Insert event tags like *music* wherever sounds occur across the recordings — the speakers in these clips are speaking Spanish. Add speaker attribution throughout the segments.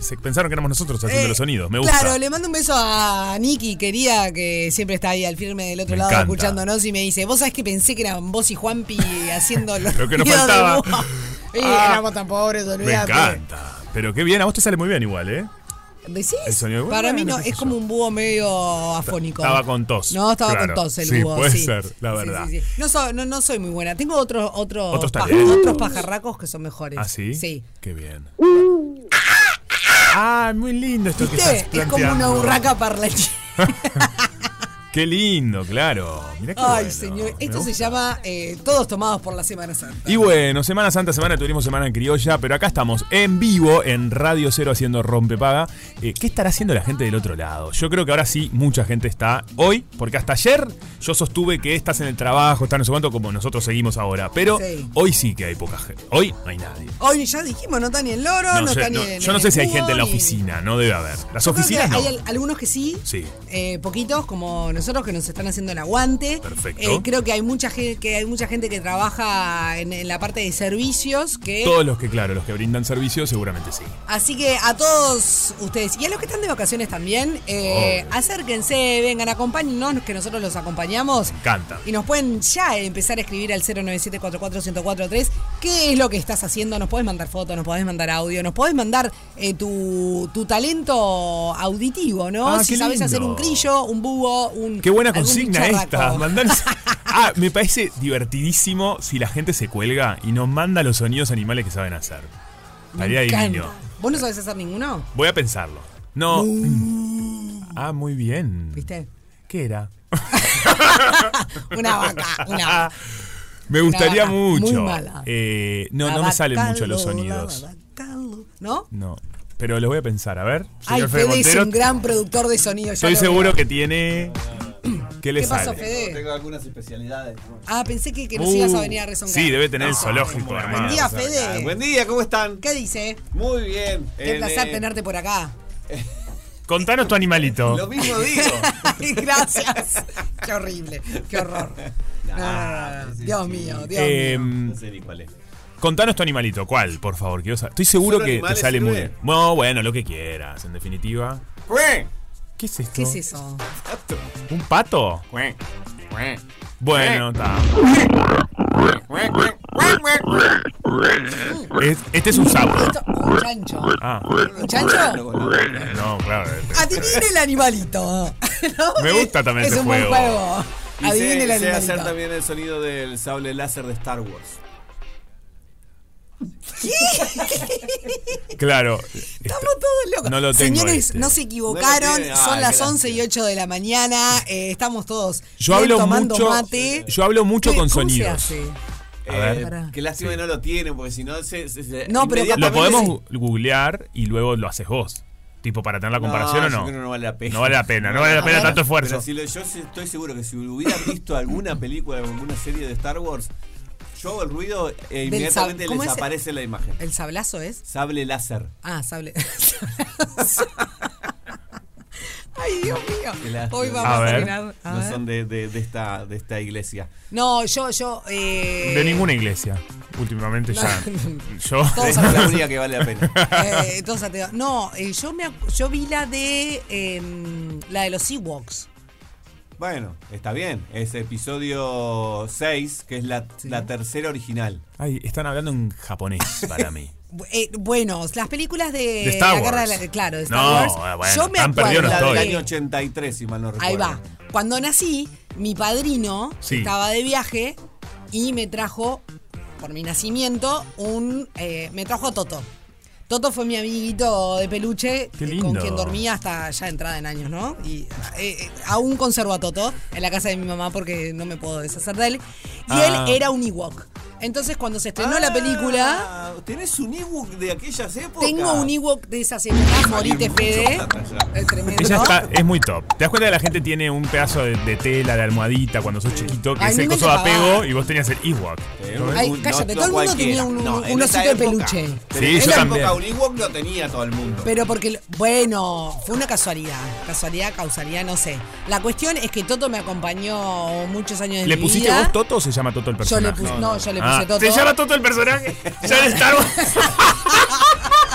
Speaker 1: se pensaron que éramos nosotros haciendo
Speaker 2: Eh,
Speaker 1: los sonidos. Me gusta.
Speaker 2: Claro, le mando un beso a Nikki, querida, que siempre está ahí al firme del otro
Speaker 1: Me
Speaker 2: lado
Speaker 1: encanta.
Speaker 2: escuchándonos y me dice, vos sabés que pensé que eran vos y
Speaker 1: *laughs*
Speaker 2: Juanpi haciendo los
Speaker 1: Lo
Speaker 2: *laughs*
Speaker 1: que nos
Speaker 2: ruidos de
Speaker 1: faltaba.
Speaker 2: búho". Y
Speaker 1: Ah,
Speaker 2: éramos tan pobres,
Speaker 1: Me
Speaker 2: olvidate.
Speaker 1: encanta. Pero qué bien, a vos te sale muy bien igual, ¿eh?
Speaker 2: ¿Decís?
Speaker 1: El sonido de-
Speaker 2: Para mí no,
Speaker 1: bueno, qué sé
Speaker 2: es
Speaker 1: yo.
Speaker 2: como un búho medio afónico.
Speaker 1: Estaba con tos,
Speaker 2: No, estaba
Speaker 1: claro.
Speaker 2: con tos el
Speaker 1: Sí,
Speaker 2: búho.
Speaker 1: puede ser, la verdad.
Speaker 2: sí, sí. No, so- no, no soy muy buena. Tengo otros otros
Speaker 1: Otros
Speaker 2: pa-
Speaker 1: talentos.
Speaker 2: otros pajarracos que son mejores.
Speaker 1: ¿Ah, sí?
Speaker 2: Sí. Uh.
Speaker 1: Qué bien. Ah, muy lindo esto que
Speaker 2: ¿Viste?
Speaker 1: estás
Speaker 2: Es como una
Speaker 1: planteando.
Speaker 2: burraca parlanchina.
Speaker 1: Qué lindo, claro. Mirá qué
Speaker 2: Ay,
Speaker 1: bueno.
Speaker 2: señor.
Speaker 1: Me
Speaker 2: Esto se
Speaker 1: gusta.
Speaker 2: llama eh, Todos Tomados por la Semana Santa.
Speaker 1: Y bueno, Semana Santa, Semana Tuvimos Semana Criolla, pero acá estamos en vivo en Radio Cero haciendo Rompepaga. Eh, ¿Qué estará haciendo la gente del otro lado? Yo creo que ahora sí mucha gente está hoy, porque hasta ayer yo sostuve que estás en el trabajo, estás en su cuanto, como nosotros seguimos ahora. Pero
Speaker 2: Sí.
Speaker 1: hoy sí que hay poca gente. Hoy no hay nadie.
Speaker 2: Hoy ya dijimos, no está ni el loro, no,
Speaker 1: No, yo,
Speaker 2: está ni
Speaker 1: no-
Speaker 2: el-
Speaker 1: yo no
Speaker 2: el
Speaker 1: sé si hay
Speaker 2: búho,
Speaker 1: gente en la
Speaker 2: ni-
Speaker 1: oficina, no debe haber. Las
Speaker 2: Yo creo que
Speaker 1: oficinas no.
Speaker 2: Hay al- algunos que sí.
Speaker 1: Sí.
Speaker 2: eh, poquitos como nosotros que nos están haciendo el aguante.
Speaker 1: Perfecto.
Speaker 2: Eh, creo que hay mucha gente que hay mucha gente que trabaja en, en la parte de servicios que
Speaker 1: Todos los que, claro, los que brindan servicio seguramente sí.
Speaker 2: Así que a todos ustedes y a los que están de vacaciones también, eh,
Speaker 1: Obvio.
Speaker 2: acérquense, vengan, acompáñennos, que nosotros los acompañamos.
Speaker 1: Canta.
Speaker 2: Y nos pueden ya empezar a escribir al 097-44143 qué es lo que estás haciendo. Nos podés mandar fotos, nos podés mandar audio, nos podés mandar eh, tu, tu talento auditivo, ¿no?
Speaker 1: Ah,
Speaker 2: si
Speaker 1: qué
Speaker 2: sabes
Speaker 1: lindo.
Speaker 2: hacer un crillo, un búho, un.
Speaker 1: Qué buena
Speaker 2: algún
Speaker 1: consigna esta.
Speaker 2: bicharraco.
Speaker 1: mandanos- Ah, me parece divertidísimo si la gente se cuelga y nos manda los sonidos animales que saben hacer. Estaría
Speaker 2: Me encanta.
Speaker 1: divino.
Speaker 2: ¿Vos no sabés hacer ninguno?
Speaker 1: Voy a pensarlo. No. Ah, muy bien.
Speaker 2: Uh. ¿Viste?
Speaker 1: ¿Qué era?
Speaker 2: Una vaca, una vaca.
Speaker 1: Me gustaría
Speaker 2: vaca muy
Speaker 1: mucho.
Speaker 2: mala.
Speaker 1: Eh, *laughs* no, no me salen mucho los sonidos.
Speaker 2: Abacalo, ¿No?
Speaker 1: No. Pero los voy a pensar. A ver.
Speaker 2: Ay,
Speaker 1: señor Fede
Speaker 2: Fede es
Speaker 1: Montero,
Speaker 2: un gran productor de sonido. ya
Speaker 1: Estoy
Speaker 2: lo
Speaker 1: seguro
Speaker 2: veo.
Speaker 1: que tiene. ¿Qué le
Speaker 2: ¿Qué pasó,
Speaker 1: sale?
Speaker 2: Fede?
Speaker 3: Tengo algunas especialidades.
Speaker 2: Ah, pensé que, que nos ibas a venir a rezongar.
Speaker 1: Uh, sí, debe tener el zoológico,
Speaker 2: Buen
Speaker 1: hermano.
Speaker 2: Ah, día, Fede.
Speaker 3: Buen día, ¿cómo están?
Speaker 2: ¿Qué dice?
Speaker 3: Muy bien.
Speaker 2: Qué
Speaker 3: En,
Speaker 2: placer
Speaker 3: eh,
Speaker 2: tenerte por acá. *laughs*
Speaker 1: Contanos tu animalito.
Speaker 3: Lo mismo digo.
Speaker 2: Ay, Gracias. Qué horrible. Qué
Speaker 3: *laughs*
Speaker 2: horror. No, no, no, no. Dios mío, Dios
Speaker 1: Eh,
Speaker 2: mío.
Speaker 3: No sé ni cuál es.
Speaker 1: Contanos tu animalito, ¿cuál? Por favor, quiero saber. Estoy seguro
Speaker 3: ¿Solo
Speaker 1: que te
Speaker 3: animales
Speaker 1: sale
Speaker 3: sirve?
Speaker 1: muy bien. No, bueno, lo que quieras, en definitiva. ¿Qué es esto?
Speaker 2: ¿Qué es eso?
Speaker 1: ¿Un pato? Bueno, está. Es- este es un sapo.
Speaker 2: Esto- Un chancho.
Speaker 1: Ah,
Speaker 2: ¿Un chancho?
Speaker 1: no, claro. este,
Speaker 2: Adivine el animalito. ¿No?
Speaker 1: Me gusta también
Speaker 2: es
Speaker 1: este
Speaker 2: un buen
Speaker 1: juego.
Speaker 2: juego.
Speaker 3: Y
Speaker 2: Adivine el
Speaker 3: sé, sé
Speaker 2: animalito.
Speaker 3: hacer también el sonido del sable láser de Star Wars.
Speaker 1: Claro.
Speaker 2: Estamos todos loco.
Speaker 1: No lo tengo
Speaker 2: Señores,
Speaker 1: este.
Speaker 2: no se equivocaron.
Speaker 3: tiene.
Speaker 2: Son
Speaker 3: Ay,
Speaker 2: las
Speaker 3: gracias.
Speaker 2: 11 y 8 de la mañana. eh, estamos todos
Speaker 1: Yo
Speaker 2: bien
Speaker 1: hablo
Speaker 2: tomando
Speaker 1: mucho-
Speaker 2: mate.
Speaker 1: yo hablo mucho
Speaker 2: ¿Qué-
Speaker 1: con
Speaker 2: cómo se
Speaker 1: sonidos.
Speaker 2: hace?
Speaker 1: A
Speaker 3: Eh,
Speaker 1: ver.
Speaker 2: Pará.
Speaker 3: Qué lástima que no lo tienen, porque si no se, se- se-
Speaker 2: No, pero
Speaker 3: inmediatamente-
Speaker 1: Lo
Speaker 2: También
Speaker 1: podemos
Speaker 2: es-
Speaker 1: gu- googlear y luego lo haces vos. Tipo, para tener la comparación o
Speaker 3: yo
Speaker 1: no.
Speaker 3: creo que no vale la pena.
Speaker 1: No vale la pena, no vale la
Speaker 3: *laughs* A
Speaker 1: pena
Speaker 3: ver.
Speaker 1: tanto esfuerzo.
Speaker 3: Pero si lo- yo sí estoy seguro que si hubieran visto alguna película o alguna serie de Star Wars, yo hago el ruido e
Speaker 2: Del
Speaker 3: inmediatamente
Speaker 2: sab- ¿cómo
Speaker 3: les
Speaker 2: es?
Speaker 3: aparece la imagen.
Speaker 2: ¿El sablazo es?
Speaker 3: Sable láser.
Speaker 2: Ah, sable. *laughs* Ay, Dios
Speaker 3: Qué
Speaker 2: mío.
Speaker 3: lástima.
Speaker 2: Hoy vamos
Speaker 1: A
Speaker 2: a,
Speaker 1: ver.
Speaker 2: terminar. A
Speaker 3: no
Speaker 2: ver.
Speaker 3: son de, de- de esta, de esta iglesia.
Speaker 2: No, yo, yo. eh,
Speaker 1: De ninguna iglesia. Últimamente
Speaker 2: No.
Speaker 1: ya. Yo.
Speaker 2: Todos
Speaker 3: Es
Speaker 2: a-
Speaker 3: la única que vale la pena.
Speaker 2: eh, todos ateos. No, eh, yo, me, acu- yo vi la de. em, la de los Ewoks.
Speaker 3: Bueno, está bien. Es episodio 6, que es la, la tercera original.
Speaker 1: Ay, están hablando en japonés para mí.
Speaker 2: Bu- eh, bueno, las películas de.
Speaker 1: De Star
Speaker 2: la guerra
Speaker 1: Wars.
Speaker 2: de la- claro, de Star
Speaker 1: No,
Speaker 2: Wars.
Speaker 1: bueno,
Speaker 2: yo me
Speaker 1: tan
Speaker 2: acuerdo.
Speaker 1: perdido no
Speaker 3: la del
Speaker 1: estoy.
Speaker 3: año 83, si mal no recuerdo.
Speaker 2: Ahí va. Cuando nací, mi padrino
Speaker 1: Sí.
Speaker 2: estaba de viaje y me trajo, por mi nacimiento, un. eh, me trajo a Toto. Toto fue mi amiguito de peluche
Speaker 1: Qué
Speaker 2: eh,
Speaker 1: lindo.
Speaker 2: con quien dormía hasta ya entrada en años, ¿no? Y eh, eh, aún conservo a Toto en la casa de mi mamá porque no me puedo deshacer de él. Y
Speaker 1: Ah.
Speaker 2: él era un Ewok. Entonces, cuando se estrenó la película,
Speaker 3: Ah, ¿Tenés un ebook de aquellas épocas?
Speaker 2: tengo un Ewok de esas épocas, morite
Speaker 3: mucho
Speaker 2: Fede.
Speaker 3: plata ya.
Speaker 2: Es tremendo.
Speaker 1: Ella está, es muy top. ¿Te das cuenta que la gente tiene un pedazo de, de tela, de almohadita cuando sos chiquito, que
Speaker 2: Ay,
Speaker 1: es
Speaker 2: a mí
Speaker 1: el
Speaker 2: me
Speaker 1: coso de
Speaker 2: encantaba.
Speaker 1: apego y vos tenías el Ewok?
Speaker 3: Eh,
Speaker 1: ¿No ves?
Speaker 2: Ay,
Speaker 3: un-
Speaker 2: cállate,
Speaker 3: no
Speaker 2: todo el mundo
Speaker 3: cualquiera.
Speaker 2: tenía un-
Speaker 3: No,
Speaker 2: un
Speaker 3: en esa
Speaker 2: osito de
Speaker 3: época.
Speaker 2: peluche.
Speaker 3: Pero
Speaker 1: Sí,
Speaker 3: en
Speaker 1: yo
Speaker 3: la
Speaker 1: también.
Speaker 3: época un Ewok lo tenía todo el mundo.
Speaker 2: Pero porque, bueno, fue una casualidad. Casualidad, causalidad, no sé. La cuestión es que Toto me acompañó muchos años de
Speaker 1: ¿Le
Speaker 2: mi
Speaker 1: pusiste
Speaker 2: vida.
Speaker 1: vos Toto o se llama Toto el
Speaker 2: Yo le
Speaker 1: personaje?
Speaker 2: puse, no, yo le puse
Speaker 1: Ah,
Speaker 2: Toto.
Speaker 1: Se llama Toto el personaje. Ya en Star Wars. *laughs*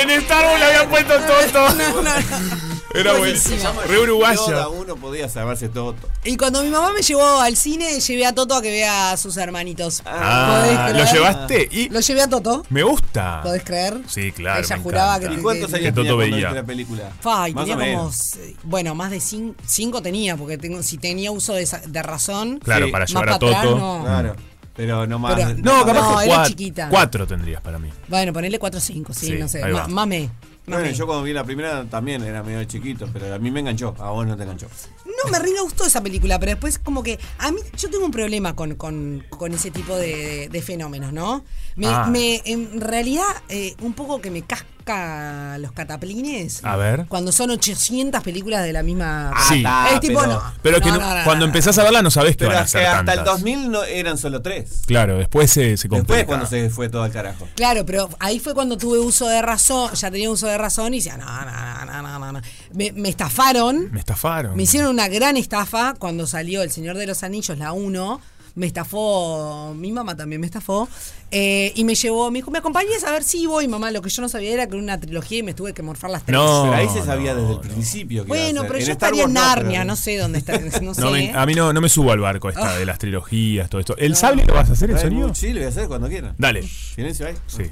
Speaker 1: en Star Wars le habían puesto Toto.
Speaker 2: *laughs* No, no, no.
Speaker 1: Era
Speaker 2: Buenísimo.
Speaker 1: buenísimo. Re
Speaker 3: Cada
Speaker 1: uruguayo.
Speaker 3: uno podía llamarse Toto.
Speaker 2: Y cuando mi mamá me llevó al cine, llevé a Toto a que vea a sus hermanitos. ¿Podés
Speaker 1: Ah, lo
Speaker 2: creer?
Speaker 1: llevaste y
Speaker 2: Lo llevé a Toto,
Speaker 1: me gusta.
Speaker 2: ¿podés creer?
Speaker 1: Sí, claro,
Speaker 2: Ella
Speaker 1: me
Speaker 2: juraba
Speaker 1: encanta.
Speaker 2: que...
Speaker 3: ¿Y cuántos
Speaker 2: que-
Speaker 3: años
Speaker 1: Toto
Speaker 3: tenía cuando
Speaker 1: veía.
Speaker 3: viste la película?
Speaker 2: Fa, y
Speaker 3: Más
Speaker 2: tenía
Speaker 3: o
Speaker 2: como,
Speaker 3: menos.
Speaker 2: eh, bueno, más de cin- cinco tenía, porque tengo, si tenía uso de, esa- de razón,
Speaker 1: Claro,
Speaker 3: Sí.
Speaker 1: para
Speaker 2: más
Speaker 1: llevar a
Speaker 2: para atrás,
Speaker 1: Toto.
Speaker 2: no.
Speaker 3: Claro. Pero no más.
Speaker 2: Pero-
Speaker 1: No, capaz
Speaker 2: No,
Speaker 1: que
Speaker 2: era
Speaker 1: cuat-
Speaker 2: chiquita.
Speaker 1: cuatro tendrías para mí.
Speaker 2: Bueno, ponele 4 o 5, sí,
Speaker 1: Sí,
Speaker 2: no sé.
Speaker 1: ahí va.
Speaker 2: Ma- mame.
Speaker 3: Bueno,
Speaker 2: mame.
Speaker 3: yo cuando vi la primera también era medio chiquito, pero a mí me enganchó, a vos no te enganchó.
Speaker 2: No, me re gustó esa película, pero después como que... A mí, yo tengo un problema con, con, con ese tipo de, de fenómenos, ¿no? Me,
Speaker 1: Ah.
Speaker 2: me- en realidad, eh, un poco que me casca los cataplines.
Speaker 1: A ver.
Speaker 2: Cuando son 800 películas de la misma...
Speaker 1: Sí.
Speaker 3: está,
Speaker 2: es tipo,
Speaker 3: pero-
Speaker 2: no.
Speaker 1: Pero que
Speaker 2: No,
Speaker 1: no-
Speaker 2: no, no, no,
Speaker 1: cuando
Speaker 2: no.
Speaker 1: empezás a verla no sabés que
Speaker 3: Pero
Speaker 1: van a
Speaker 3: hasta,
Speaker 1: ser
Speaker 3: hasta
Speaker 1: tantas.
Speaker 3: el 2000 no, eran solo tres.
Speaker 1: Claro, después se, se complica.
Speaker 3: Después cuando se fue todo al carajo.
Speaker 2: Claro, pero ahí fue cuando tuve uso de razón, ya tenía uso de razón y decía, no, no, no, no, no, no. Me, me estafaron.
Speaker 1: Me estafaron.
Speaker 2: Me hicieron una gran estafa cuando salió El Señor de los Anillos, la 1. Me estafó, mi mamá también me estafó. eh, y me llevó, me dijo, ¿me acompañas a ver si voy, mamá? Lo que yo no sabía era que era una trilogía y me tuve que morfar las tres.
Speaker 1: No,
Speaker 3: pero ahí se sabía
Speaker 1: no,
Speaker 3: desde el
Speaker 1: no.
Speaker 3: principio que iba a
Speaker 2: bueno,
Speaker 3: ser.
Speaker 2: pero
Speaker 3: En
Speaker 2: yo
Speaker 3: Star
Speaker 2: estaría en
Speaker 3: Wars no, pero-
Speaker 2: Narnia, no sé dónde está, no
Speaker 3: *laughs*
Speaker 2: sé.
Speaker 1: No, me- ah. a mí no, no me subo al barco esta
Speaker 2: Ah.
Speaker 1: de las trilogías, todo esto. ¿El sable lo vas a hacer, el
Speaker 3: Trae
Speaker 1: sonido?
Speaker 3: mucho, Sí, lo voy a hacer cuando quiera.
Speaker 1: Dale.
Speaker 3: Silencio ahí.
Speaker 1: Sí.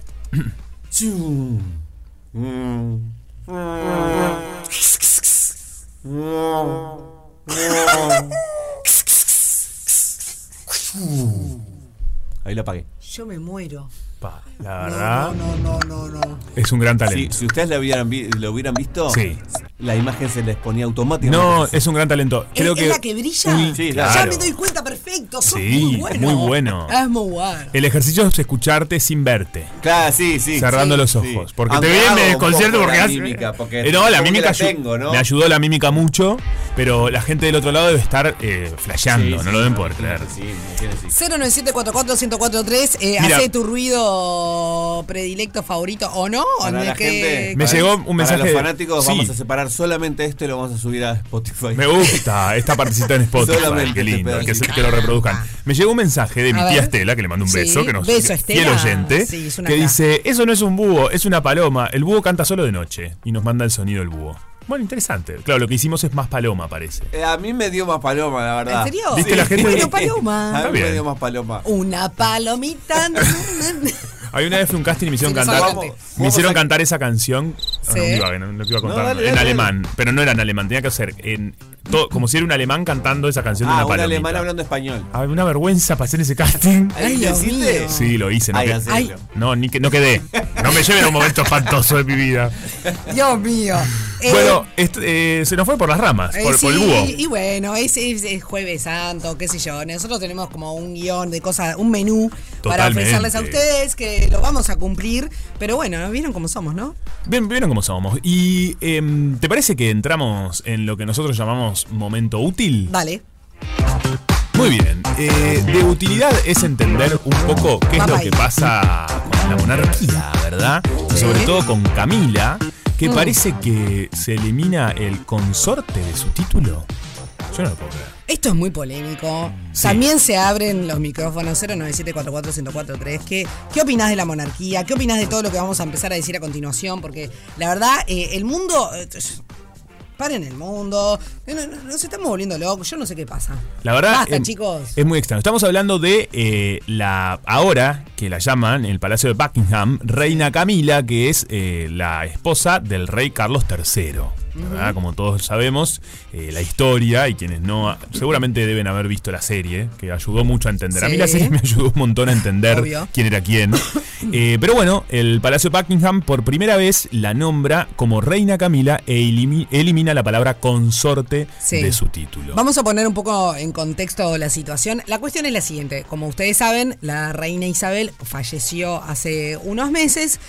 Speaker 3: Chum. Mm. Ahí lo apagué.
Speaker 2: Yo me muero.
Speaker 1: Pa, la verdad,
Speaker 2: No, no, no, no, no, no.
Speaker 1: es un gran
Speaker 3: Si,
Speaker 1: talento.
Speaker 3: si ustedes lo hubieran, vi- lo hubieran visto,
Speaker 1: Sí.
Speaker 3: la imagen se les ponía automáticamente.
Speaker 1: No, es un gran talento. Creo
Speaker 2: ¿Es,
Speaker 1: que,
Speaker 2: es la que brilla?
Speaker 1: Uy,
Speaker 3: Sí,
Speaker 1: claro.
Speaker 2: Ya me doy cuenta, perfecto. sos
Speaker 1: Sí,
Speaker 2: muy bueno.
Speaker 1: muy bueno. Eh.
Speaker 2: Es muy bueno.
Speaker 1: El ejercicio es escucharte sin verte.
Speaker 3: Claro, sí, sí.
Speaker 1: cerrando
Speaker 3: Sí,
Speaker 1: los
Speaker 3: sí.
Speaker 1: ojos. Porque
Speaker 3: Aunque
Speaker 1: te
Speaker 3: hago
Speaker 1: viene el
Speaker 3: un poco
Speaker 1: concierto porque
Speaker 3: la
Speaker 1: hace-
Speaker 3: mímica, porque
Speaker 1: Eh, no, la
Speaker 3: como que
Speaker 1: mímica
Speaker 3: la
Speaker 1: ayu-
Speaker 3: tengo, ¿no?
Speaker 1: me ayudó la mímica mucho, pero la gente del otro lado debe estar eh, flasheando,
Speaker 3: Sí,
Speaker 1: no
Speaker 3: sí,
Speaker 1: lo deben poder
Speaker 3: imagínate,
Speaker 1: creer.
Speaker 3: Sí, imagínate, sí.
Speaker 2: 097441043 eh,
Speaker 1: Mira.
Speaker 2: hace tu ruido predilecto favorito o no o
Speaker 3: Para
Speaker 2: de
Speaker 3: la
Speaker 2: que-
Speaker 3: gente,
Speaker 1: Me
Speaker 3: para-
Speaker 1: llegó un mensaje
Speaker 3: Para
Speaker 1: de-
Speaker 3: los fanáticos
Speaker 1: Sí.
Speaker 3: vamos a separar solamente esto y lo vamos a subir a Spotify.
Speaker 1: Me gusta esta partecita en Spotify,
Speaker 3: Solamente
Speaker 1: qué lindo,
Speaker 3: este
Speaker 1: que, se-
Speaker 3: pedacito.
Speaker 1: que lo reproduzcan. Me llegó un mensaje de mi
Speaker 2: Ah. A
Speaker 1: tía
Speaker 2: ver.
Speaker 1: Estela, que le mando un
Speaker 2: Sí,
Speaker 1: beso, que nos
Speaker 2: beso,
Speaker 1: fiel
Speaker 2: Estela.
Speaker 1: oyente,
Speaker 2: Sí, es una
Speaker 1: que
Speaker 2: crack.
Speaker 1: dice, eso no es un búho, es una paloma, el búho canta solo de noche y nos manda el sonido del búho. Bueno, interesante. Claro, lo que hicimos es más paloma, parece.
Speaker 3: Eh, a mí me dio más paloma, la verdad.
Speaker 2: ¿En serio?
Speaker 1: ¿Viste la gente?
Speaker 2: Bueno, paloma.
Speaker 3: A
Speaker 1: Está
Speaker 3: mí me
Speaker 1: bien.
Speaker 3: dio más paloma.
Speaker 2: Una palomita.
Speaker 1: Hay una vez fui a un casting y me hicieron
Speaker 2: Sí,
Speaker 1: cantar.
Speaker 2: vamos,
Speaker 1: Me
Speaker 3: vamos
Speaker 1: hicieron
Speaker 3: a-
Speaker 1: cantar esa canción. Ah, No,
Speaker 2: Sí.
Speaker 1: iba, no- no te iba a
Speaker 3: No,
Speaker 1: contar. nada.
Speaker 3: dale, dale,
Speaker 1: en
Speaker 3: dale.
Speaker 1: alemán. Pero no era en alemán, tenía que ser en todo, como si era un alemán cantando esa canción de
Speaker 3: Ah,
Speaker 1: una
Speaker 3: un
Speaker 1: palomita.
Speaker 3: alemán hablando español.
Speaker 1: Ah, una vergüenza para hacer ese casting.
Speaker 2: Ay,
Speaker 3: ¿Lo
Speaker 2: Dios
Speaker 3: hiciste?
Speaker 2: mío.
Speaker 1: Sí, lo hice. No,
Speaker 3: Ay,
Speaker 1: que-
Speaker 3: hacelo.
Speaker 2: Ay.
Speaker 1: no, ni que, no quedé. No me lleven a un momento espantoso de mi vida.
Speaker 2: *laughs* Dios mío. Eh,
Speaker 1: bueno, est- eh, se nos fue por las ramas,
Speaker 2: eh,
Speaker 1: por, por el
Speaker 2: sí,
Speaker 1: búho.
Speaker 2: Y bueno, es, es- es Jueves Santo, qué sé yo. Nosotros tenemos como un guión de cosas, un menú para
Speaker 1: Totalmente.
Speaker 2: ofrecerles a ustedes que lo vamos a cumplir. Pero bueno, vieron cómo somos, ¿no?
Speaker 1: Bien, vieron cómo somos. ¿Y em, te parece que entramos en lo que nosotros llamamos momento útil?
Speaker 2: Dale.
Speaker 1: Muy bien. Eh, de utilidad es entender un poco qué es
Speaker 2: Papá
Speaker 1: lo
Speaker 2: ahí.
Speaker 1: que pasa con la monarquía, ¿verdad? Y Sobre
Speaker 2: Sí. Mm.
Speaker 1: todo con Camila, que parece que se elimina el consorte de su título. Yo no lo puedo creer.
Speaker 2: Esto es muy polémico.
Speaker 1: Sí.
Speaker 2: También se abren los micrófonos 097441043. ¿Qué, ¿Qué opinás de la monarquía? ¿Qué opinás de todo lo que vamos a empezar a decir a continuación? Porque la verdad, eh, el mundo... eh, Paren el mundo. Eh, no- no- Nos estamos volviendo locos. Yo no sé qué pasa.
Speaker 1: La verdad
Speaker 2: Basta,
Speaker 1: em,
Speaker 2: chicos.
Speaker 1: es muy extraño. Estamos hablando de eh, la ahora que la llaman en el Palacio de Buckingham, Reina Camila, que es eh, la esposa del rey Carlos III. ¿verdad? Como todos sabemos, eh, la historia y quienes no ah, seguramente deben haber visto la serie, que ayudó mucho a entender. A mí la
Speaker 2: Sí.
Speaker 1: serie me ayudó un montón a entender
Speaker 2: Obvio.
Speaker 1: quién
Speaker 2: *coughs*
Speaker 1: era quién. Eh, pero bueno, el Palacio de Buckingham por primera vez la nombra como Reina Camila e elimi- elimina la palabra consorte
Speaker 2: Sí.
Speaker 1: de su título.
Speaker 2: Vamos a poner un poco en contexto la situación. La cuestión es la siguiente. Como ustedes saben, la reina Isabel falleció hace unos meses.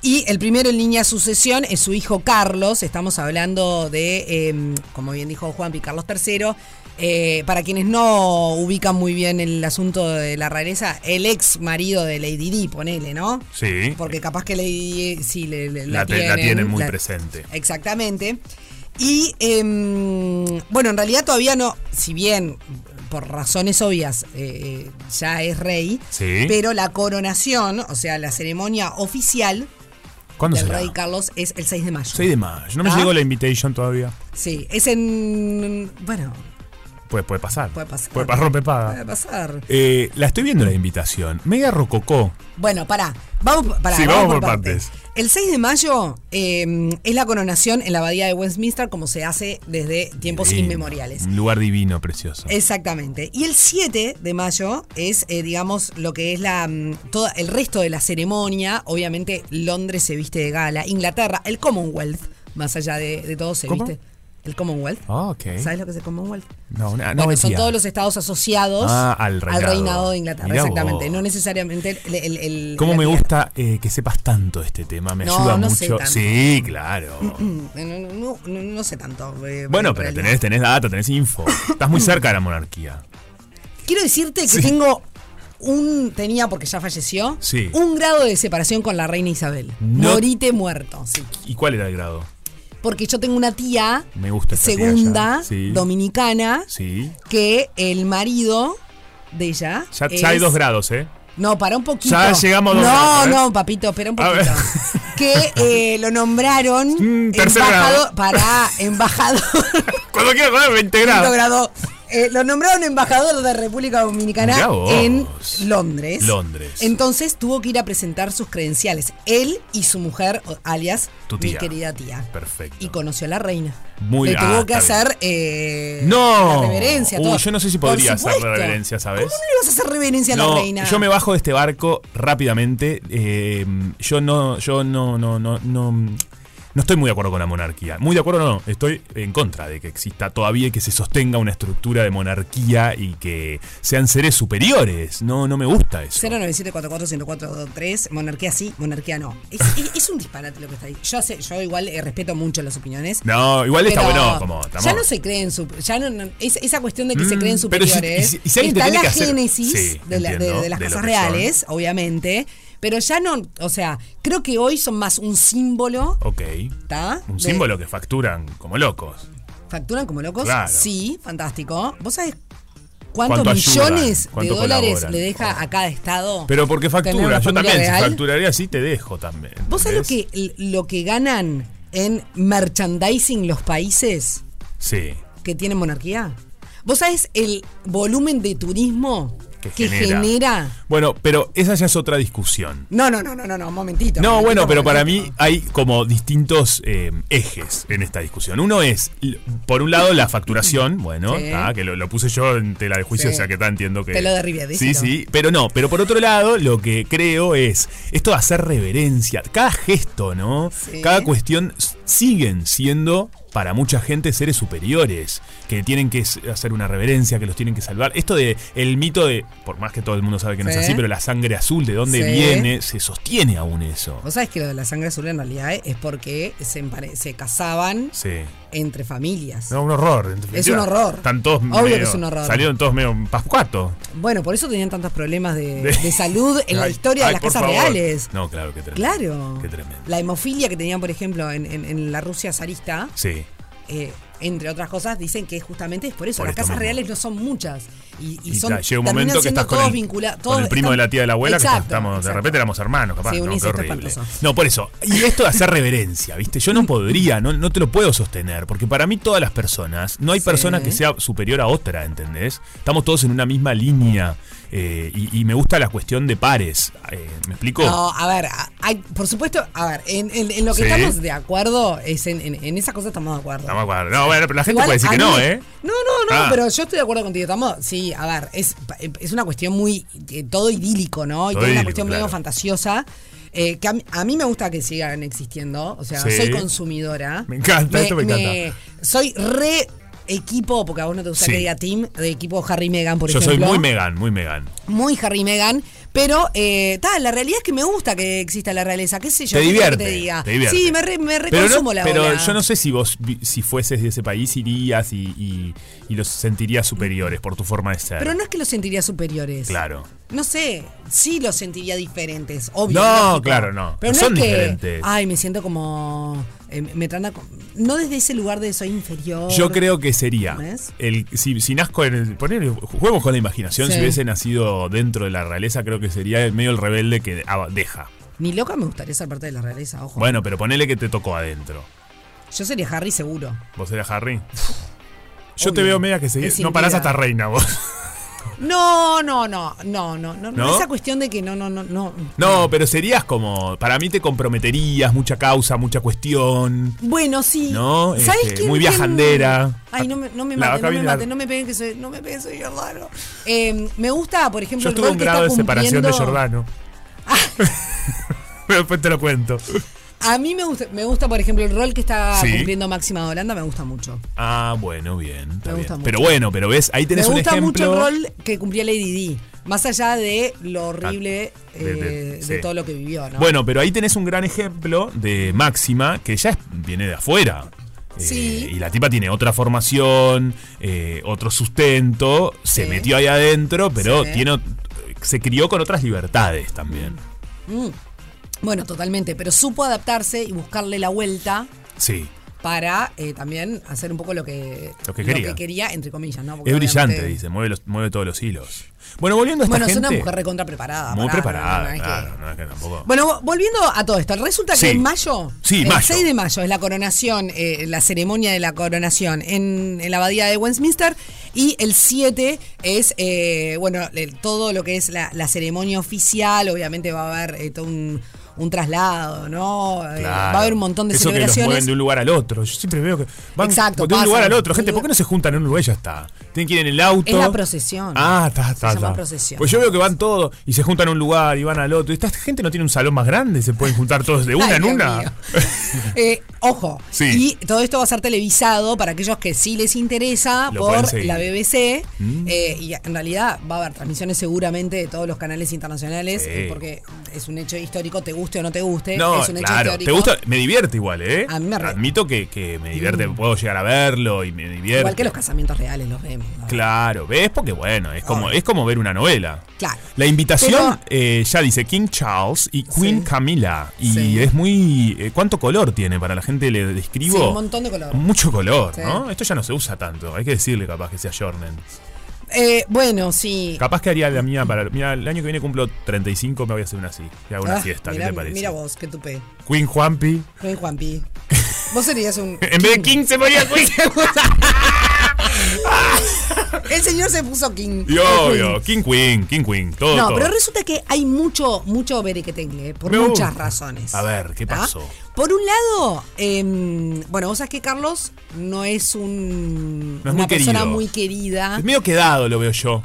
Speaker 2: Y el primero en línea de sucesión es su hijo Carlos. Estamos hablando de, eh, como bien dijo Juanpi, Carlos III. Eh, para quienes no ubican muy bien el asunto de la realeza, el ex marido de Lady Di, ponele, ¿no?
Speaker 1: Sí.
Speaker 2: Porque capaz que Lady Di eh, sí le, le-
Speaker 1: La te- la tienen muy presente.
Speaker 2: Exactamente. Y em, bueno, en realidad todavía no, si bien por razones obvias eh, eh, ya es rey,
Speaker 1: Sí.
Speaker 2: pero la coronación, o sea, la ceremonia oficial
Speaker 1: ¿Cuándo
Speaker 2: del
Speaker 1: será?
Speaker 2: rey Carlos es el 6 de mayo.
Speaker 1: 6 de mayo. No me
Speaker 2: ¿Ah?
Speaker 1: llegó la invitation todavía.
Speaker 2: Sí, es en... Bueno,
Speaker 1: Ah. Puede, puede pasar.
Speaker 2: Puede pasar.
Speaker 1: Puede pasar rompe
Speaker 2: va a
Speaker 1: paga.
Speaker 2: pasar.
Speaker 1: Eh, la estoy viendo la invitación. Mega rococó.
Speaker 2: Bueno, pará. Vamos, pará,
Speaker 1: Sí, vamos por partes.
Speaker 2: El 6 de mayo eh, es la coronación en la abadía de Westminster, como se hace desde tiempos
Speaker 1: Divino.
Speaker 2: inmemoriales. Eh,
Speaker 1: Un lugar divino, precioso.
Speaker 2: Exactamente. Y el 7 de mayo es, eh, digamos, lo que es la mm, todo el resto de la ceremonia. Obviamente, Londres se viste de gala. Inglaterra, el Commonwealth, más allá de, de todo, se
Speaker 1: ¿Cómo?
Speaker 2: viste. El Commonwealth.
Speaker 1: Ah, ok.
Speaker 2: ¿Sabes lo que es el Commonwealth?
Speaker 1: No, no, no
Speaker 2: bueno, son
Speaker 1: decía.
Speaker 2: todos los estados asociados
Speaker 1: Ah, al reinado.
Speaker 2: de Inglaterra,
Speaker 1: Mirá
Speaker 2: exactamente.
Speaker 1: vos.
Speaker 2: No necesariamente el. el- el-
Speaker 1: ¿Cómo
Speaker 2: la
Speaker 1: me
Speaker 2: tierra.
Speaker 1: gusta eh, que sepas tanto este tema? Me
Speaker 2: No,
Speaker 1: ayuda
Speaker 2: no sé
Speaker 1: mucho.
Speaker 2: tanto. Mm,
Speaker 1: Sí, claro.
Speaker 2: No, no, no, no- no sé tanto. eh,
Speaker 1: bueno,
Speaker 2: en
Speaker 1: pero
Speaker 2: realidad.
Speaker 1: tenés, tenés data, tenés
Speaker 2: *laughs*
Speaker 1: info. Estás muy cerca de la monarquía.
Speaker 2: Quiero decirte que tengo un. Tenía, porque ya falleció,
Speaker 1: Sí.
Speaker 2: un grado de separación con la reina Isabel.
Speaker 1: No.
Speaker 2: Morite muerto, sí.
Speaker 1: ¿Y cuál era el grado?
Speaker 2: Porque yo tengo una tía,
Speaker 1: Me gusta esta tía
Speaker 2: segunda,
Speaker 1: ya. Sí.
Speaker 2: dominicana,
Speaker 1: Sí.
Speaker 2: que el marido de ella.
Speaker 1: Ya, ya hay
Speaker 2: es-
Speaker 1: dos grados, ¿eh?
Speaker 2: No, para un poquito.
Speaker 1: Ya llegamos a dos
Speaker 2: No,
Speaker 1: grados, ¿eh?
Speaker 2: no, papito, espera un
Speaker 1: A
Speaker 2: poquito.
Speaker 1: *laughs* ver.
Speaker 2: Que eh, lo nombraron
Speaker 1: Mm, tercer grado.
Speaker 2: para embajador.
Speaker 1: Cuando quieras, ¿no? 20
Speaker 2: Quinto
Speaker 1: grados.
Speaker 2: grado. Eh, lo nombraron embajador de República
Speaker 1: Mirá
Speaker 2: Dominicana
Speaker 1: vos.
Speaker 2: en Londres.
Speaker 1: Londres.
Speaker 2: Entonces tuvo que ir a presentar sus credenciales. Él y su mujer, o- alias
Speaker 1: Tu
Speaker 2: mi
Speaker 1: tía.
Speaker 2: querida tía.
Speaker 1: Perfecto.
Speaker 2: Y conoció a la reina.
Speaker 1: Muy
Speaker 2: Le
Speaker 1: bien. Ah,
Speaker 2: tuvo que
Speaker 1: está
Speaker 2: hacer eh,
Speaker 1: No.
Speaker 2: la reverencia.
Speaker 1: Uy,
Speaker 2: todo.
Speaker 1: yo no sé si
Speaker 2: Por
Speaker 1: podría hacer
Speaker 2: supuesto.
Speaker 1: reverencia, ¿sabes?
Speaker 2: ¿Cómo no le vas a hacer reverencia a
Speaker 1: No,
Speaker 2: la reina?
Speaker 1: yo me bajo de este barco rápidamente. Eh, yo no, yo no, no, no, no. No estoy muy de acuerdo con la monarquía. Muy de acuerdo, no. Estoy en contra de que exista todavía y que se sostenga una estructura de monarquía y que sean seres superiores. No, no me gusta eso.
Speaker 2: 097441043, monarquía sí, monarquía no. Es, es- es un disparate lo que está ahí. Yo, sé, yo igual eh, respeto mucho las opiniones.
Speaker 1: No, igual está
Speaker 2: Pero
Speaker 1: bueno. Como,
Speaker 2: ya
Speaker 1: estamos-
Speaker 2: no se creen su, ya no, no- es- esa cuestión de que se
Speaker 1: Mm,
Speaker 2: creen
Speaker 1: pero si-
Speaker 2: superiores
Speaker 1: y si- y si alguien te
Speaker 2: está
Speaker 1: tiene
Speaker 2: la
Speaker 1: que hacer-
Speaker 2: génesis
Speaker 1: Sí,
Speaker 2: de, la- de-
Speaker 1: entiendo,
Speaker 2: de las
Speaker 1: de
Speaker 2: cosas
Speaker 1: lo que son.
Speaker 2: reales obviamente pero ya no o sea creo que hoy son más un símbolo
Speaker 1: Ok.
Speaker 2: ¿tá?
Speaker 1: Un
Speaker 2: De-
Speaker 1: símbolo que facturan como locos.
Speaker 2: facturan como locos
Speaker 1: Claro.
Speaker 2: sí fantástico vos sabés cuántos
Speaker 1: ¿Cuánto ayudan?
Speaker 2: millones
Speaker 1: ¿Cuánto
Speaker 2: de dólares
Speaker 1: colaboran?
Speaker 2: le deja a cada estado
Speaker 1: Pero porque
Speaker 2: tener una
Speaker 1: factura. Yo
Speaker 2: familia
Speaker 1: también, si
Speaker 2: real?
Speaker 1: facturaría así, te dejo también.
Speaker 2: vos sabés lo
Speaker 1: ¿entendés?
Speaker 2: que lo que ganan en merchandising los países
Speaker 1: Sí.
Speaker 2: que tienen monarquía. ¿Vos sabés el volumen de turismo
Speaker 1: que,
Speaker 2: que
Speaker 1: genera.
Speaker 2: genera.
Speaker 1: Bueno, pero esa ya es otra discusión.
Speaker 2: No, no, no, no, no, no, momentito.
Speaker 1: No,
Speaker 2: momentito,
Speaker 1: bueno, pero para
Speaker 2: momentito.
Speaker 1: mí hay como distintos eh, ejes en esta discusión. Uno es, l- por un lado, la facturación, bueno,
Speaker 2: Sí.
Speaker 1: ah, que lo, lo puse yo en tela de juicio,
Speaker 2: Sí.
Speaker 1: o sea que está, entiendo que...
Speaker 2: Te lo derribé,
Speaker 1: Sí,
Speaker 2: díselo.
Speaker 1: sí, pero no, pero por otro lado, lo que creo es esto de hacer reverencia, cada gesto, ¿no?
Speaker 2: Sí.
Speaker 1: Cada cuestión s- siguen siendo... Para mucha gente seres superiores, que tienen que s- hacer una reverencia, que los tienen que salvar. Esto de el mito de, por más que todo el mundo sabe que no es
Speaker 2: Sí.
Speaker 1: así, pero la sangre azul, ¿de dónde
Speaker 2: Sí.
Speaker 1: viene? eh, Se sostiene aún eso.
Speaker 2: Vos sabés que lo de la sangre azul en realidad eh, es porque se, empare- se casaban
Speaker 1: Sí.
Speaker 2: entre familias.
Speaker 1: No, un horror. en definitiva.
Speaker 2: un horror.
Speaker 1: Están todos
Speaker 2: Obvio
Speaker 1: medio-
Speaker 2: que es un horror.
Speaker 1: Salieron todos medio pascuato.
Speaker 2: Bueno, por eso tenían tantos problemas de,
Speaker 1: De-
Speaker 2: Eh, de salud en la
Speaker 1: Ay,
Speaker 2: historia
Speaker 1: ay,
Speaker 2: de las
Speaker 1: por
Speaker 2: casas
Speaker 1: favor.
Speaker 2: reales.
Speaker 1: No, claro, qué tremendo.
Speaker 2: Claro.
Speaker 1: Qué tremendo.
Speaker 2: La hemofilia que tenían, por ejemplo, en, en- en la Rusia zarista,
Speaker 1: Sí.
Speaker 2: eh, entre otras cosas, dicen que justamente es por eso.
Speaker 1: Por
Speaker 2: las
Speaker 1: esto
Speaker 2: casas
Speaker 1: mismo.
Speaker 2: reales no son muchas. Y, y
Speaker 1: Y
Speaker 2: son,
Speaker 1: ya llega un
Speaker 2: terminan
Speaker 1: momento que
Speaker 2: siendo
Speaker 1: estás con
Speaker 2: todos
Speaker 1: el,
Speaker 2: vincula-
Speaker 1: con
Speaker 2: todos
Speaker 1: el primo
Speaker 2: están-
Speaker 1: de la tía de la abuela, que
Speaker 2: Exacto,
Speaker 1: estamos, de
Speaker 2: exacto.
Speaker 1: repente éramos hermanos, capaz.
Speaker 2: Sí,
Speaker 1: no,
Speaker 2: Ulises,
Speaker 1: Qué
Speaker 2: esto es
Speaker 1: horrible.
Speaker 2: espantoso. Mm.
Speaker 1: No, por eso. Y esto de hacer reverencia, ¿viste? Yo no podría, no, no te lo puedo sostener, porque para mí todas las personas, no hay
Speaker 2: Sí.
Speaker 1: persona que sea superior a otra, ¿entendés? Estamos todos en una misma línea. eh, y, y me gusta la cuestión de pares. eh, ¿Me explico?
Speaker 2: No, a ver, a- hay, por supuesto, a ver, en, en- en lo que
Speaker 1: Sí.
Speaker 2: estamos de acuerdo, es en, en, en esa cosa estamos de acuerdo.
Speaker 1: Estamos de acuerdo. No, bueno, pero la gente puede decir
Speaker 2: a
Speaker 1: que no,
Speaker 2: mí-
Speaker 1: ¿eh?
Speaker 2: No, no, no,
Speaker 1: Ah.
Speaker 2: pero yo estoy de acuerdo contigo. Estamos, sí, a ver, es, es una cuestión muy. eh, todo idílico, ¿no? Y toda
Speaker 1: Todo
Speaker 2: una
Speaker 1: idílico,
Speaker 2: cuestión medio
Speaker 1: claro.
Speaker 2: fantasiosa. eh, que a mí, a mí me gusta que sigan existiendo. O sea,
Speaker 1: Sí.
Speaker 2: soy consumidora.
Speaker 1: Me encanta, esto me
Speaker 2: Soy re equipo, porque a vos no te gusta
Speaker 1: Sí.
Speaker 2: que diga team, de equipo Harry y Meghan, por
Speaker 1: Yo
Speaker 2: ejemplo.
Speaker 1: soy muy Megan, muy Megan.
Speaker 2: muy Harry y Meghan, pero eh, ta, la realidad es que me gusta que exista la realeza, qué sé yo,
Speaker 1: Te
Speaker 2: ¿qué querés que
Speaker 1: divierte,
Speaker 2: diga?
Speaker 1: te divierte.
Speaker 2: Sí, me, re, me
Speaker 1: Pero,
Speaker 2: reconsumo
Speaker 1: no,
Speaker 2: la
Speaker 1: pero
Speaker 2: ola.
Speaker 1: yo no sé si vos, vi- si fueses de ese país, irías y, y- y los sentirías superiores por tu forma de ser.
Speaker 2: Pero no es que los sentiría superiores.
Speaker 1: Claro.
Speaker 2: No sé, sí los sentiría diferentes, obvio.
Speaker 1: No,
Speaker 2: lógico.
Speaker 1: claro, no.
Speaker 2: Pero no
Speaker 1: Son
Speaker 2: es que,
Speaker 1: diferentes.
Speaker 2: Ay, me siento como. eh, me trata. como- No desde ese lugar de soy inferior.
Speaker 1: Yo creo que sería.
Speaker 2: ¿Ves?
Speaker 1: El, si, si nazco en el. poner- juguemos con la imaginación.
Speaker 2: Sí.
Speaker 1: Si hubiese nacido dentro de la realeza, creo que sería el medio el rebelde que ab- deja.
Speaker 2: Ni loca me gustaría ser parte de la realeza, ojo.
Speaker 1: Bueno, pero ponele que te tocó adentro.
Speaker 2: Yo sería Harry seguro.
Speaker 1: ¿Vos eras Harry? Yo te
Speaker 2: Obvio.
Speaker 1: veo media que seguís-
Speaker 2: Es
Speaker 1: No parás
Speaker 2: impida.
Speaker 1: hasta reina vos. *laughs*
Speaker 2: No, no, no, no, no, no.
Speaker 1: ¿No?
Speaker 2: Esa cuestión de que no, no, no, no.
Speaker 1: No, pero serías como. Para mí te comprometerías, mucha causa, mucha cuestión.
Speaker 2: Bueno, sí.
Speaker 1: No,
Speaker 2: ¿Sabes
Speaker 1: este,
Speaker 2: quién-
Speaker 1: muy
Speaker 2: quién-
Speaker 1: viajandera.
Speaker 2: Ay, no me, no me
Speaker 1: La
Speaker 2: maten,
Speaker 1: vaca
Speaker 2: no me
Speaker 1: viene la-
Speaker 2: maten, no me peguen que soy, no me peguen, soy Jordano. Eh, me gusta, por ejemplo,
Speaker 1: Yo
Speaker 2: el
Speaker 1: estuve
Speaker 2: rol
Speaker 1: un
Speaker 2: que
Speaker 1: grado de
Speaker 2: está
Speaker 1: separación de
Speaker 2: cumpliendo- Ah.
Speaker 1: Jordano. *laughs* Pero Después te lo cuento.
Speaker 2: A mí me gusta, me gusta, por ejemplo, el rol que está
Speaker 1: Sí.
Speaker 2: cumpliendo Máxima de Holanda, me gusta mucho.
Speaker 1: Ah, bueno, bien. está
Speaker 2: Me
Speaker 1: bien.
Speaker 2: gusta mucho.
Speaker 1: Pero bueno, pero ves, ahí tenés
Speaker 2: me gusta
Speaker 1: un ejemplo.
Speaker 2: mucho el rol que cumplía Lady D. Más allá de lo horrible
Speaker 1: Ah, de- de-
Speaker 2: eh, de,
Speaker 1: sí.
Speaker 2: todo lo que vivió, ¿no?
Speaker 1: Bueno, pero ahí tenés un gran ejemplo de Máxima que ya es- viene de afuera. Eh,
Speaker 2: Sí.
Speaker 1: y la tipa tiene otra formación, eh, otro sustento, se
Speaker 2: Sí.
Speaker 1: metió ahí adentro, pero
Speaker 2: Sí.
Speaker 1: tiene, ot- se crió con otras libertades también.
Speaker 2: Bueno, totalmente. Pero supo adaptarse y buscarle la vuelta
Speaker 1: Sí.
Speaker 2: para eh, también hacer un poco lo que,
Speaker 1: Lo que quería.
Speaker 2: entre comillas, ¿no? Porque
Speaker 1: Es brillante,
Speaker 2: obviamente-
Speaker 1: dice, mueve, los- mueve todos los hilos. Bueno, volviendo a esta
Speaker 2: Bueno, es una
Speaker 1: gente-
Speaker 2: mujer recontra preparada.
Speaker 1: Muy
Speaker 2: pará, no,
Speaker 1: preparada,
Speaker 2: no, no, es que-
Speaker 1: claro, no es que tampoco.
Speaker 2: Bueno, vo- volviendo a todo esto, resulta
Speaker 1: Sí.
Speaker 2: que en mayo,
Speaker 1: Sí,
Speaker 2: el
Speaker 1: mayo.
Speaker 2: 6 de mayo es la coronación, eh, la ceremonia de la coronación en, en la abadía de Westminster y el 7 es, eh, bueno, el- todo lo que es la, la ceremonia oficial, obviamente va a haber eh, todo un, un traslado, ¿no? Eh,
Speaker 1: Claro.
Speaker 2: va a haber un montón de
Speaker 1: Eso que los
Speaker 2: celebraciones.
Speaker 1: mueven de un lugar al otro. Yo siempre veo que van
Speaker 2: Exacto,
Speaker 1: de un lugar
Speaker 2: pasan.
Speaker 1: al otro. Gente, ¿por qué no se juntan en un lugar y ya está? Tienen que ir en el auto.
Speaker 2: Es la procesión.
Speaker 1: Ah, está, está,
Speaker 2: Se llama
Speaker 1: está.
Speaker 2: procesión.
Speaker 1: Pues yo veo que van todos y se juntan a un lugar y van al otro. Esta gente no tiene un salón más grande, se pueden juntar todos
Speaker 2: *laughs*
Speaker 1: de una
Speaker 2: Ay,
Speaker 1: en
Speaker 2: Dios
Speaker 1: una. *laughs*
Speaker 2: mío. Eh, ojo,
Speaker 1: Sí.
Speaker 2: y todo esto va a ser televisado para aquellos que sí les interesa
Speaker 1: Lo pueden
Speaker 2: por
Speaker 1: seguir. Mm.
Speaker 2: la BBC. eh, y en realidad va a haber transmisiones seguramente de todos los canales internacionales,
Speaker 1: Sí.
Speaker 2: eh, porque es un hecho histórico, te guste o no te guste.
Speaker 1: No,
Speaker 2: es un hecho
Speaker 1: claro.
Speaker 2: histórico.
Speaker 1: ¿Te gusta? Me divierte igual, ¿eh?
Speaker 2: A mí me re- Mm.
Speaker 1: Admito que, que me divierte, puedo llegar a verlo y me divierte.
Speaker 2: Igual que los casamientos reales, los vemos. ¿no?
Speaker 1: Claro, ¿ves? Porque bueno, es como, es como ver una novela.
Speaker 2: Claro.
Speaker 1: La invitación
Speaker 2: Pero-
Speaker 1: eh, ya dice King Charles y Queen
Speaker 2: Sí.
Speaker 1: Camila. Y
Speaker 2: Sí.
Speaker 1: es muy. eh, ¿Cuánto color tiene? Para la gente le describo.
Speaker 2: Sí, un montón de color.
Speaker 1: Mucho color,
Speaker 2: Sí.
Speaker 1: ¿no? Esto ya no se usa tanto. Hay que decirle capaz que se ayornen.
Speaker 2: Eh, bueno, sí.
Speaker 1: Capaz que haría la mía para. Mira, el año que viene cumplo 35, me voy a hacer una así. Le hago una
Speaker 2: Ah,
Speaker 1: fiesta,
Speaker 2: mirá-
Speaker 1: ¿qué te parece?
Speaker 2: Mira vos, que tupé.
Speaker 1: Queen Juanpi. *laughs*
Speaker 2: Soy Juanpi. Vos serías un.
Speaker 1: *laughs*
Speaker 2: *laughs*
Speaker 1: En vez de King se ponía Queen.
Speaker 2: El señor se puso King.
Speaker 1: Y obvio, King Queen, King Queen, todo.
Speaker 2: No,
Speaker 1: todo.
Speaker 2: pero resulta que hay mucho, mucho berequetengue, ¿eh? por
Speaker 1: Me
Speaker 2: muchas
Speaker 1: gusta.
Speaker 2: razones.
Speaker 1: A ver, ¿qué
Speaker 2: ¿tá?
Speaker 1: pasó?
Speaker 2: Por un lado, em, bueno, vos sabés que Carlos no es un,
Speaker 1: No es muy
Speaker 2: una persona
Speaker 1: querido.
Speaker 2: muy querida.
Speaker 1: Es medio quedado, lo veo yo.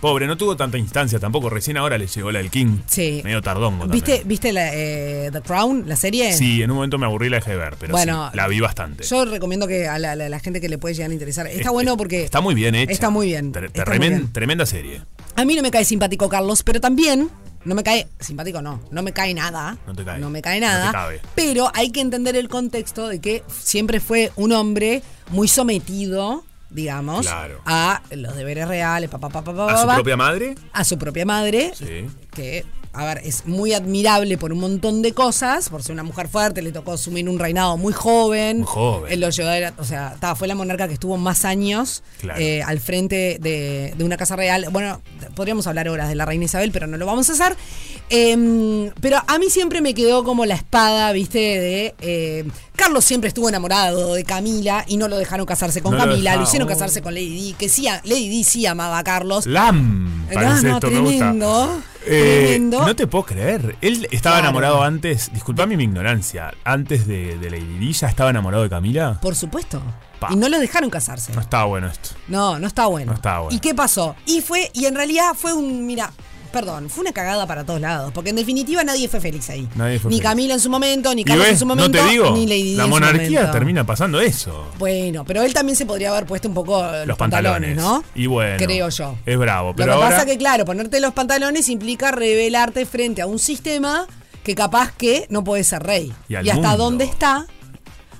Speaker 1: Pobre, no tuvo tanta instancia tampoco. Recién ahora le llegó la del King.
Speaker 2: Sí.
Speaker 1: Medio tardongo también.
Speaker 2: ¿Viste, ¿viste la, eh, The Crown, la serie?
Speaker 1: Sí, en un momento me aburrí la dejé de ver, pero
Speaker 2: Bueno,
Speaker 1: sí, la vi bastante.
Speaker 2: Yo recomiendo que a la, la- la gente que le puede llegar a interesar. Está
Speaker 1: Este,
Speaker 2: bueno porque.
Speaker 1: Está muy bien hecha.
Speaker 2: Está muy bien.
Speaker 1: Tre-
Speaker 2: está
Speaker 1: tremen-
Speaker 2: muy bien.
Speaker 1: Tremenda serie.
Speaker 2: A mí no me cae simpático Carlos, pero también no me cae simpático, no, no me cae nada.
Speaker 1: No te cae.
Speaker 2: me cae
Speaker 1: No te
Speaker 2: nada.
Speaker 1: cabe.
Speaker 2: Pero hay que entender el contexto de que siempre fue un hombre muy sometido, digamos,
Speaker 1: Claro.
Speaker 2: a los deberes reales, papá, papá, papá,
Speaker 1: ¿A su propia madre?
Speaker 2: a su propia madre,
Speaker 1: Sí.
Speaker 2: que, a ver, es muy admirable por un montón de cosas, por ser una mujer fuerte, le tocó asumir un reinado muy joven.
Speaker 1: Muy joven.
Speaker 2: Él lo llevó, a la- o sea, ta, fue la monarca que estuvo más años
Speaker 1: Claro.
Speaker 2: eh, al frente de, de una casa real. Bueno, t- podríamos hablar horas de la reina Isabel, pero no lo vamos a hacer. Em, pero a mí siempre me quedó como la espada, viste, de... eh, Carlos siempre estuvo enamorado de Camila y no lo dejaron casarse con
Speaker 1: No lo
Speaker 2: Camila, lo,
Speaker 1: dejaron.
Speaker 2: hicieron casarse con Lady Di, que sí, a- Lady Di sí amaba a Carlos.
Speaker 1: Lam,
Speaker 2: No,
Speaker 1: parece
Speaker 2: no,
Speaker 1: esto, me
Speaker 2: tremendo,
Speaker 1: gusta. Eh,
Speaker 2: tremendo.
Speaker 1: No te puedo creer. Él estaba
Speaker 2: Claro.
Speaker 1: enamorado antes, disculpame mi ignorancia, antes de, de Lady Di, ¿ya estaba enamorado de Camila?
Speaker 2: Por supuesto.
Speaker 1: Pa.
Speaker 2: Y no los dejaron casarse.
Speaker 1: No está bueno esto.
Speaker 2: No, no está bueno.
Speaker 1: No está bueno.
Speaker 2: ¿Y qué pasó? Y fue, y en realidad fue un, mira, perdón, fue una cagada para todos lados, porque en definitiva nadie fue feliz ahí.
Speaker 1: Nadie fue
Speaker 2: ni
Speaker 1: feliz.
Speaker 2: Camila en su momento, ni
Speaker 1: y
Speaker 2: Carlos
Speaker 1: ves,
Speaker 2: en su momento,
Speaker 1: no te digo,
Speaker 2: ni Lady Di
Speaker 1: la
Speaker 2: en su
Speaker 1: monarquía
Speaker 2: momento.
Speaker 1: termina pasando eso.
Speaker 2: Bueno, pero él también se podría haber puesto un poco los,
Speaker 1: Los pantalones,
Speaker 2: ¿no?
Speaker 1: Y bueno,
Speaker 2: creo yo.
Speaker 1: es bravo, pero
Speaker 2: lo que
Speaker 1: ahora-
Speaker 2: pasa que claro, ponerte los pantalones implica revelarte frente a un sistema que capaz que no puede ser rey.
Speaker 1: Y al
Speaker 2: hasta
Speaker 1: mundo.
Speaker 2: dónde está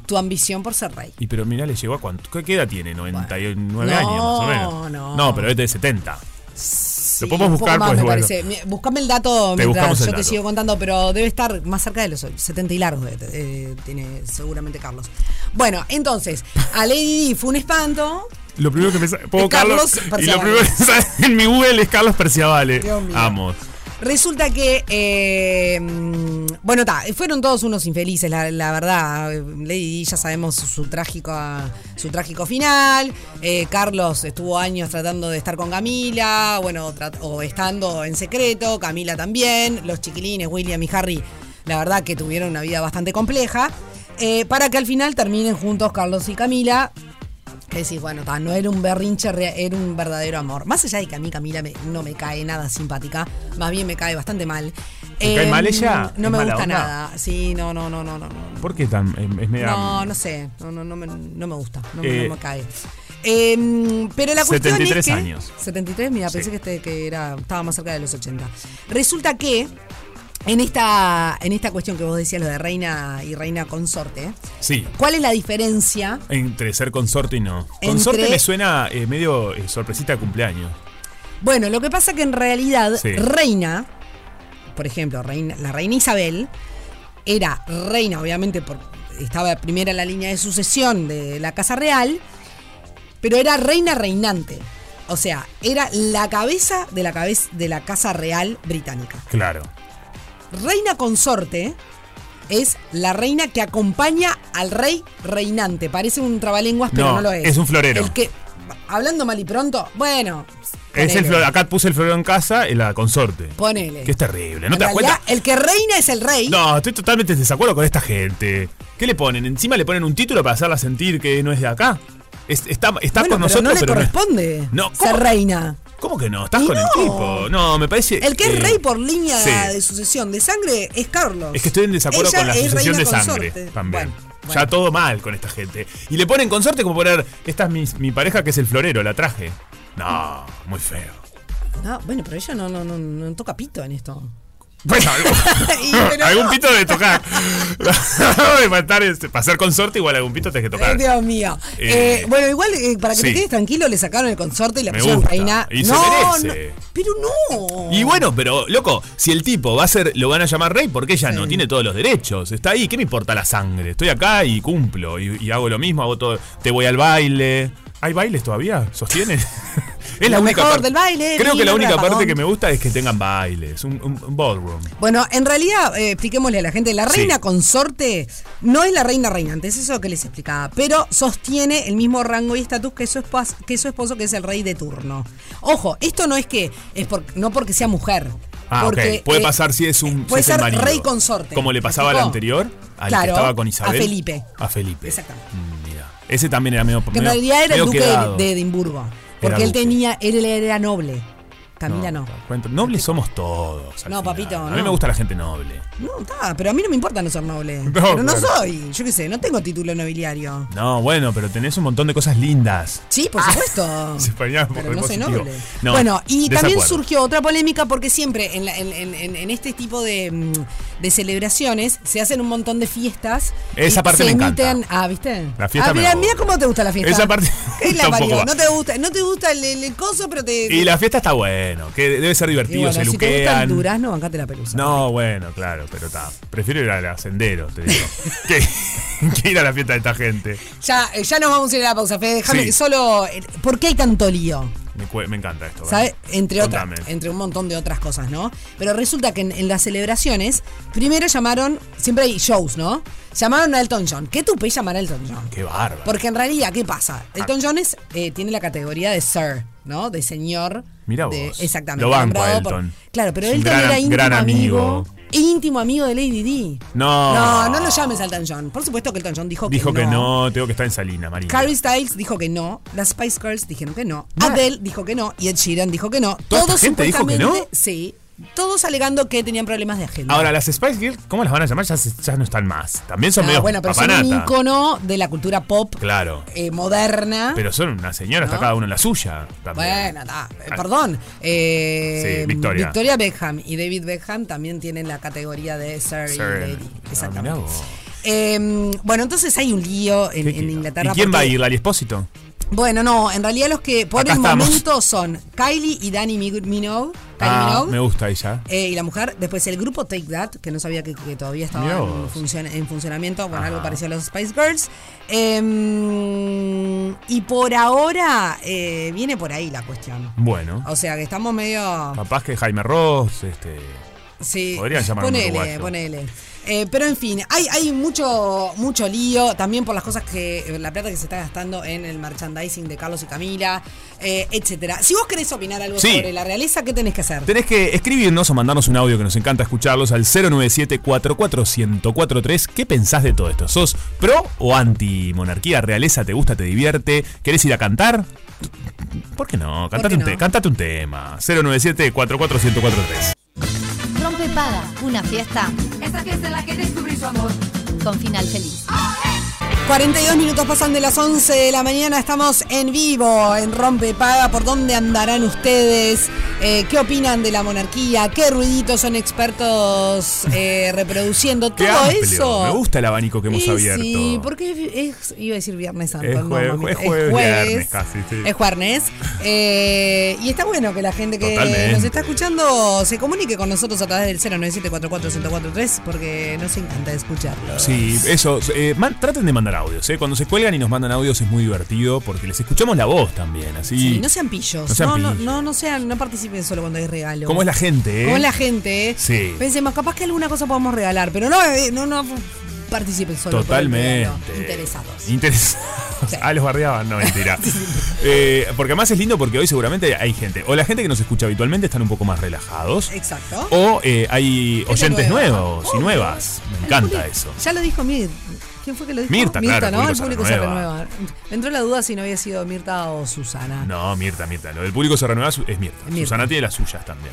Speaker 2: tu ambición por ser rey.
Speaker 1: Y pero mirá, le llegó a cuánto. ¿Qué qué edad tiene? 99
Speaker 2: No,
Speaker 1: años más o menos.
Speaker 2: no.
Speaker 1: No, pero este de 70.
Speaker 2: Sí,
Speaker 1: Lo
Speaker 2: un
Speaker 1: podemos
Speaker 2: poco
Speaker 1: buscar,
Speaker 2: más,
Speaker 1: pues,
Speaker 2: me
Speaker 1: bueno.
Speaker 2: parece. Mi- Buscame el dato
Speaker 1: Te
Speaker 2: mientras
Speaker 1: buscamos
Speaker 2: yo
Speaker 1: el
Speaker 2: te
Speaker 1: dato.
Speaker 2: sigo contando, pero debe estar más cerca de los 70 y largos, eh, eh, tiene seguramente Carlos. Bueno, entonces, a Lady Di fue un espanto.
Speaker 1: Lo primero que
Speaker 2: *laughs*
Speaker 1: me sale. Pongo
Speaker 2: Carlos
Speaker 1: Carlos. y lo
Speaker 2: Perciavale.
Speaker 1: primero que sale en mi Google es Carlos Perciavale.
Speaker 2: Dios mío.
Speaker 1: Vamos.
Speaker 2: Resulta que, eh, mm, bueno, ta, fueron todos unos infelices, la, la verdad. Lady Di ya sabemos su, su trágico, su trágico final. Eh, Carlos estuvo años tratando de estar con Camila, bueno, trat- o estando en secreto, Camila también, los chiquilines, William y Harry, la verdad que tuvieron una vida bastante compleja, eh, para que al final terminen juntos Carlos y Camila. Que decís, bueno, ta, no era un berrinche, re- era un verdadero amor. Más allá de que a mí Camila me- no me cae nada simpática, más bien me cae bastante mal. Em,
Speaker 1: ¿Te cae mal ella?
Speaker 2: No me
Speaker 1: ¿Es mala
Speaker 2: gusta
Speaker 1: onda?
Speaker 2: nada. Sí, no, no, no, no, no. no.
Speaker 1: ¿Por qué tan.? em, Es media.
Speaker 2: No, no sé. No, no, no, me, no me gusta. No, me-
Speaker 1: Eh,
Speaker 2: no me cae. Em, pero la cuestión
Speaker 1: 73
Speaker 2: es que,
Speaker 1: años.
Speaker 2: 73, mira,
Speaker 1: Sí.
Speaker 2: pensé que, este- que era, estaba más cerca de los 80. Resulta que en esta, en esta cuestión que vos decías, lo de reina y reina consorte,
Speaker 1: Sí.
Speaker 2: ¿cuál es la diferencia?
Speaker 1: Entre ser consorte y no.
Speaker 2: Entre-
Speaker 1: Consorte me suena eh, medio eh, sorpresita de cumpleaños.
Speaker 2: Bueno, lo que pasa que en realidad
Speaker 1: Sí.
Speaker 2: reina, por ejemplo, reina, la reina Isabel era reina, obviamente, por, estaba primera en la línea de sucesión de la Casa Real, pero era reina reinante. O sea, era la cabeza de la, cabeza de la Casa Real británica.
Speaker 1: Claro.
Speaker 2: Reina consorte es la reina que acompaña al rey reinante. Parece un trabalenguas, pero no,
Speaker 1: No,
Speaker 2: lo es.
Speaker 1: es un florero.
Speaker 2: El que, hablando mal y pronto, bueno.
Speaker 1: Es el
Speaker 2: ponele.
Speaker 1: flor- acá puse el florero en casa y la consorte.
Speaker 2: Ponele.
Speaker 1: Que es terrible. ¿No
Speaker 2: En
Speaker 1: te das
Speaker 2: realidad,
Speaker 1: cuenta?
Speaker 2: El que reina es el rey.
Speaker 1: No, estoy totalmente en desacuerdo con esta gente. ¿Qué le ponen? Encima le ponen un título para hacerla sentir que no es de acá. Es- está
Speaker 2: Bueno,
Speaker 1: está con
Speaker 2: pero
Speaker 1: nosotros,
Speaker 2: no le
Speaker 1: pero es-
Speaker 2: corresponde
Speaker 1: No, ¿cómo?
Speaker 2: ser reina.
Speaker 1: ¿Cómo que no? Estás
Speaker 2: Y
Speaker 1: con el
Speaker 2: no.
Speaker 1: tipo. No, me parece.
Speaker 2: El que
Speaker 1: eh,
Speaker 2: es rey por línea
Speaker 1: sí.
Speaker 2: de sucesión de sangre es Carlos.
Speaker 1: Es que estoy en desacuerdo
Speaker 2: Ella
Speaker 1: con la
Speaker 2: es
Speaker 1: sucesión
Speaker 2: reina
Speaker 1: de
Speaker 2: consorte.
Speaker 1: sangre también.
Speaker 2: Bueno, bueno.
Speaker 1: Ya todo mal con esta gente. Y le ponen consorte como poner. Esta es mi, mi pareja que es el florero, la traje. No, muy feo.
Speaker 2: No, bueno, pero ella no, no, no, no toca pito en esto.
Speaker 1: Bueno,
Speaker 2: *laughs* Y,
Speaker 1: algún,
Speaker 2: pero
Speaker 1: *laughs* algún
Speaker 2: no.
Speaker 1: pito de tocar. para, estar, este, para ser consorte, igual algún pito tenés que
Speaker 2: Ay,
Speaker 1: tocar.
Speaker 2: Dios mío.
Speaker 1: Eh,
Speaker 2: Eh, bueno, igual eh, para que te
Speaker 1: sí.
Speaker 2: quedes tranquilo, le sacaron el consorte y la
Speaker 1: Me
Speaker 2: pusieron
Speaker 1: gusta.
Speaker 2: reina.
Speaker 1: Y se
Speaker 2: no,
Speaker 1: merece.
Speaker 2: no, pero no.
Speaker 1: Y bueno, pero loco, si el tipo va a ser, lo van a llamar rey porque ella no tiene todos los derechos. Está ahí, ¿qué me importa la sangre? Estoy acá y cumplo y, y hago lo mismo, hago todo. Te voy al baile. ¿Hay bailes todavía? ¿Sostienen? *laughs* Es la
Speaker 2: Lo
Speaker 1: única
Speaker 2: mejor
Speaker 1: parte.
Speaker 2: del baile,
Speaker 1: Creo
Speaker 2: libre,
Speaker 1: que la única parte
Speaker 2: apagón.
Speaker 1: que me gusta es que tengan bailes, un, un- un ballroom.
Speaker 2: Bueno, en realidad, eh, expliquémosle a la gente, la
Speaker 1: Sí.
Speaker 2: reina consorte no es la reina reinante, es eso que les explicaba, pero sostiene el mismo rango y estatus que su, esposo, que su esposo, que es el rey de turno. Ojo, esto no es que, es por- no porque sea mujer.
Speaker 1: Ah,
Speaker 2: porque,
Speaker 1: ok. Puede
Speaker 2: eh,
Speaker 1: pasar si es un.
Speaker 2: puede
Speaker 1: si es el
Speaker 2: ser
Speaker 1: marido.
Speaker 2: rey consorte.
Speaker 1: Como le pasaba al
Speaker 2: ¿Explicó?
Speaker 1: anterior, al que
Speaker 2: Claro,
Speaker 1: estaba con
Speaker 2: a
Speaker 1: Isabel.
Speaker 2: Felipe.
Speaker 1: A Felipe.
Speaker 2: Exactamente.
Speaker 1: Mm, mira. Ese también era medio.
Speaker 2: Que en
Speaker 1: medio-
Speaker 2: realidad era el
Speaker 1: medio
Speaker 2: duque
Speaker 1: quedado.
Speaker 2: de, de Edimburgo. Porque él
Speaker 1: duque.
Speaker 2: tenía, él era noble. Camila no.
Speaker 1: tal cuento. Nobles somos todos. al
Speaker 2: No, papito,
Speaker 1: A
Speaker 2: no.
Speaker 1: mí me gusta la gente noble.
Speaker 2: No, está, pero a mí no me importa no ser noble. pero no
Speaker 1: claro.
Speaker 2: soy, yo qué sé, no tengo título nobiliario.
Speaker 1: No, bueno, pero tenés un montón de cosas lindas.
Speaker 2: Sí, por
Speaker 1: *laughs*
Speaker 2: supuesto.
Speaker 1: Se ponía Ah. por
Speaker 2: pero no soy
Speaker 1: positivo.
Speaker 2: noble.
Speaker 1: No,
Speaker 2: bueno, y también
Speaker 1: desacuerdo.
Speaker 2: surgió otra polémica porque siempre en, la- en- en- en- en este tipo de, mm, de celebraciones se hacen un montón de fiestas.
Speaker 1: Esa
Speaker 2: y
Speaker 1: parte
Speaker 2: se
Speaker 1: me encanta.
Speaker 2: emiten- Ah, ¿viste?
Speaker 1: La fiesta
Speaker 2: Ah,
Speaker 1: me
Speaker 2: mira,
Speaker 1: gusta.
Speaker 2: mira cómo te gusta la fiesta. *laughs*
Speaker 1: Esa parte
Speaker 2: ¿Qué la
Speaker 1: *laughs* tampoco
Speaker 2: parió?
Speaker 1: va.
Speaker 2: No te gusta, no te gusta el, el- el coso, pero te.
Speaker 1: Y la fiesta está bueno, que debe ser
Speaker 2: Y
Speaker 1: divertido,
Speaker 2: bueno,
Speaker 1: se
Speaker 2: si te gusta el
Speaker 1: luquean.
Speaker 2: durazno, bancate la pelusa.
Speaker 1: no, bueno, claro, pero está. Prefiero ir a la sendero, te digo. *laughs* que, que ir a la fiesta de esta gente.
Speaker 2: Ya, eh, ya nos vamos a ir a la pausa, Fede. Déjame
Speaker 1: Sí.
Speaker 2: que solo. eh, ¿Por qué hay tanto lío?
Speaker 1: Me, cue- me encanta esto.
Speaker 2: ¿Sabe?
Speaker 1: ¿verdad?
Speaker 2: Entre otras,
Speaker 1: Contame.
Speaker 2: entre un montón de otras cosas, ¿no? Pero resulta que en, en las celebraciones, primero llamaron, siempre hay shows, ¿no? Llamaron a Elton John. ¿Qué tupé llamar a Elton John?
Speaker 1: Qué Ah. bárbaro.
Speaker 2: Porque en realidad, ¿qué pasa? Elton John es, eh, tiene la categoría de sir, ¿no? De señor.
Speaker 1: Mirá
Speaker 2: de-
Speaker 1: vos.
Speaker 2: exactamente.
Speaker 1: Lo banco a
Speaker 2: nombrado por-
Speaker 1: Elton.
Speaker 2: claro, pero
Speaker 1: Es un
Speaker 2: Elton
Speaker 1: gran-
Speaker 2: era íntimo
Speaker 1: gran
Speaker 2: amigo.
Speaker 1: amigo.
Speaker 2: Íntimo amigo de Lady D.
Speaker 1: No.
Speaker 2: No, no lo llames a Elton John. Por supuesto que Elton John dijo,
Speaker 1: Dijo
Speaker 2: que
Speaker 1: que no, tengo que estar en Salina, María.
Speaker 2: Carrie Styles dijo que no, las Spice Girls dijeron que no,
Speaker 1: Mal.
Speaker 2: Adele dijo que no y Ed Sheeran dijo que no.
Speaker 1: ¿Toda esta
Speaker 2: todos
Speaker 1: gente dijo que no?
Speaker 2: supuestamente- Sí, todos alegando que tenían problemas de agenda.
Speaker 1: Ahora, las Spice Girls, ¿cómo las van a llamar? Ya, se- ya no están más. También son
Speaker 2: Ah,
Speaker 1: medio
Speaker 2: bueno, pero son un
Speaker 1: papanata.
Speaker 2: icono de la cultura pop
Speaker 1: Claro.
Speaker 2: eh, moderna.
Speaker 1: Pero son una señora, está
Speaker 2: ¿No?
Speaker 1: cada uno en la suya. También.
Speaker 2: bueno, ta, eh, perdón. eh,
Speaker 1: Sí, Victoria.
Speaker 2: Beckham y David Beckham también tienen la categoría de Sir, y
Speaker 1: Sir.
Speaker 2: Lady.
Speaker 1: Ah, mirá
Speaker 2: Exactamente.
Speaker 1: vos.
Speaker 2: Eh, bueno, entonces hay un lío en,
Speaker 1: Qué
Speaker 2: en
Speaker 1: quilombo.
Speaker 2: Inglaterra.
Speaker 1: ¿Y quién va a
Speaker 2: porque-
Speaker 1: ir? ¿Lali Espósito?
Speaker 2: Bueno, no, en realidad los que por
Speaker 1: Acá
Speaker 2: el
Speaker 1: estamos.
Speaker 2: momento son Kylie y Dani Minogue. Kylie
Speaker 1: Ah,
Speaker 2: Minogue,
Speaker 1: me gusta ella.
Speaker 2: eh, y la mujer, después el grupo Take That, que no sabía que, que todavía estaba
Speaker 1: Mirá
Speaker 2: en,
Speaker 1: vos.
Speaker 2: funcion- en funcionamiento, bueno,
Speaker 1: Ajá.
Speaker 2: algo parecido a los Spice Girls. Eh, y por ahora eh, viene por ahí la cuestión.
Speaker 1: Bueno.
Speaker 2: O sea que estamos medio...
Speaker 1: Capaz que Jaime Ross, este.
Speaker 2: Sí,
Speaker 1: Podrían llamar a un
Speaker 2: ponele,
Speaker 1: uruguayo.
Speaker 2: ponele. Eh, pero en fin, hay, hay mucho, mucho lío también por las cosas que. eh, la plata que se está gastando en el merchandising de Carlos y Camila, eh, etcétera. Si vos querés opinar algo
Speaker 1: Sí.
Speaker 2: sobre la realeza, ¿qué tenés que hacer?
Speaker 1: Tenés que escribirnos o mandarnos un audio que nos encanta escucharlos al 097-44143. ¿Qué pensás de todo esto? ¿Sos pro o anti monarquía? ¿Realeza? ¿Te gusta? ¿Te divierte? ¿Querés ir a cantar? ¿Por qué no? Cantate,
Speaker 2: qué
Speaker 1: un,
Speaker 2: no?
Speaker 1: te- cantate un tema. 097-44143.
Speaker 4: Rompe paga, una fiesta
Speaker 5: Esta fiesta en la que descubrí su amor.
Speaker 4: con final feliz.
Speaker 2: 42 minutos pasan de las 11 de la mañana, estamos en vivo en Rompe Paga. ¿Por dónde andarán ustedes? Eh, ¿Qué opinan de la monarquía? ¿Qué ruiditos son expertos eh, reproduciendo?
Speaker 1: ¡Qué
Speaker 2: Todo
Speaker 1: amplio!
Speaker 2: eso.
Speaker 1: Me gusta el abanico que hemos
Speaker 2: Y
Speaker 1: abierto.
Speaker 2: Sí, porque es, iba a decir Viernes Santo.
Speaker 1: Es
Speaker 2: no,
Speaker 1: jue-
Speaker 2: mamita,
Speaker 1: es jueves, viernes casi, sí.
Speaker 2: Es jueves. Eh, y está bueno que la gente que
Speaker 1: Totalmente.
Speaker 2: nos está escuchando se comunique con nosotros a través del 097-44143 porque nos encanta escucharlo.
Speaker 1: Sí, eso. eh, man- traten de mandar audios. eh. Cuando se cuelgan y nos mandan audios es muy divertido porque les escuchamos la voz también. Así.
Speaker 2: Sí, no sean pillos.
Speaker 1: No sean
Speaker 2: no, no,
Speaker 1: pillos.
Speaker 2: no, no sean, no participen solo cuando hay regalo.
Speaker 1: ¿Cómo es la gente? eh?
Speaker 2: Como es la gente, ¿eh?
Speaker 1: Sí.
Speaker 2: Pensemos, capaz que alguna cosa podemos regalar, pero no, eh, no, no participen solo. por el
Speaker 1: Totalmente.
Speaker 2: regalo. Interesados.
Speaker 1: Interesados.
Speaker 2: Sí.
Speaker 1: Ah, los bardeaban, no,
Speaker 2: *laughs*
Speaker 1: mentira. Eh, porque además es lindo porque hoy seguramente hay gente. O la gente que nos escucha habitualmente están un poco más relajados.
Speaker 2: Exacto.
Speaker 1: O eh, hay oyentes
Speaker 2: nueva.
Speaker 1: nuevos y
Speaker 2: Obvio.
Speaker 1: nuevas. Me encanta eso.
Speaker 2: Ya lo dijo Mir. ¿Quién fue que lo dijo?
Speaker 1: Mirta, claro,
Speaker 2: ¿no? El
Speaker 1: el
Speaker 2: público se renueva. Me entró la duda si no había sido Mirta o Susana.
Speaker 1: No, Mirta, Mirta. Lo del público se renueva su- es Mirta.
Speaker 2: Mirta.
Speaker 1: Susana tiene las suyas también.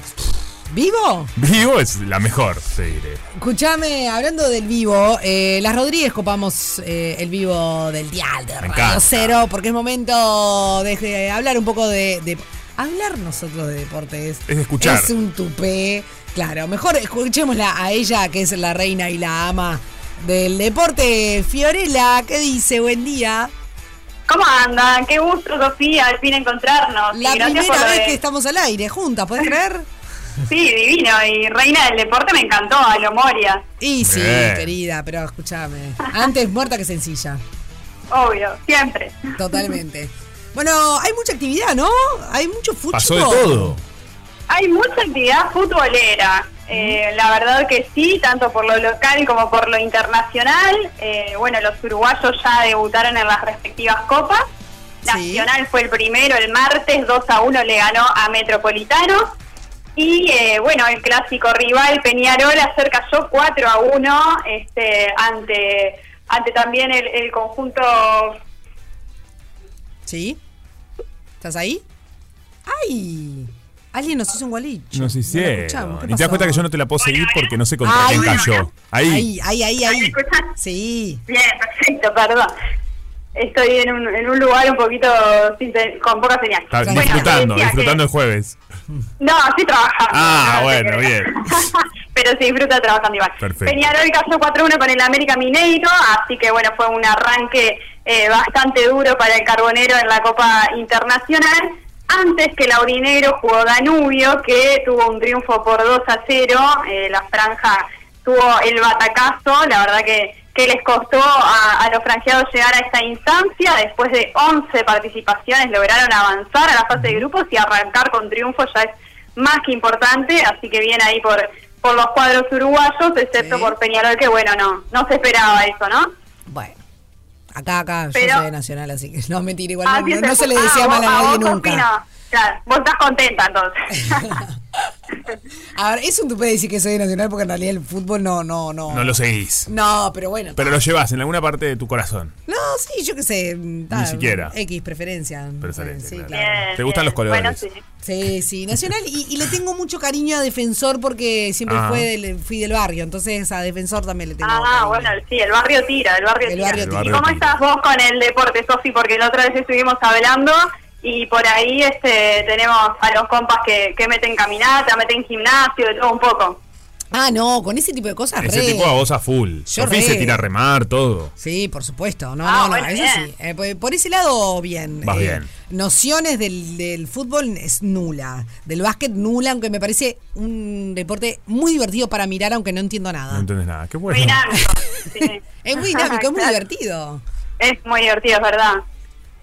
Speaker 2: ¿Vivo?
Speaker 1: Vivo es la mejor, te diré.
Speaker 2: Escuchame, hablando del vivo, eh, las Rodríguez copamos eh, el vivo del Dial de Radio
Speaker 1: encanta.
Speaker 2: Cero, porque es momento de eh, hablar un poco de, de- Hablar nosotros de deportes.
Speaker 1: Es escuchar.
Speaker 2: Es un tupé. Claro, mejor escuchémosla a ella, que es la reina y la ama del deporte. Fiorella, ¿qué dice? Buen día.
Speaker 6: ¿Cómo andan? Qué gusto, Sofía, al fin encontrarnos.
Speaker 2: La
Speaker 6: Y gracias por
Speaker 2: primera
Speaker 6: lo
Speaker 2: vez
Speaker 6: de-
Speaker 2: que estamos al aire juntas,
Speaker 6: *laughs*
Speaker 2: ¿podés creer?
Speaker 6: Sí, divino. Y reina del deporte me encantó, a lo Moria.
Speaker 2: Y sí,
Speaker 1: Bien.
Speaker 2: querida, pero escúchame. Antes muerta que sencilla.
Speaker 6: Obvio, siempre.
Speaker 2: Totalmente. Bueno, hay mucha actividad, ¿no? Hay mucho fútbol.
Speaker 1: Pasó de todo.
Speaker 6: Hay mucha actividad futbolera. Eh, la verdad que sí, tanto por lo local como por lo internacional. Eh, bueno, los uruguayos ya debutaron en las respectivas copas.
Speaker 2: Sí.
Speaker 6: Nacional fue el primero el martes, 2 a 1 le ganó a Metropolitano. Y eh, bueno, el clásico rival Peñarol acerca yo 4 a 1 este, ante, ante también el, el conjunto.
Speaker 2: ¿Sí? ¿Estás ahí? ¡Ay! Alguien nos hizo un gualich.
Speaker 1: No sé si
Speaker 2: lo
Speaker 1: es.
Speaker 2: escuchamos. ¿Qué
Speaker 1: Ni te das
Speaker 2: pasó?
Speaker 1: cuenta que yo no te la puedo seguir porque no sé contra
Speaker 2: Ay.
Speaker 1: quién cayó. Ahí.
Speaker 2: Ahí, ahí, ahí,
Speaker 6: ¿Me
Speaker 2: ahí.
Speaker 6: escuchás?
Speaker 2: Sí.
Speaker 6: Bien, perfecto, perdón. Estoy en un, en un lugar un poquito sin se- con poca señal.
Speaker 1: Está
Speaker 2: Bueno,
Speaker 1: disfrutando,
Speaker 6: decía que-
Speaker 1: disfrutando el jueves.
Speaker 6: No, estoy trabajando.
Speaker 1: Ah,
Speaker 6: No,
Speaker 1: bueno,
Speaker 6: sí,
Speaker 1: bien.
Speaker 6: *laughs* Pero se disfruta trabajando igual.
Speaker 1: Perfecto.
Speaker 6: Peñarol cayó 4-1 con el América Mineiro, así que bueno, fue un arranque eh, bastante duro para el Carbonero en la Copa Internacional. Antes que Laurinero jugó Danubio, que tuvo un triunfo por 2 a 0. eh, la franja tuvo el batacazo, la verdad que, que les costó a, a los franjeados llegar a esta instancia. Después de 11 participaciones lograron avanzar a la fase de grupos y arrancar con triunfo ya es más que importante, así que viene ahí por, por los cuadros uruguayos, excepto
Speaker 2: Sí.
Speaker 6: por Peñarol, que bueno, no, no se esperaba eso, ¿no?
Speaker 2: Bueno. Acá, acá, yo
Speaker 6: Pero-
Speaker 2: soy de Nacional, así que no, mentira, igual
Speaker 6: Así
Speaker 2: no,
Speaker 6: es
Speaker 2: no
Speaker 6: el
Speaker 2: se le
Speaker 6: fútbol.
Speaker 2: decía
Speaker 6: Ah,
Speaker 2: mal a
Speaker 6: vos-
Speaker 2: nadie
Speaker 6: vos
Speaker 2: nunca.
Speaker 6: opinás. Claro, vos estás contenta entonces.
Speaker 2: *laughs*
Speaker 6: *laughs*
Speaker 2: A ver, es un tupé decir que soy de Nacional porque en realidad el fútbol no, no, no.
Speaker 1: No lo seguís.
Speaker 2: No, pero bueno.
Speaker 1: Pero lo llevas en alguna parte de tu corazón.
Speaker 2: No, sí, yo qué sé. ta,
Speaker 1: siquiera.
Speaker 2: X, preferencia.
Speaker 1: Preferencia,
Speaker 2: Sí,
Speaker 1: claro.
Speaker 2: claro.
Speaker 1: ¿Te gustan los colores?
Speaker 6: Bueno, sí.
Speaker 2: Sí, sí, Nacional. Y, y le tengo mucho cariño a Defensor porque siempre
Speaker 1: Ah.
Speaker 2: fue del- fui del barrio. Entonces a Defensor también le tengo.
Speaker 6: Ah,
Speaker 2: cariño.
Speaker 6: bueno, sí, el barrio tira, el barrio
Speaker 2: El
Speaker 6: tira.
Speaker 2: barrio
Speaker 1: El
Speaker 2: tira.
Speaker 6: ¿Y
Speaker 1: barrio
Speaker 6: cómo
Speaker 1: tira.
Speaker 6: estás vos con el deporte, Sofi? Porque la otra vez estuvimos hablando y por ahí este, tenemos a los compas que, que meten caminata, meten gimnasio, de todo un poco.
Speaker 2: Ah, no, con ese tipo de cosas.
Speaker 1: Ese
Speaker 2: re.
Speaker 1: tipo a vos a full.
Speaker 2: Yo
Speaker 1: Sofía se
Speaker 2: re.
Speaker 1: tira a remar, todo.
Speaker 2: Sí, por supuesto. No,
Speaker 6: Ah,
Speaker 2: no, no,
Speaker 6: bueno,
Speaker 2: eso
Speaker 6: bien.
Speaker 2: sí. Eh, por, por ese lado, bien.
Speaker 1: Vas
Speaker 2: Eh,
Speaker 1: bien.
Speaker 2: Nociones del, del fútbol es nula. Del básquet nula, aunque me parece un deporte muy divertido para mirar, aunque no entiendo nada.
Speaker 1: No entendés nada. Qué
Speaker 6: Muy
Speaker 1: bueno.
Speaker 6: dinámico. sí.
Speaker 2: *laughs* Es muy
Speaker 6: *laughs*
Speaker 2: dinámico, es muy
Speaker 6: Claro.
Speaker 2: divertido.
Speaker 6: Es muy divertido, es verdad.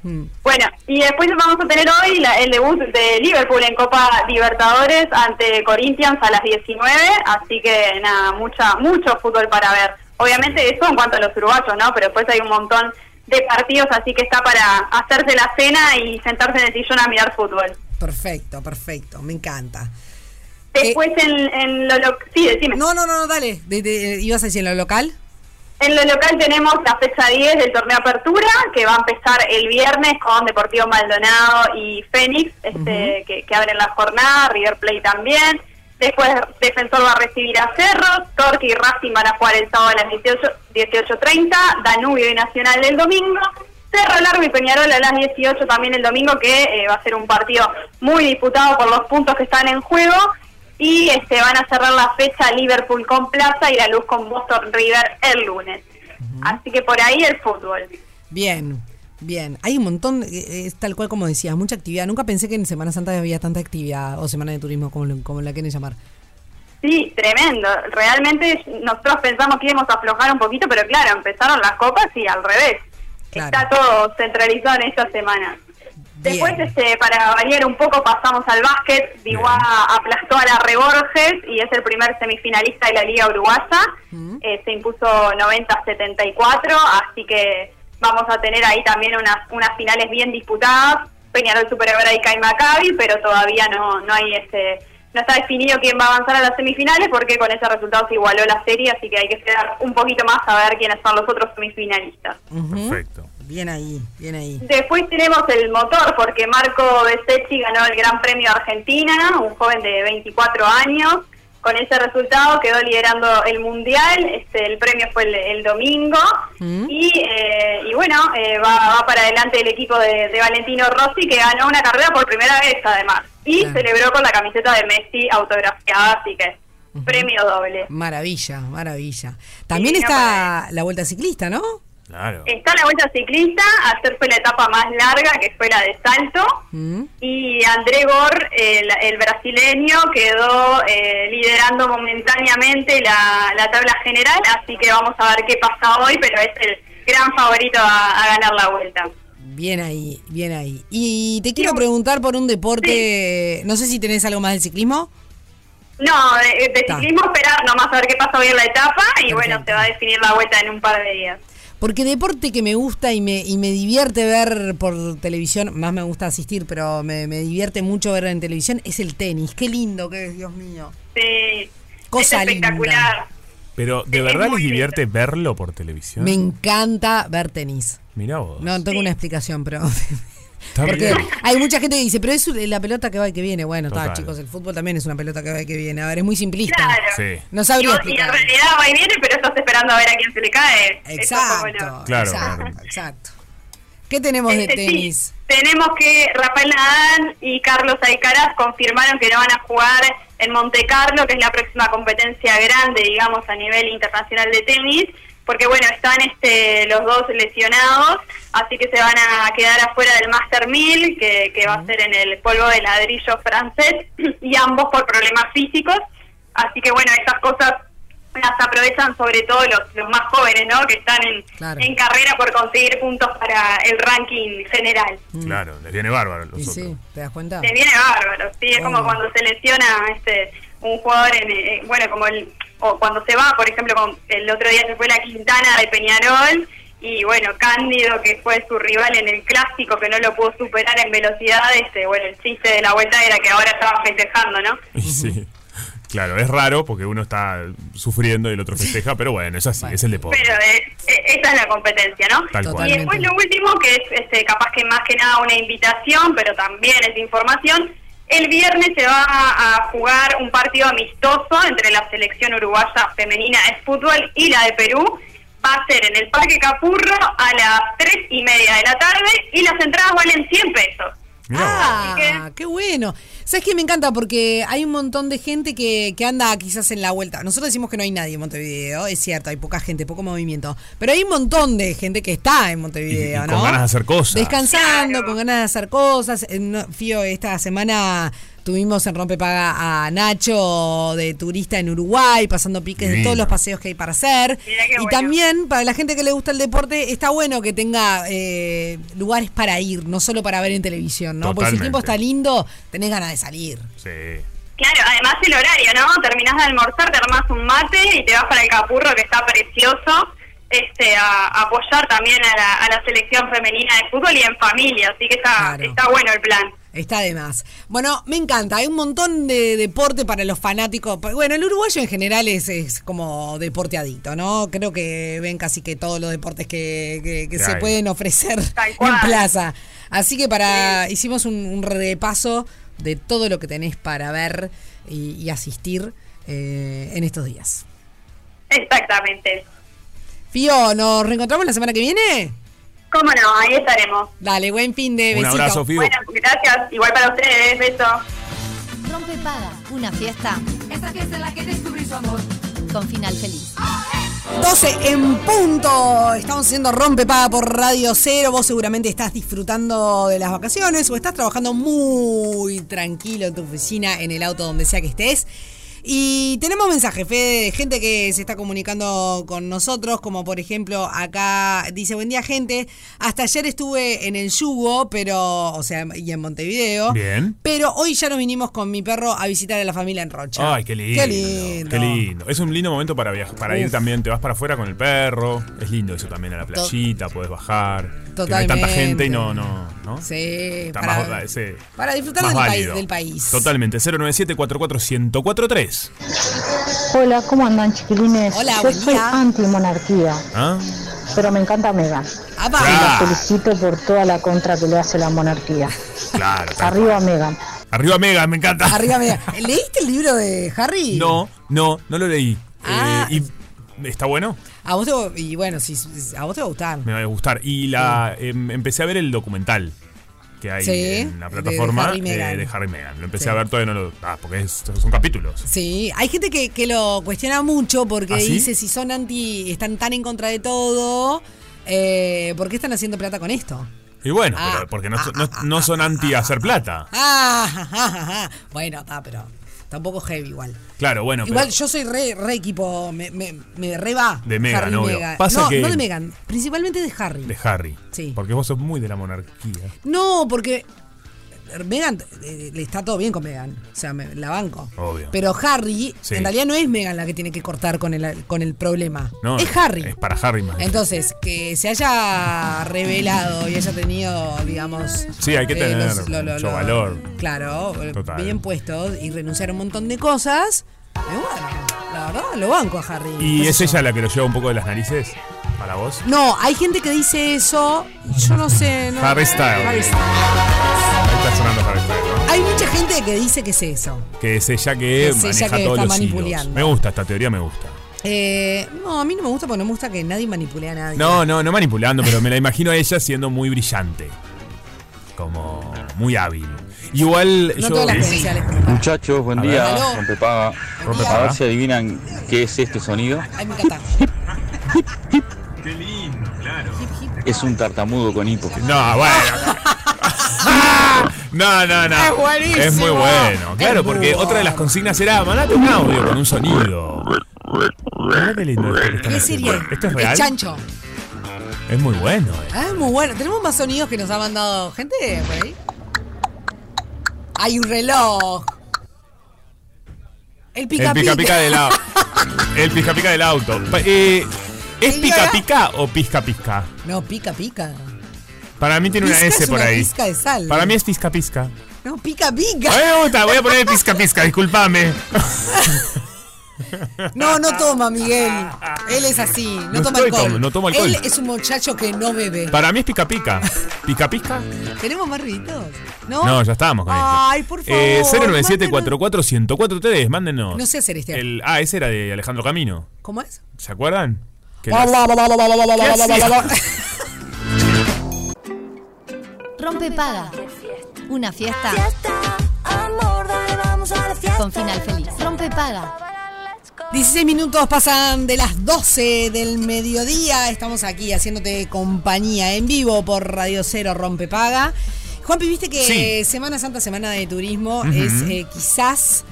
Speaker 2: Mm.
Speaker 6: Bueno, y después vamos a tener hoy la- el debut de Liverpool en Copa Libertadores ante Corinthians a las 19, así que nada, mucha, mucho fútbol para ver. Obviamente eso en cuanto a los uruguayos, ¿no? Pero después hay un montón de partidos, así que está para hacerse la cena y sentarse en el sillón a mirar fútbol.
Speaker 2: Perfecto, perfecto. Me encanta.
Speaker 6: Después en, en lo local, sí, decime.
Speaker 2: No, no, no, no, dale. De- de- eh, ¿Ibas a decir en lo local?
Speaker 6: En lo local tenemos la fecha 10 del torneo Apertura, que va a empezar el viernes con Deportivo Maldonado y Fénix, este, que, que abren la jornada, River Play también. Después Defensor va a recibir a Cerro, Torque y Racing van a jugar el sábado a las 18 18.30, Danubio y Nacional el domingo, Cerro Largo y Peñarol a las 18 también el domingo, que eh, va a ser un partido muy disputado por los puntos que están en juego. Y este, van a cerrar la fecha Liverpool con Plaza y la luz con Boston River el lunes. Así que por ahí el fútbol.
Speaker 2: Bien, bien. Hay un montón, eh, es tal cual como decías, mucha actividad. Nunca pensé que en Semana Santa había tanta actividad o Semana de Turismo, como, lo- como la quieren llamar.
Speaker 6: Sí, tremendo. Realmente nosotros pensamos que íbamos a aflojar un poquito, pero claro, empezaron las copas y al revés.
Speaker 2: Claro.
Speaker 6: Está todo centralizado en esta semana.
Speaker 2: Bien.
Speaker 6: Después, este, para variar un poco, pasamos al básquet. Diguá aplastó a la Reborges y es el primer semifinalista de la Liga Uruguaya. Eh, se impuso 90-74, así que vamos a tener ahí también unas, unas finales bien disputadas. Peñarol Super Hebraica y Maccabi, pero todavía no, no hay este, no está definido quién va a avanzar a las semifinales porque con ese resultado se igualó la serie, así que hay que esperar un poquito más a ver quiénes son los otros semifinalistas.
Speaker 2: Ujú.
Speaker 1: Perfecto.
Speaker 2: Bien ahí, bien ahí.
Speaker 6: Después tenemos el motor, porque Marco Besecchi ganó el Gran Premio Argentina, un joven de 24 años. Con ese resultado quedó liderando el Mundial, este, el premio fue el, el domingo. Y, eh, y bueno, eh, va, va para adelante el equipo de, de Valentino Rossi, que ganó una carrera por primera vez además. Y
Speaker 2: Claro.
Speaker 6: celebró con la camiseta de Messi autografiada, así que premio doble.
Speaker 2: Maravilla, maravilla. También
Speaker 6: Sí, no
Speaker 2: está la vuelta ciclista, ¿no?
Speaker 1: Claro.
Speaker 6: Está la vuelta ciclista, ayer fue la etapa más larga, que fue la de salto.
Speaker 2: Mm.
Speaker 6: Y André Gor, el, el brasileño, quedó eh, liderando momentáneamente la, la tabla general, así que vamos a ver qué pasa hoy, pero es el gran favorito a, a ganar la vuelta.
Speaker 2: Bien ahí, bien ahí. Y te quiero preguntar por un deporte, no sé si tenés algo más del ciclismo.
Speaker 6: No, de, de
Speaker 2: Ta.
Speaker 6: ciclismo esperar nomás a ver qué pasa hoy en la etapa y
Speaker 2: Perfecto.
Speaker 6: bueno, se va a definir la vuelta en un par de días.
Speaker 2: Porque deporte que me gusta y me, y me divierte ver por televisión, más me gusta asistir, pero me, me divierte mucho ver en televisión, es el tenis. Qué lindo que es, Dios mío.
Speaker 6: Sí,
Speaker 2: Cosa
Speaker 6: es espectacular.
Speaker 2: linda.
Speaker 1: Pero, ¿de
Speaker 6: Es
Speaker 1: verdad les
Speaker 6: muy
Speaker 1: divierte verlo por televisión?
Speaker 2: Me encanta ver tenis.
Speaker 1: Mirá vos.
Speaker 2: No tengo una explicación, pero...
Speaker 1: Está
Speaker 2: Porque
Speaker 1: bien.
Speaker 2: hay mucha gente que dice, pero es la pelota que va y que viene. Bueno, está,
Speaker 1: Total.
Speaker 2: chicos, el fútbol también es una pelota que va y que viene. A ver, es muy simplista.
Speaker 6: Claro.
Speaker 1: Sí.
Speaker 2: No sabría
Speaker 6: y, y en
Speaker 2: explicar.
Speaker 6: realidad va y viene, pero estás esperando a ver a quién se le cae. Eso es como
Speaker 2: Exacto.
Speaker 6: lo-
Speaker 1: Claro,
Speaker 2: exacto,
Speaker 1: claro.
Speaker 2: exacto. ¿Qué tenemos de
Speaker 6: Este, sí,
Speaker 2: tenis?
Speaker 6: tenemos que Rafael Nadal y Carlos Alcaraz confirmaron que no van a jugar en Monte Carlo, que es la próxima competencia grande, digamos, a nivel internacional de tenis, porque bueno, están este, los dos lesionados, así que se van a quedar afuera del Master 1000, que, que va a ser en el polvo de ladrillo francés, *clears throat* y ambos por problemas físicos. Así que bueno, estas cosas las aprovechan sobre todo los, los más jóvenes, ¿no? Que están en,
Speaker 2: Claro.
Speaker 6: en carrera por conseguir puntos para el ranking general.
Speaker 1: Claro, les viene bárbaro a los
Speaker 2: Mm. Y
Speaker 1: otros.
Speaker 2: sí, ¿te das cuenta?
Speaker 6: Se viene bárbaro, sí, es como
Speaker 2: Bueno.
Speaker 6: cuando se lesiona este un jugador, en, eh, bueno, como el, o cuando se va, por ejemplo, con- el otro día se fue la Quintana de Peñarol y bueno, Cándido, que fue su rival en el clásico, que no lo pudo superar en velocidad, este, bueno, el chiste de la vuelta era que ahora estaba festejando, ¿no?
Speaker 1: *laughs* Y sí. Claro, es raro porque uno está sufriendo y el otro festeja, pero bueno, es así, es el deporte.
Speaker 6: Pero eh, eh, esa es la competencia, ¿no?
Speaker 1: Tal cual.
Speaker 6: Y después lo último, que es este, capaz que más que nada una invitación, pero también es información. El viernes se va a jugar un partido amistoso entre la selección uruguaya femenina de fútbol y la de Perú. Va a ser en el Parque Capurro a las tres y media de la tarde y las entradas valen 100 pesos.
Speaker 1: Mirá vos.
Speaker 2: Ah,
Speaker 6: Así
Speaker 2: qué bueno. ¿Sabes qué? Me encanta porque hay un montón de gente que, que anda quizás en la vuelta. Nosotros decimos que no hay nadie en Montevideo, es cierto, hay poca gente, poco movimiento. Pero hay un montón de gente que está en Montevideo,
Speaker 1: Y- y
Speaker 2: ¿no?
Speaker 1: con ganas de hacer cosas.
Speaker 2: Descansando,
Speaker 6: Claro.
Speaker 2: con ganas de hacer cosas. Eh, no, Fío, esta semana tuvimos en Rompepaga a Nacho de turista en Uruguay, pasando piques de
Speaker 1: Divino.
Speaker 2: todos los paseos que hay para hacer.
Speaker 6: Mirá qué
Speaker 2: Y
Speaker 6: bueno.
Speaker 2: también, para la gente que le gusta el deporte, está bueno que tenga eh, lugares para ir, no solo para ver en televisión, ¿no? Porque si el tiempo
Speaker 1: Totalmente.
Speaker 2: está lindo, tenés ganas de salir.
Speaker 1: Sí.
Speaker 6: Claro, además el horario, ¿no? Terminás de almorzar, te armás un mate y te vas para el Capurro, que está precioso, este, a, a apoyar también a la, a la selección femenina de fútbol y en familia, así que está,
Speaker 2: Claro.
Speaker 6: está bueno el plan.
Speaker 2: Está de más. Bueno, me encanta. Hay un montón de deporte para los fanáticos. Pa- Bueno, el uruguayo en general es, es como deporte adicto, ¿no? Creo que ven casi que todos los deportes que, que- que
Speaker 1: Que
Speaker 2: se
Speaker 1: hay.
Speaker 2: pueden ofrecer
Speaker 6: Tal
Speaker 2: *laughs*
Speaker 6: cual.
Speaker 2: en plaza. Así que para hicimos un, un repaso de todo lo que tenés para ver y, y asistir eh, en estos días.
Speaker 6: Exactamente.
Speaker 2: Fío, ¿nos reencontramos la semana que viene?
Speaker 6: ¿Cómo no? Ahí estaremos.
Speaker 2: Dale, buen fin de
Speaker 1: Un
Speaker 2: besito.
Speaker 1: abrazo, Figo.
Speaker 6: Bueno, gracias. Igual para ustedes. Besos.
Speaker 4: Rompe Paga, una fiesta
Speaker 7: Esta fiesta en la que descubrí su amor.
Speaker 4: con final feliz.
Speaker 2: 12 en punto. Estamos haciendo Rompe Paga por Radio Cero. Vos seguramente estás disfrutando de las vacaciones o estás trabajando muy tranquilo en tu oficina, en el auto, donde sea que estés. Y tenemos mensajes, Fede, de gente que se está comunicando con nosotros, como por ejemplo acá dice, buen día gente, hasta ayer estuve en el yugo, pero, o sea, y en Montevideo.
Speaker 1: Bien.
Speaker 2: Pero hoy ya nos vinimos con mi perro a visitar a la familia en Rocha.
Speaker 1: Ay, qué lindo.
Speaker 2: Qué lindo.
Speaker 1: qué lindo. Es un lindo momento para viajar, para ir
Speaker 2: Uf.
Speaker 1: también. Te vas para afuera con el perro. Es lindo eso también a la playita, podés bajar. Que no hay
Speaker 2: Totalmente.
Speaker 1: tanta gente y no, no, ¿no?
Speaker 2: Sí,
Speaker 1: Está
Speaker 2: para-
Speaker 1: más- sí.
Speaker 2: para disfrutar
Speaker 1: Más
Speaker 2: del país-
Speaker 1: válido.
Speaker 2: del país.
Speaker 1: Totalmente. 097 1043
Speaker 8: Hola, ¿cómo andan chiquilines?
Speaker 2: Hola,
Speaker 8: Yo
Speaker 2: buen
Speaker 8: soy
Speaker 2: día.
Speaker 8: anti-monarquía,
Speaker 1: ¿Ah?
Speaker 8: pero me encanta Megan.
Speaker 2: Apa.
Speaker 1: Ah.
Speaker 8: Felicito por toda la contra que le hace la monarquía.
Speaker 1: Claro. tal
Speaker 8: Arriba
Speaker 1: cual.
Speaker 8: Megan.
Speaker 1: Arriba Mega, me encanta.
Speaker 2: Arriba, mira. *laughs* ¿Leíste el libro de Harry?
Speaker 1: *laughs* No, no, no lo leí.
Speaker 2: Ah.
Speaker 1: Eh, y está bueno,
Speaker 2: A vos te va- y bueno, si, si- a vos te va a gustar.
Speaker 1: me va a gustar. Y la em, empecé a ver el documental que hay
Speaker 2: Sí,
Speaker 1: en la
Speaker 2: de
Speaker 1: plataforma
Speaker 2: Harry y
Speaker 1: eh,
Speaker 2: Meghan.
Speaker 1: de Harry Megan. Lo empecé
Speaker 2: Sí.
Speaker 1: a ver todavía no lo. Ah, porque es- son capítulos.
Speaker 2: Sí, hay gente que, que lo cuestiona mucho porque
Speaker 1: ¿Ah, sí?
Speaker 2: dice si son anti, están tan en contra de todo, eh, ¿por qué están haciendo plata con esto?
Speaker 1: Y bueno,
Speaker 2: Ah,
Speaker 1: pero porque no,
Speaker 2: ah,
Speaker 1: so- no-
Speaker 2: ah,
Speaker 1: no
Speaker 2: ah,
Speaker 1: son anti hacer plata.
Speaker 2: Ah, ja, ja, ja, ja. bueno, está, pero Tampoco heavy igual.
Speaker 1: Claro, bueno,
Speaker 2: igual
Speaker 1: pero-
Speaker 2: yo soy re, re equipo, me, me, me re va.
Speaker 1: De Meghan,
Speaker 2: Harry y
Speaker 1: obvio.
Speaker 2: Meghan.
Speaker 1: Pasa
Speaker 2: no,
Speaker 1: que-
Speaker 2: no de Megan, principalmente de Harry.
Speaker 1: de Harry.
Speaker 2: Sí.
Speaker 1: Porque vos sos muy de la monarquía.
Speaker 2: No, porque eh, Megan le está todo bien con Megan, o sea, me- la banco.
Speaker 1: Obvio.
Speaker 2: Pero Harry,
Speaker 1: Sí.
Speaker 2: en realidad no es Megan la que tiene que cortar con el con el problema.
Speaker 1: No,
Speaker 2: es Harry.
Speaker 1: Es para Harry más.
Speaker 2: Entonces, que se haya revelado y haya tenido, digamos. eh,
Speaker 1: Sí, hay que tener mucho valor.
Speaker 2: Claro, eh,
Speaker 1: Total.
Speaker 2: bien puestos y renunciar a un montón de cosas. Y bueno, la verdad, lo banco a Harry.
Speaker 1: ¿Y
Speaker 2: qué
Speaker 1: es
Speaker 2: sé yo.
Speaker 1: ella la que lo lleva un poco de las narices? ¿Para vos?
Speaker 2: No, hay gente que dice eso. Yo no sé. No,
Speaker 1: Harry Styles.
Speaker 2: Harry Styles.
Speaker 1: Ahí está sonando Harry Styles,
Speaker 2: Hay mucha gente que dice que es eso.
Speaker 1: ¿no? Que es ella que
Speaker 2: Es ella
Speaker 1: maneja
Speaker 2: que
Speaker 1: todos
Speaker 2: está
Speaker 1: los hilos.
Speaker 2: manipulando.
Speaker 1: Me gusta, esta teoría me gusta.
Speaker 2: Eh, no, a mí no me gusta porque no me gusta que nadie manipule a nadie.
Speaker 1: No, no, no manipulando, pero me la imagino a ella siendo muy brillante. Como muy hábil. Igual
Speaker 2: No
Speaker 1: yo.
Speaker 2: todas las credenciales. como para-
Speaker 9: Muchachos, buen
Speaker 1: A
Speaker 9: día.
Speaker 2: ver. Aló.
Speaker 9: Rompepaga.
Speaker 2: Rompe
Speaker 9: A
Speaker 1: paga.
Speaker 9: ver si adivinan qué es este sonido.
Speaker 2: Ay, me
Speaker 1: *laughs*
Speaker 2: encanta.
Speaker 9: Es un tartamudo con hipo.
Speaker 1: No, bueno. *laughs* No, no, no.
Speaker 2: Es buenísimo.
Speaker 1: Es muy bueno. Claro,
Speaker 2: Es muy
Speaker 1: porque otra de las
Speaker 2: bueno.
Speaker 1: consignas era mandate un audio con un sonido. Mirá qué lindo esto que están
Speaker 2: ¿Qué
Speaker 1: haciendo.
Speaker 2: sería?
Speaker 1: ¿Esto es
Speaker 2: El
Speaker 1: real?
Speaker 2: chancho.
Speaker 1: Es muy bueno. eh.
Speaker 2: Ah, es muy bueno. Tenemos más sonidos que nos ha mandado gente, güey. Hay un reloj. El pica
Speaker 1: El pica pica del auto. El pica pica del auto. Pa- eh, ¿Es
Speaker 2: Señora.
Speaker 1: pica pica o pisca pisca?
Speaker 2: No, pica pica.
Speaker 1: Para mí tiene una
Speaker 2: Pisca
Speaker 1: S
Speaker 2: es
Speaker 1: por
Speaker 2: una
Speaker 1: ahí.
Speaker 2: pizca de sal.
Speaker 1: Para mí es pisca pisca.
Speaker 2: No, pica
Speaker 1: A mí
Speaker 2: pica.
Speaker 1: me gusta, voy a poner pisca pisca, disculpame.
Speaker 2: No, no toma, Miguel. Él es así. No,
Speaker 1: No
Speaker 2: toma
Speaker 1: estoy
Speaker 2: alcohol.
Speaker 1: tom- no tomo alcohol.
Speaker 2: Él es un muchacho que no bebe.
Speaker 1: Para mí es pica pica. ¿Pica pica?
Speaker 2: ¿Tenemos más ruiditos? No.
Speaker 1: No, ya estábamos con
Speaker 2: Ay,
Speaker 1: esto.
Speaker 2: por favor.
Speaker 1: Eh, 097
Speaker 2: mándenos.
Speaker 1: 44 1043 mándenos.
Speaker 2: No sé hacer este.
Speaker 1: El, ah, ese era de Alejandro Camino.
Speaker 2: ¿Cómo es?
Speaker 1: ¿Se acuerdan? Que
Speaker 2: Bla,
Speaker 1: las-
Speaker 2: bla, bla, bla, bla, bla, bla,
Speaker 1: ¿Qué
Speaker 2: bla, bla, bla, bla.
Speaker 4: Rompe paga. Una fiesta. Con final feliz. Rompe paga.
Speaker 2: 16 minutos pasan de las 12 del mediodía. Estamos aquí haciéndote compañía en vivo por Radio Cero Rompe Paga. Juanpi, viste que
Speaker 1: Sí.
Speaker 2: Semana Santa, Semana de Turismo, es eh, quizás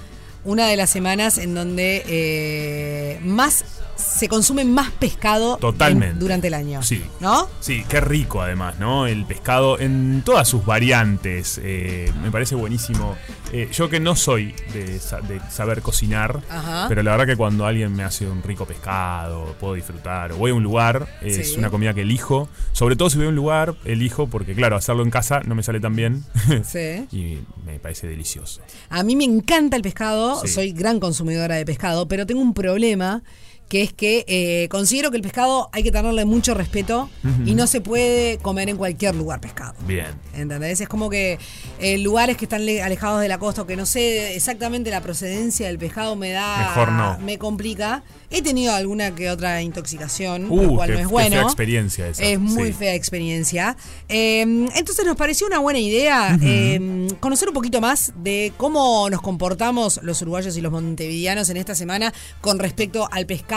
Speaker 2: una de las semanas en donde eh, más se consume más pescado en-
Speaker 1: Totalmente.
Speaker 2: durante el año.
Speaker 1: Sí.
Speaker 2: ¿No?
Speaker 1: Sí, qué rico además, ¿no? El pescado en todas sus variantes. eh, me parece buenísimo. Eh, yo que no soy de, sa- de saber cocinar,
Speaker 2: Ajá.
Speaker 1: pero la verdad que cuando alguien me hace un rico pescado, puedo disfrutar, o voy a un lugar, es
Speaker 2: Sí.
Speaker 1: una comida que elijo. Sobre todo si voy a un lugar, elijo porque claro, hacerlo en casa no me sale tan bien. *laughs*
Speaker 2: Sí.
Speaker 1: y me parece delicioso.
Speaker 2: A mí me encanta el pescado,
Speaker 1: Sí.
Speaker 2: soy gran consumidora de pescado, pero tengo un problema que es que eh, considero que el pescado hay que tenerle mucho respeto y no se puede comer en cualquier lugar pescado.
Speaker 1: Bien.
Speaker 2: ¿Entendés? Es como que eh, lugares que están le- alejados de la costa o que no sé exactamente la procedencia del pescado me da.
Speaker 1: Mejor no.
Speaker 2: Me complica. He tenido alguna que otra intoxicación, lo
Speaker 1: Uh,
Speaker 2: cual
Speaker 1: qué-
Speaker 2: no es
Speaker 1: qué
Speaker 2: bueno.
Speaker 1: fea experiencia esa,
Speaker 2: Es muy
Speaker 1: sí.
Speaker 2: fea experiencia. Eh, entonces nos pareció una buena idea eh, conocer un poquito más de cómo nos comportamos los uruguayos y los montevideanos en esta semana con respecto al pescado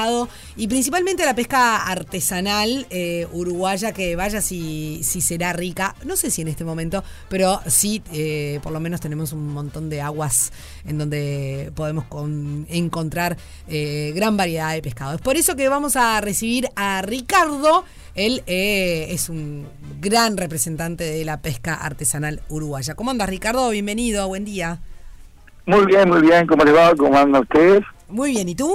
Speaker 2: y principalmente a la pesca artesanal eh, uruguaya que vaya si, si será rica. No sé si en este momento, pero sí, eh, por lo menos tenemos un montón de aguas en donde podemos con- encontrar eh, gran variedad de pescado. Es por eso que vamos a recibir a Ricardo. Él eh, es un gran representante de la pesca artesanal uruguaya. ¿Cómo andas, Ricardo? Bienvenido, buen día.
Speaker 10: Muy bien, muy bien. ¿Cómo les va? ¿Cómo andan ustedes?
Speaker 2: Muy bien, ¿y tú?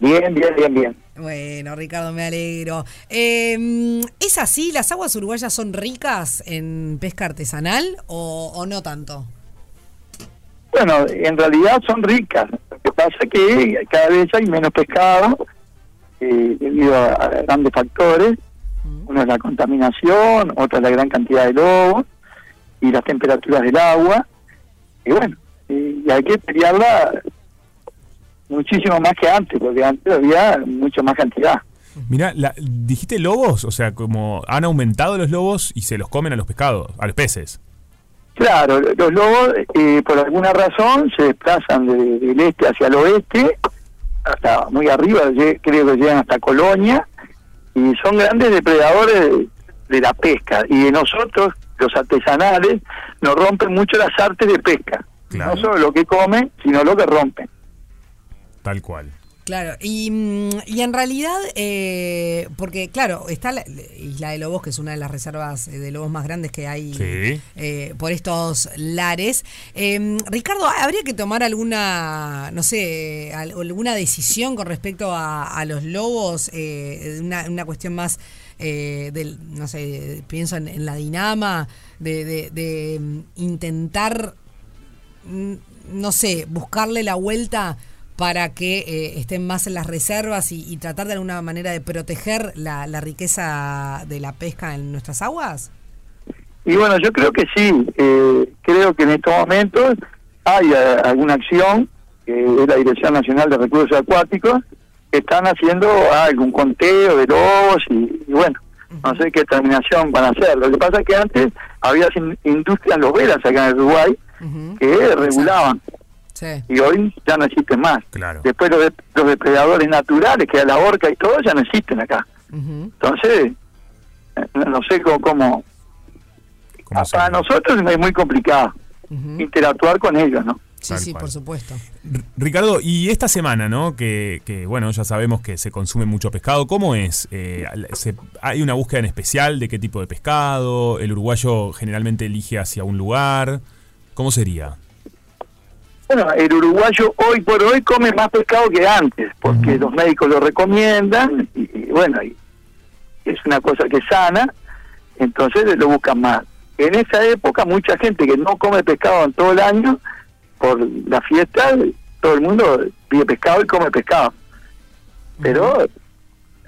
Speaker 10: Bien, bien, bien, bien.
Speaker 2: Bueno, Ricardo, me alegro. Eh, ¿Es así? ¿Las aguas uruguayas son ricas en pesca artesanal o, o no tanto?
Speaker 10: Bueno, en realidad son ricas. Lo que pasa es que cada vez hay menos pescado eh, debido a, a grandes factores. Uno es la contaminación, otra es la gran cantidad de lobos y las temperaturas del agua. Y bueno, eh, y hay que pelearla muchísimo más que antes, porque antes había mucha más cantidad.
Speaker 1: Mira, dijiste lobos, o sea, como han aumentado los lobos y se los comen a los pescados, a los peces.
Speaker 10: Claro, los lobos eh, por alguna razón se desplazan de- del este hacia el oeste, hasta muy arriba, lle- creo que llegan hasta Colonia, y son grandes depredadores de, de la pesca. Y de nosotros, los artesanales, nos rompen mucho las artes de pesca.
Speaker 1: Claro.
Speaker 6: No solo lo que comen, sino lo que rompen.
Speaker 1: Tal cual.
Speaker 2: Claro, y, mm, y en realidad, eh, porque claro, está la la Isla de Lobos, que es una de las reservas eh, de lobos más grandes que hay
Speaker 1: Sí.
Speaker 2: eh, por estos lares. Eh, Ricardo, ¿habría que tomar alguna, no sé, al- alguna decisión con respecto a, a los lobos? Eh, una, una cuestión más eh, del, no sé, pienso en, en la dinama, de, de- de, mm, intentar, mm, no sé, buscarle la vuelta para que eh, estén más en las reservas y, y tratar de alguna manera de proteger la, la riqueza de la pesca en nuestras aguas?
Speaker 6: Y bueno, yo creo que sí, eh, creo que en estos momentos hay eh, alguna acción, que es la Dirección Nacional de Recursos Acuáticos, que están haciendo algún conteo de lobos y, y bueno, no sé qué terminación van a hacer. Lo que pasa es que antes había sin- industrias loberas acá en Uruguay que regulaban
Speaker 2: Sí.
Speaker 6: y hoy ya no existen más.
Speaker 1: Claro.
Speaker 6: Después los, de- los depredadores naturales, que era la orca y todo, ya no existen acá. Entonces, eh, no- no sé cómo- cómo, Ah, para nosotros es muy complicado interactuar con ellos, ¿no?
Speaker 2: Sí,
Speaker 1: Tal
Speaker 2: sí,
Speaker 1: cual.
Speaker 2: por supuesto.
Speaker 1: Ricardo, y esta semana, ¿no? Que, que, bueno, ya sabemos que se consume mucho pescado. ¿Cómo es? Eh, al- se- ¿Hay una búsqueda en especial de qué tipo de pescado? ¿El uruguayo generalmente elige hacia un lugar? ¿Cómo sería?
Speaker 6: Bueno, el uruguayo hoy por hoy come más pescado que antes, porque los médicos lo recomiendan, y, y bueno, y es una cosa que sana, entonces lo buscan más. En esa época mucha gente que no come pescado en todo el año, por la fiesta, todo el mundo pide pescado y come pescado. Pero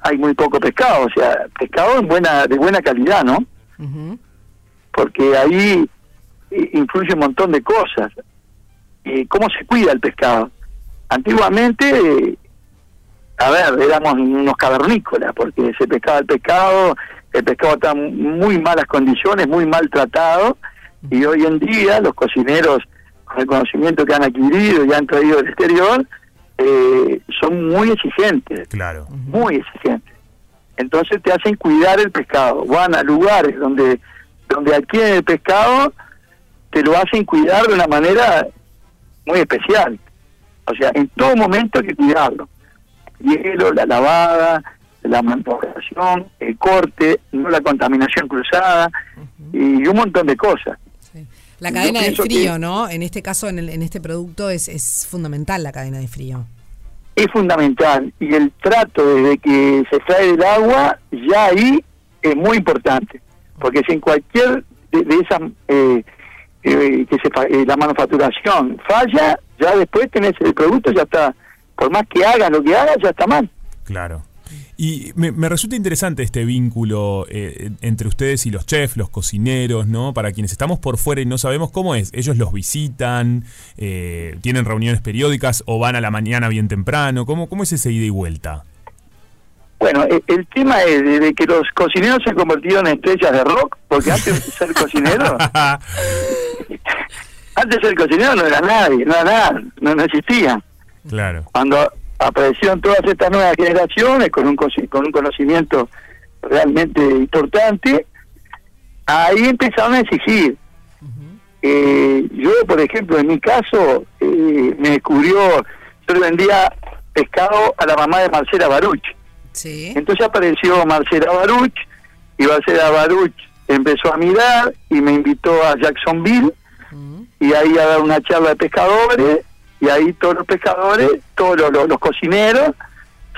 Speaker 6: hay muy poco pescado, o sea, pescado en buena, de buena calidad, ¿no? Porque ahí i- influye un montón de cosas. eh, cómo se cuida el pescado. Antiguamente, eh, a ver, éramos unos cavernícolas, porque se pescaba el pescado, el pescado está en muy malas condiciones, muy maltratado, y hoy en día los cocineros, con el conocimiento que han adquirido y han traído del exterior, eh, son muy exigentes,
Speaker 1: Claro.
Speaker 6: muy exigentes. Entonces te hacen cuidar el pescado, van a lugares donde, donde adquieren el pescado, te lo hacen cuidar de una manera muy especial. O sea, en todo momento hay que cuidarlo. Hielo, la lavada, la manipulación, el corte, no la contaminación cruzada y un montón de cosas.
Speaker 2: La
Speaker 6: Yo
Speaker 2: cadena de
Speaker 6: pienso que-
Speaker 2: frío, ¿no? En este caso, en, el- en este producto, es, es fundamental la cadena de frío.
Speaker 6: Es fundamental y el trato desde que se sale del agua ya ahí es muy importante. Porque si en cualquier de, de esas eh, eh, que se fa- eh, la manufacturación falla, ya después tenés el producto, ya está. Por más que hagan lo que hagan, ya está mal.
Speaker 1: Claro. Y me, me resulta interesante este vínculo eh, entre ustedes y los chefs, los cocineros, ¿no? Para quienes estamos por fuera y no sabemos cómo es. Ellos los visitan, eh, tienen reuniones periódicas o van a la mañana bien temprano. ¿Cómo, cómo es ese ida y *laughs* vuelta?
Speaker 6: Bueno, e- el tema es desde que los cocineros se convirtieron en estrellas de rock, porque antes de ser cocinero, antes de ser cocinero no era nadie, no era nada, no, no existía.
Speaker 1: Claro.
Speaker 6: Cuando aparecieron todas estas nuevas generaciones con un, cosi- con un conocimiento realmente importante, ahí empezaron a exigir. Eh, yo, por ejemplo, en mi caso, eh, me descubrió, yo le vendía pescado a la mamá de Marcela Baruch.
Speaker 2: Sí.
Speaker 6: Entonces apareció Marcela Baruch y Marcela Baruch empezó a mirar y me invitó a Jacksonville y ahí a dar una charla de pescadores y ahí todos los pescadores, todos los, los- los cocineros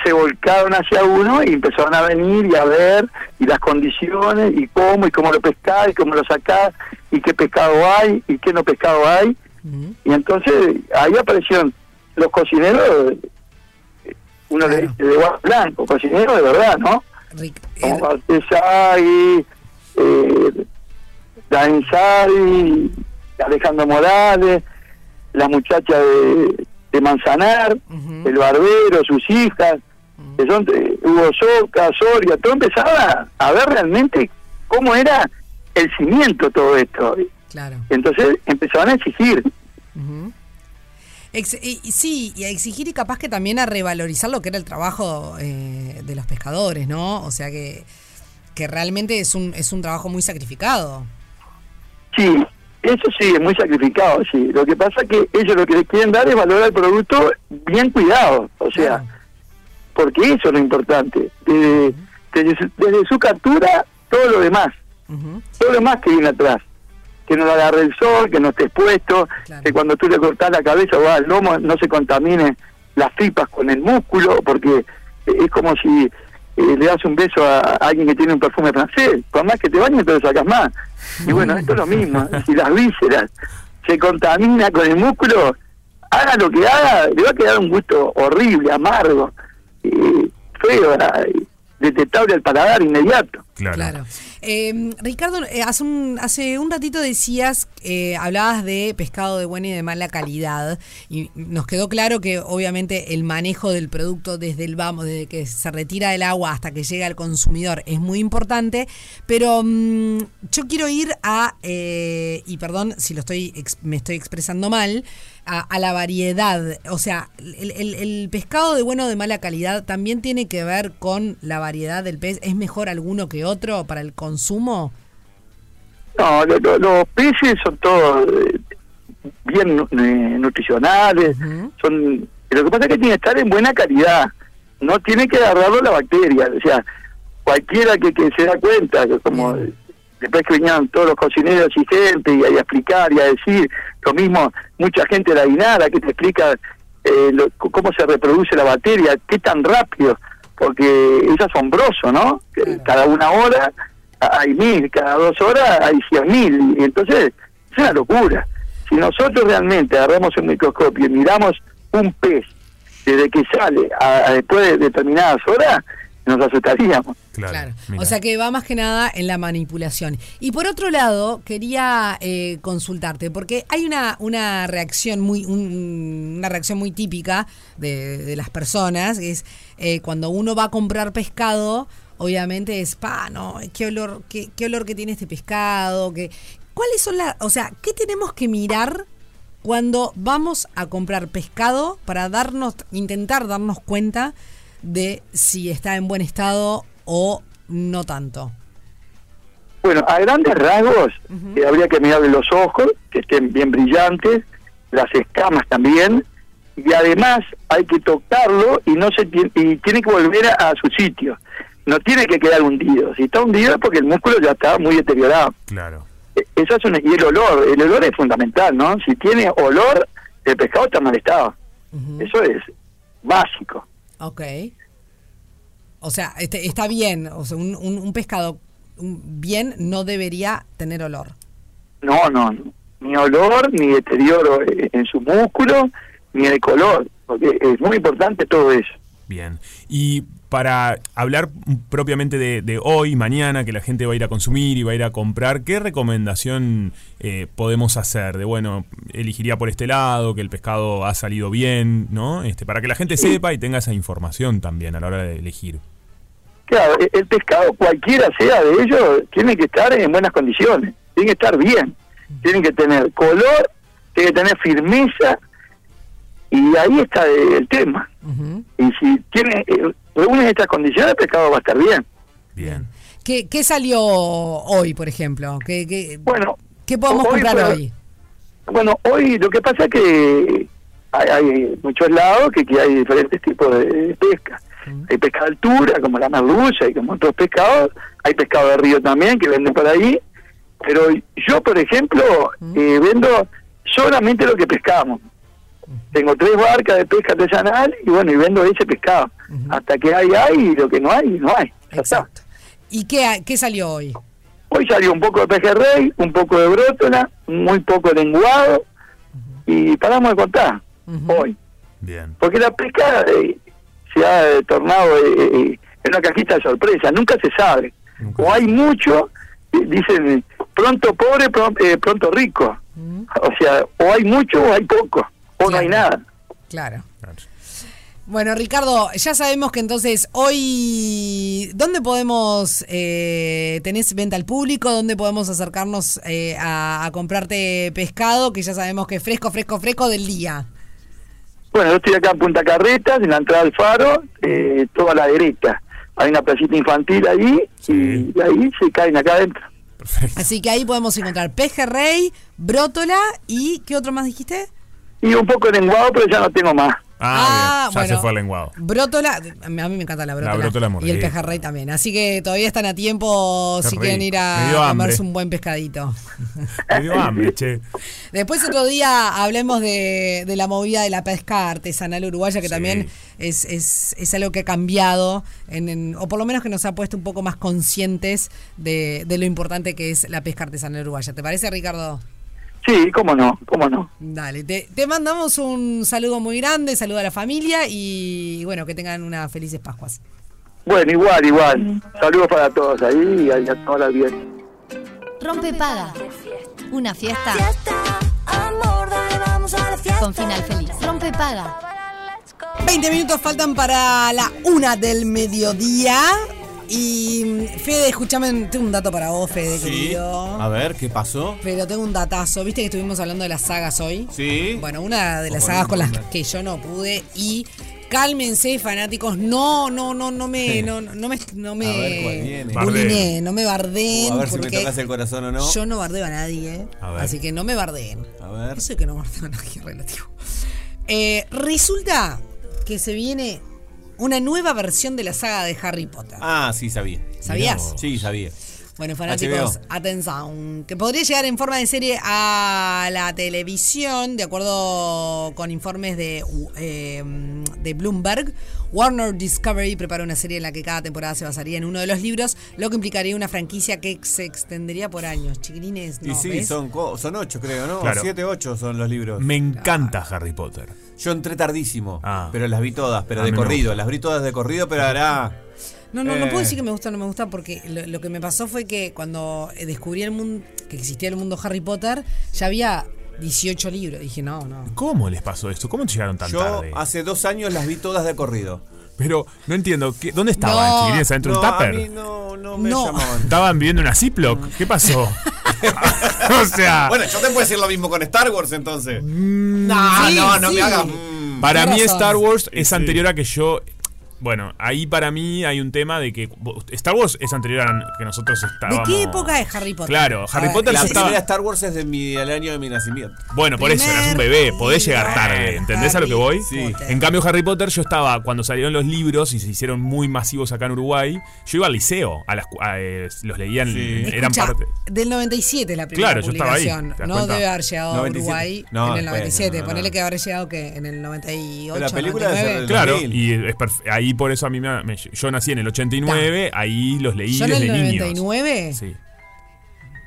Speaker 6: se volcaron hacia uno y empezaron a venir y a ver y las condiciones y cómo y cómo lo pescar y cómo lo sacar y qué pescado hay y qué no pescado hay y entonces ahí aparecieron los cocineros eh, uno le dice de guas blanco cocinero de verdad no
Speaker 2: Ric- eh,
Speaker 6: como Marcés Agui, eh, Dain Sari, Alejandro Morales, la muchacha de, de Manzanar, el barbero, sus hijas, que son eh, Hugo Soca, Soria, todo empezaba a ver realmente cómo era el cimiento todo esto.
Speaker 2: Claro.
Speaker 6: Entonces empezaban a exigir.
Speaker 2: Ex- y, y sí, y a exigir y capaz que también a revalorizar lo que era el trabajo eh, de los pescadores, ¿no? O sea que, que realmente es un, es un trabajo muy sacrificado.
Speaker 6: Sí, Eso sí, es muy sacrificado, sí. Lo que pasa es que ellos lo que les quieren dar es valor al producto bien cuidado, o sea, porque eso es lo importante. Desde, desde su, desde su captura, todo lo demás, todo lo demás que viene atrás. Que no le agarre el sol, que no esté expuesto, que cuando tú le cortás la cabeza o al lomo no se contamine las tripas con el músculo, porque es como si eh, le das un beso a, a alguien que tiene un perfume francés, por más que te bañes te lo sacas más. Y bueno, esto es
Speaker 2: *laughs*
Speaker 6: lo mismo, *laughs* si las vísceras se contamina con el músculo, haga lo que haga, le va a quedar un gusto horrible, amargo, eh, feo, eh, detectable al paladar inmediato.
Speaker 2: Claro. Eh, Ricardo, eh, hace, un, hace un ratito decías, eh, hablabas de pescado de buena y de mala calidad, y nos quedó claro que obviamente el manejo del producto desde el vamos, desde que se retira del agua hasta que llega al consumidor, es muy importante, pero mm, yo quiero ir a, eh, y perdón si lo estoy ex- me estoy expresando mal, a, a la variedad. O sea, el, el- el pescado de bueno o de mala calidad también tiene que ver con la variedad del pez. ¿Es mejor alguno que otro para el consumo?
Speaker 6: No, lo- lo- los peces son todos eh, bien nu- eh, nutricionales, son lo que pasa es que tiene que estar en buena calidad, no tiene que agarrarlo la bacteria, o sea, cualquiera que, que se da cuenta, que como después que venían todos los cocineros y gente y, a- y a explicar y a decir, lo mismo mucha gente de la Dinara que te explica eh, lo- c- cómo se reproduce la bacteria, qué tan rápido, porque eh, es asombroso, ¿no? Que Cada una hora hay mil, cada dos horas hay cien mil, y entonces es una locura. Si nosotros realmente agarramos un microscopio y miramos un pez desde que sale a, a después de determinadas horas, nos asustaríamos.
Speaker 2: Claro. O sea que va más que nada en la manipulación. Y por otro lado, quería eh, consultarte, porque hay una, una reacción muy, un- una reacción muy típica de, de las personas, que es eh, cuando uno va a comprar pescado, obviamente es, pa, no, qué olor, qué, qué olor que tiene este pescado, que. ¿Cuáles son las, o sea, qué tenemos que mirar cuando vamos a comprar pescado para darnos, intentar darnos cuenta de si está en buen estado o no tanto.
Speaker 6: Bueno, a grandes rasgos eh, habría que mirarle los ojos, que estén bien brillantes, las escamas también, y además hay que tocarlo y no se tie- y tiene que volver a, a su sitio. No tiene que quedar hundido. Si está hundido es porque el músculo ya está muy deteriorado.
Speaker 1: Claro.
Speaker 6: Eh, Eso es un- y el olor, el olor es fundamental, ¿no? Si tiene olor, el pescado está en mal estado. Eso es básico.
Speaker 2: Ok. O sea, este, está bien. O sea, un, un- un pescado un- bien no debería tener olor.
Speaker 6: No, no, no. ni olor, ni deterioro eh, en su músculo, ni el color, porque es muy importante todo eso.
Speaker 1: Bien. Y para hablar propiamente de, de hoy, mañana, que la gente va a ir a consumir y va a ir a comprar, ¿qué recomendación eh, podemos hacer? De bueno, elegiría por este lado, que el pescado ha salido bien, ¿no? Este, para que la gente sepa y tenga esa información también a la hora de elegir.
Speaker 6: Claro, e- el pescado, cualquiera sea de ellos, tiene que estar en buenas condiciones, tiene que estar bien, tiene que tener color, tiene que tener firmeza, y ahí está eh, el tema. Y si tiene, eh, reúne estas condiciones, el pescado va a estar bien.
Speaker 2: ¿Qué, qué salió hoy, por ejemplo? ¿Qué, qué- ¿qué podemos
Speaker 6: hoy
Speaker 2: comprar
Speaker 6: fue-
Speaker 2: hoy?
Speaker 6: Bueno, hoy lo que pasa es que hay, hay muchos lados que, que hay diferentes tipos de, de pesca. Hay pesca de altura, como la merluza y como otros pescados. Hay pescado de río también que venden por ahí. Pero yo, por ejemplo, eh, vendo solamente lo que pescamos. Tengo tres barcas de pesca artesanal y bueno, y vendo ese pescado. Hasta que hay, hay y lo que no hay, no hay. Ya está.
Speaker 2: ¿Y qué, ha- qué salió hoy?
Speaker 6: Hoy salió un poco de pejerrey, un poco de brótola, muy poco de lenguado y paramos de contar hoy.
Speaker 1: Bien.
Speaker 6: Porque la pesca eh, se ha eh, tornado eh, eh, en una cajita de sorpresa, nunca se sabe. O hay mucho, eh, dicen eh, pronto pobre, pro- eh, pronto rico. O sea, o hay mucho o hay poco, o no hay nada.
Speaker 2: Claro. Bueno, Ricardo, ya sabemos que entonces hoy, ¿dónde podemos, eh, tenés venta al público? ¿Dónde podemos acercarnos eh, a, a comprarte pescado? Que ya sabemos que es fresco, fresco, fresco del día.
Speaker 6: Bueno, yo estoy acá en Punta Carretas, en la entrada al faro, eh, toda a la derecha. Hay una placita infantil ahí y ahí se caen acá adentro.
Speaker 2: Así que ahí podemos encontrar pejerrey, brótola y ¿qué otro más dijiste?
Speaker 10: Y un poco de lenguado, pero ya no tengo más.
Speaker 1: Ah, bien, ya
Speaker 2: bueno.
Speaker 1: se fue al lenguado.
Speaker 2: Brótola, a mí a mí me encanta la brótola.
Speaker 1: brótola es muy
Speaker 2: y el
Speaker 1: rica.
Speaker 2: pejerrey también. Así que todavía están a tiempo
Speaker 1: Qué
Speaker 2: si quieren ir
Speaker 1: rico. Me dio
Speaker 2: a
Speaker 1: hambre.
Speaker 2: comerse un buen
Speaker 1: *laughs*
Speaker 2: pescadito.
Speaker 1: Me dio hambre, che.
Speaker 2: Después otro día hablemos de, de la movida de la pesca artesanal uruguaya, que también es, es, es algo que ha cambiado, en, en- o por lo menos que nos ha puesto un poco más conscientes de, de lo importante que es la pesca artesanal uruguaya. ¿Te parece, Ricardo?
Speaker 10: Sí, cómo no, cómo no.
Speaker 2: Dale, te, te mandamos un saludo muy grande, saludo a la familia y bueno, que tengan unas felices Pascuas.
Speaker 10: Bueno, igual, igual. Saludos para todos ahí y a, y a toda la audiencia.
Speaker 4: Rompe paga. Una fiesta. Con final feliz. Rompe paga.
Speaker 2: 20 minutos faltan para la una del mediodía. Y mm, Fede, escúchame, tengo un dato para vos, Fede,
Speaker 3: Sí.
Speaker 2: querido.
Speaker 3: A ver, ¿qué pasó?
Speaker 2: Pero tengo un datazo, viste que estuvimos hablando de las sagas hoy.
Speaker 3: Sí.
Speaker 2: Bueno, una de las
Speaker 3: Ojo,
Speaker 2: sagas con las
Speaker 3: onda.
Speaker 2: que yo no pude y cálmense fanáticos, no, no, no, no me, no, no me, no me,
Speaker 3: A ver cuál viene.
Speaker 2: bulineé, no me bardeen
Speaker 3: Uh, a ver si me
Speaker 2: porque
Speaker 3: tocas el corazón o no.
Speaker 2: yo no bardeo a nadie, ¿eh?
Speaker 3: A ver.
Speaker 2: así que no me bardeen.
Speaker 3: A ver.
Speaker 2: Eso de que no bardeo a nadie es relativo. Eh, resulta que se viene una nueva versión de la saga de Harry Potter.
Speaker 3: Ah, sí, sabía.
Speaker 2: ¿Sabías?
Speaker 3: Mirá vos. Sí, sabía.
Speaker 2: Bueno, fanáticos,
Speaker 3: HBO.
Speaker 2: atención, que podría llegar en forma de serie a la televisión, de acuerdo con informes de, u- eh, de Bloomberg. Warner Discovery prepara una serie en la que cada temporada se basaría en uno de los libros, lo que implicaría una franquicia que se extendería por años. Chiquilines, no,
Speaker 3: y sí,
Speaker 2: ¿ves?
Speaker 3: son, co- son ocho, creo, ¿no?
Speaker 1: Claro.
Speaker 3: Siete, ocho son los libros.
Speaker 1: Me encanta Harry Potter.
Speaker 3: Yo entré tardísimo,
Speaker 1: Ah.
Speaker 3: pero las vi todas, pero
Speaker 1: A
Speaker 3: de
Speaker 1: mí me
Speaker 3: corrido.
Speaker 1: gusta.
Speaker 3: Las vi todas de corrido, pero hará.
Speaker 2: No, no, no
Speaker 3: Eh.
Speaker 2: puedo decir que me gusta o no me gusta porque lo, lo que me pasó fue que cuando eh, descubrí el mundo, que existía el mundo Harry Potter, ya había 18 libros. Dije, no, no.
Speaker 1: ¿Cómo les pasó esto? ¿Cómo llegaron tan
Speaker 3: Yo
Speaker 1: tarde?
Speaker 3: hace dos años las vi todas de corrido.
Speaker 1: Pero no entiendo. ¿qué- ¿Dónde estaban?
Speaker 2: No,
Speaker 1: chiquilines? ¿Adentro de
Speaker 3: no,
Speaker 1: un
Speaker 3: a
Speaker 1: tupper?
Speaker 3: mí no, no me
Speaker 2: No.
Speaker 3: llamaban.
Speaker 1: ¿Estaban viviendo en una Ziploc? ¿Qué
Speaker 3: *laughs*
Speaker 1: pasó? *laughs* o sea,
Speaker 3: Bueno, yo te puedo decir lo mismo con Star Wars entonces.
Speaker 2: Mm, Sí,
Speaker 3: no, no
Speaker 2: sí.
Speaker 3: me hagas. mm.
Speaker 1: para
Speaker 2: tenés
Speaker 1: mí
Speaker 2: razón.
Speaker 1: Star Wars es anterior a que yo... Bueno, ahí para mí hay un tema de que Star Wars es anterior a que nosotros
Speaker 2: ¿De
Speaker 1: estábamos.
Speaker 2: qué época es Harry Potter?
Speaker 1: Claro,
Speaker 2: A
Speaker 1: Harry
Speaker 2: ver,
Speaker 1: Potter ya
Speaker 3: La
Speaker 2: ese-
Speaker 1: estaba-
Speaker 3: primera Star Wars es de mi, del año de mi nacimiento.
Speaker 1: Bueno, por eso, eras un bebé, podés llegar tarde, ¿entendés a lo que voy?
Speaker 2: Sí.
Speaker 1: En cambio, Harry Potter, yo estaba, cuando salieron los libros y se hicieron muy masivos acá en Uruguay, yo iba al liceo, a las, cu- a, eh, los leían,
Speaker 3: Sí.
Speaker 1: eran
Speaker 2: Escuchá,
Speaker 1: parte.
Speaker 2: Del 97 es la primera
Speaker 1: Claro, yo estaba ahí,
Speaker 2: publicación.
Speaker 1: ¿te das
Speaker 2: no
Speaker 1: cuenta?
Speaker 2: debe haber llegado
Speaker 3: 97.
Speaker 2: a Uruguay
Speaker 3: No,
Speaker 2: en el
Speaker 3: después,
Speaker 2: 97.
Speaker 3: no, no,
Speaker 2: Ponele
Speaker 3: no.
Speaker 2: que haber llegado que en el 98.
Speaker 3: La película debe ser
Speaker 2: 99.
Speaker 3: del
Speaker 1: Claro,
Speaker 3: 2000.
Speaker 1: y es perf- ahí por eso a mí me, me- Yo nací en el 89, ahí los leí
Speaker 2: Yo en
Speaker 1: desde
Speaker 2: el
Speaker 1: niños.
Speaker 2: 99
Speaker 1: Sí,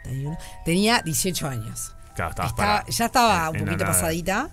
Speaker 2: 91, tenía 18 años.
Speaker 1: claro, estabas
Speaker 2: Estaba-
Speaker 1: parado.
Speaker 2: ya estaba un
Speaker 1: En- en
Speaker 2: poquito
Speaker 1: nada.
Speaker 2: pasadita,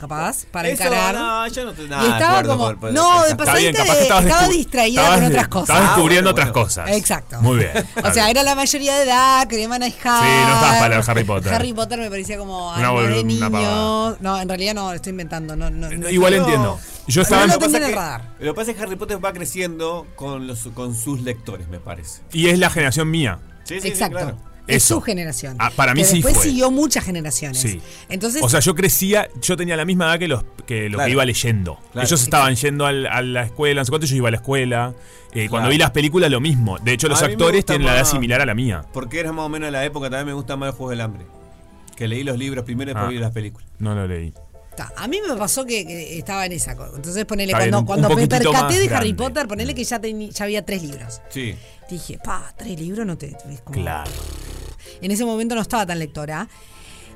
Speaker 2: capaz, para
Speaker 3: Eso,
Speaker 2: encarar.
Speaker 3: No, yo no estoy nada.
Speaker 2: Y
Speaker 3: de
Speaker 2: estaba
Speaker 3: acuerdo
Speaker 2: como-
Speaker 3: por- por-
Speaker 2: no, de
Speaker 3: esas
Speaker 2: pasar-
Speaker 1: Está bien,
Speaker 2: Pasadita
Speaker 1: capaz que
Speaker 2: de-
Speaker 1: estabas
Speaker 2: estaba
Speaker 1: descu-
Speaker 2: distraída
Speaker 1: estabas
Speaker 2: con
Speaker 1: de-
Speaker 2: otras cosas.
Speaker 1: Estabas
Speaker 3: Ah,
Speaker 1: descubriendo
Speaker 3: bueno,
Speaker 1: otras
Speaker 3: bueno.
Speaker 1: cosas.
Speaker 2: Exacto.
Speaker 1: Muy bien.
Speaker 2: *laughs* O sea, era la mayoría de edad, quería manejar.
Speaker 1: Sí, no estabas para
Speaker 2: *laughs*
Speaker 1: Harry Potter.
Speaker 2: Harry Potter me parecía como
Speaker 1: Una
Speaker 2: algo de
Speaker 1: bol- una
Speaker 2: niños.
Speaker 1: pavada. Eh,
Speaker 2: No, en realidad no, estoy inventando. No, no, no.
Speaker 1: Igual
Speaker 3: No.
Speaker 1: entiendo. Yo
Speaker 2: No
Speaker 1: estaba
Speaker 2: lo
Speaker 1: en-
Speaker 3: que pasa
Speaker 2: tenía en
Speaker 3: es
Speaker 2: el
Speaker 3: que-
Speaker 2: radar.
Speaker 3: Lo que pasa es que Harry Potter va creciendo con, los, con sus lectores, me parece.
Speaker 1: Y es la generación mía.
Speaker 3: Sí,
Speaker 2: Exacto. Es
Speaker 1: Eso.
Speaker 2: su generación.
Speaker 1: Ah, para mí
Speaker 2: que
Speaker 1: sí
Speaker 2: después
Speaker 1: fue.
Speaker 2: siguió muchas generaciones.
Speaker 1: Sí.
Speaker 2: Entonces,
Speaker 1: O sea, yo crecía, yo tenía la misma edad que los que, lo
Speaker 3: Claro.
Speaker 1: que iba leyendo.
Speaker 3: Claro.
Speaker 1: Ellos estaban yendo al- a la escuela, no sé cuánto yo iba a la escuela. Eh, Cuando vi las películas, lo mismo. De hecho, los
Speaker 3: A mí me
Speaker 1: actores
Speaker 3: gusta
Speaker 1: tienen la edad
Speaker 3: más-
Speaker 1: similar a la mía.
Speaker 3: Porque era más o menos la época, también me gusta más el Juego del Hambre. Que leí los libros primero y después
Speaker 1: Ah.
Speaker 3: vi las películas.
Speaker 1: No lo leí.
Speaker 2: ta, a mí me pasó que, que estaba en esa cosa. Entonces, ponele,
Speaker 1: Está bien,
Speaker 2: cuando,
Speaker 1: un-
Speaker 2: cuando
Speaker 1: un
Speaker 2: me
Speaker 1: poquitito
Speaker 2: percaté de
Speaker 1: más
Speaker 2: Harry
Speaker 1: grande.
Speaker 2: Potter, ponele que ya, teni- ya había tres libros.
Speaker 3: Sí.
Speaker 2: Dije, pa, tres libros no te. es como-
Speaker 1: Claro.
Speaker 2: En ese momento no estaba tan lectora.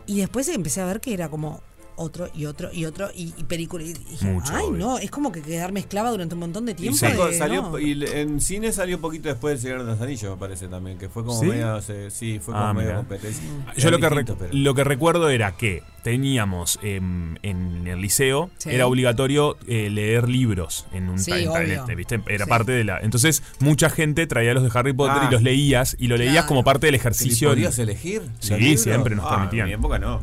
Speaker 2: Y después empecé a ver que era como otro y otro y otro y, y película. Y dije,
Speaker 1: Mucho,
Speaker 2: ay,
Speaker 1: obvio.
Speaker 2: no, es como que quedarme esclava durante un montón de
Speaker 3: Y,
Speaker 2: tiempo.
Speaker 3: sacó-
Speaker 2: de-
Speaker 3: salió,
Speaker 2: no.
Speaker 3: y le- en cine salió poquito después del Señor de los Anillos, me parece también. Que fue como
Speaker 1: ¿Sí?
Speaker 3: medio. se- sí, fue como
Speaker 1: Ah,
Speaker 3: medio
Speaker 1: mirá.
Speaker 3: competencia.
Speaker 1: Yo
Speaker 3: Eran
Speaker 1: lo que, re-
Speaker 3: distintos, pero-
Speaker 1: lo que recuerdo era que teníamos em, en el liceo,
Speaker 2: Sí.
Speaker 1: era obligatorio eh, leer libros en un
Speaker 2: Sí,
Speaker 1: ta- en ta-
Speaker 2: obvio.
Speaker 1: este, ¿viste? Era
Speaker 2: Sí.
Speaker 1: parte de la. Entonces, mucha gente traía los de Harry Potter
Speaker 3: Ah.
Speaker 1: y los leías, y lo leías
Speaker 2: Claro.
Speaker 1: como parte del
Speaker 3: ¿Y
Speaker 1: ejercicio.
Speaker 3: podías elegir? los
Speaker 1: Sí,
Speaker 3: libros?
Speaker 1: siempre nos
Speaker 3: Ah,
Speaker 1: permitían.
Speaker 3: En mi época no.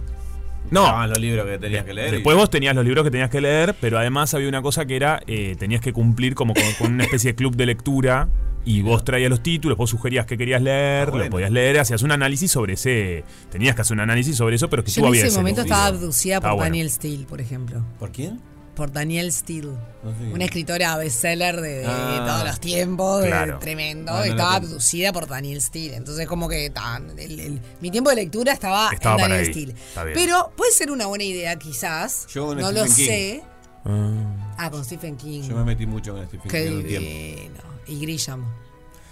Speaker 1: No.
Speaker 3: Estaban los libros que tenías que leer. y-
Speaker 1: Después vos tenías los libros que tenías que leer, pero además había una cosa que era, eh, tenías que cumplir como con, con una especie de club de lectura y vos traías los títulos, vos sugerías que querías leer,
Speaker 3: Ah, bueno.
Speaker 1: lo podías leer, hacías un análisis sobre ese, tenías que hacer un análisis sobre eso, pero que
Speaker 2: Yo
Speaker 1: estuvo
Speaker 2: en
Speaker 1: bien
Speaker 2: ese momento estaba
Speaker 1: libro.
Speaker 2: abducida por
Speaker 1: Está bueno.
Speaker 2: Daniel Steele, por ejemplo.
Speaker 3: ¿Por quién?
Speaker 2: por Danielle Steele,
Speaker 1: Ah,
Speaker 3: sí.
Speaker 2: una escritora bestseller de, de
Speaker 3: Ah,
Speaker 2: todos los tiempos, de-
Speaker 3: claro.
Speaker 2: tremendo.
Speaker 3: Ah, no la
Speaker 2: estaba
Speaker 3: tengo.
Speaker 2: abducida por Danielle Steele. Entonces, como que tan, el- el- mi tiempo de lectura estaba,
Speaker 1: Estaba
Speaker 2: en
Speaker 1: para
Speaker 2: Danielle
Speaker 1: ahí.
Speaker 2: Steele.
Speaker 1: Está bien.
Speaker 2: Pero puede ser una buena idea, quizás.
Speaker 3: Yo con
Speaker 2: no
Speaker 3: Stephen
Speaker 2: lo
Speaker 3: King.
Speaker 2: sé.
Speaker 1: Ah.
Speaker 2: Ah, con Stephen King.
Speaker 3: Yo me metí mucho con Stephen
Speaker 2: Qué
Speaker 3: King en un tiempo.
Speaker 2: divino. Y Grisham.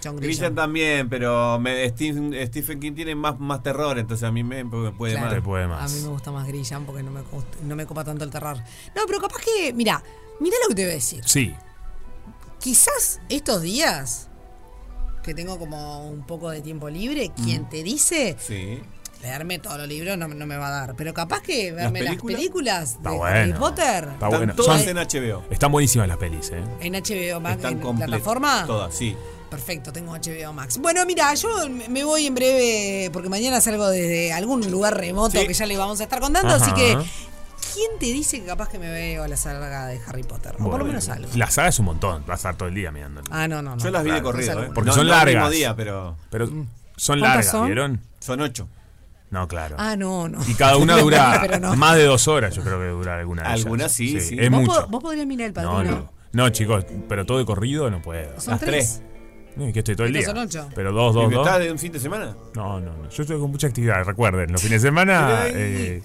Speaker 2: John
Speaker 3: Grisham
Speaker 2: Grisham.
Speaker 3: también, pero me- Steve- Stephen King tiene más, más terror, entonces a mí me, me puede
Speaker 2: Claro.
Speaker 3: más.
Speaker 1: Te puede
Speaker 2: A mí
Speaker 1: más.
Speaker 2: me gusta más Grisham porque no me, cost- no me copa tanto el terror. No, pero capaz que, mira, mira lo que te voy a decir.
Speaker 1: Sí.
Speaker 2: Quizás estos días que tengo como un poco de tiempo libre, quien
Speaker 3: Mm.
Speaker 2: te dice
Speaker 3: Sí.
Speaker 2: leerme todos los libros no, no me va a dar, pero capaz que verme las
Speaker 3: películas?
Speaker 2: películas,
Speaker 1: Está
Speaker 2: de
Speaker 1: bueno.
Speaker 2: Harry Potter
Speaker 1: Está
Speaker 3: Están
Speaker 1: bueno.
Speaker 3: todas
Speaker 1: Son-
Speaker 3: en HBO.
Speaker 1: Están buenísimas las pelis, ¿eh?
Speaker 2: en HBO Max,
Speaker 3: Están
Speaker 2: en
Speaker 3: completas.
Speaker 2: plataforma.
Speaker 3: Todas, sí.
Speaker 2: Perfecto, tengo HBO Max. Bueno, mira, yo me voy en breve porque mañana salgo desde algún lugar remoto
Speaker 3: Sí.
Speaker 2: que ya le vamos a estar contando,
Speaker 1: Ajá.
Speaker 2: así que ¿quién te dice que capaz que me veo a la saga de Harry Potter? O por
Speaker 1: Bueno,
Speaker 2: lo menos algo.
Speaker 1: La saga es un montón. Vas a estar todo el día mirándola.
Speaker 2: Ah, no, no, no.
Speaker 3: Yo las vi de
Speaker 2: Claro,
Speaker 3: corrido,
Speaker 2: no
Speaker 3: ¿eh?
Speaker 2: salgo.
Speaker 1: Porque
Speaker 3: No-
Speaker 1: son
Speaker 3: no el mismo
Speaker 1: largas.
Speaker 3: día, pero
Speaker 1: Pero son
Speaker 2: Mm. ¿Cuántas
Speaker 1: largas,
Speaker 2: son?
Speaker 1: ¿vieron?
Speaker 3: son ocho.
Speaker 1: No, claro.
Speaker 2: Ah, no, no.
Speaker 1: Y
Speaker 2: *laughs*
Speaker 1: cada una
Speaker 2: No,
Speaker 1: dura
Speaker 2: pero no.
Speaker 1: más de dos horas, yo creo que dura alguna. de ellas.
Speaker 3: Algunas sí, sí.
Speaker 1: Es
Speaker 2: ¿Vos,
Speaker 1: mucho.
Speaker 2: po- vos podrías mirar el
Speaker 1: no,
Speaker 2: padrino.
Speaker 1: no. No, chicos, pero todo de corrido no puedo.
Speaker 2: Son
Speaker 3: Las
Speaker 2: tres.
Speaker 1: No, es Eh, que estoy todo el día.
Speaker 2: Estos son ocho.
Speaker 1: Pero dos,
Speaker 3: ¿Y
Speaker 1: dos,
Speaker 3: que
Speaker 1: dos.
Speaker 3: ¿Estás de un fin de semana?
Speaker 1: No, no, no. Yo estoy con mucha actividad, recuerden. Los fines de semana
Speaker 3: *laughs* Mirá ahí.
Speaker 1: eh,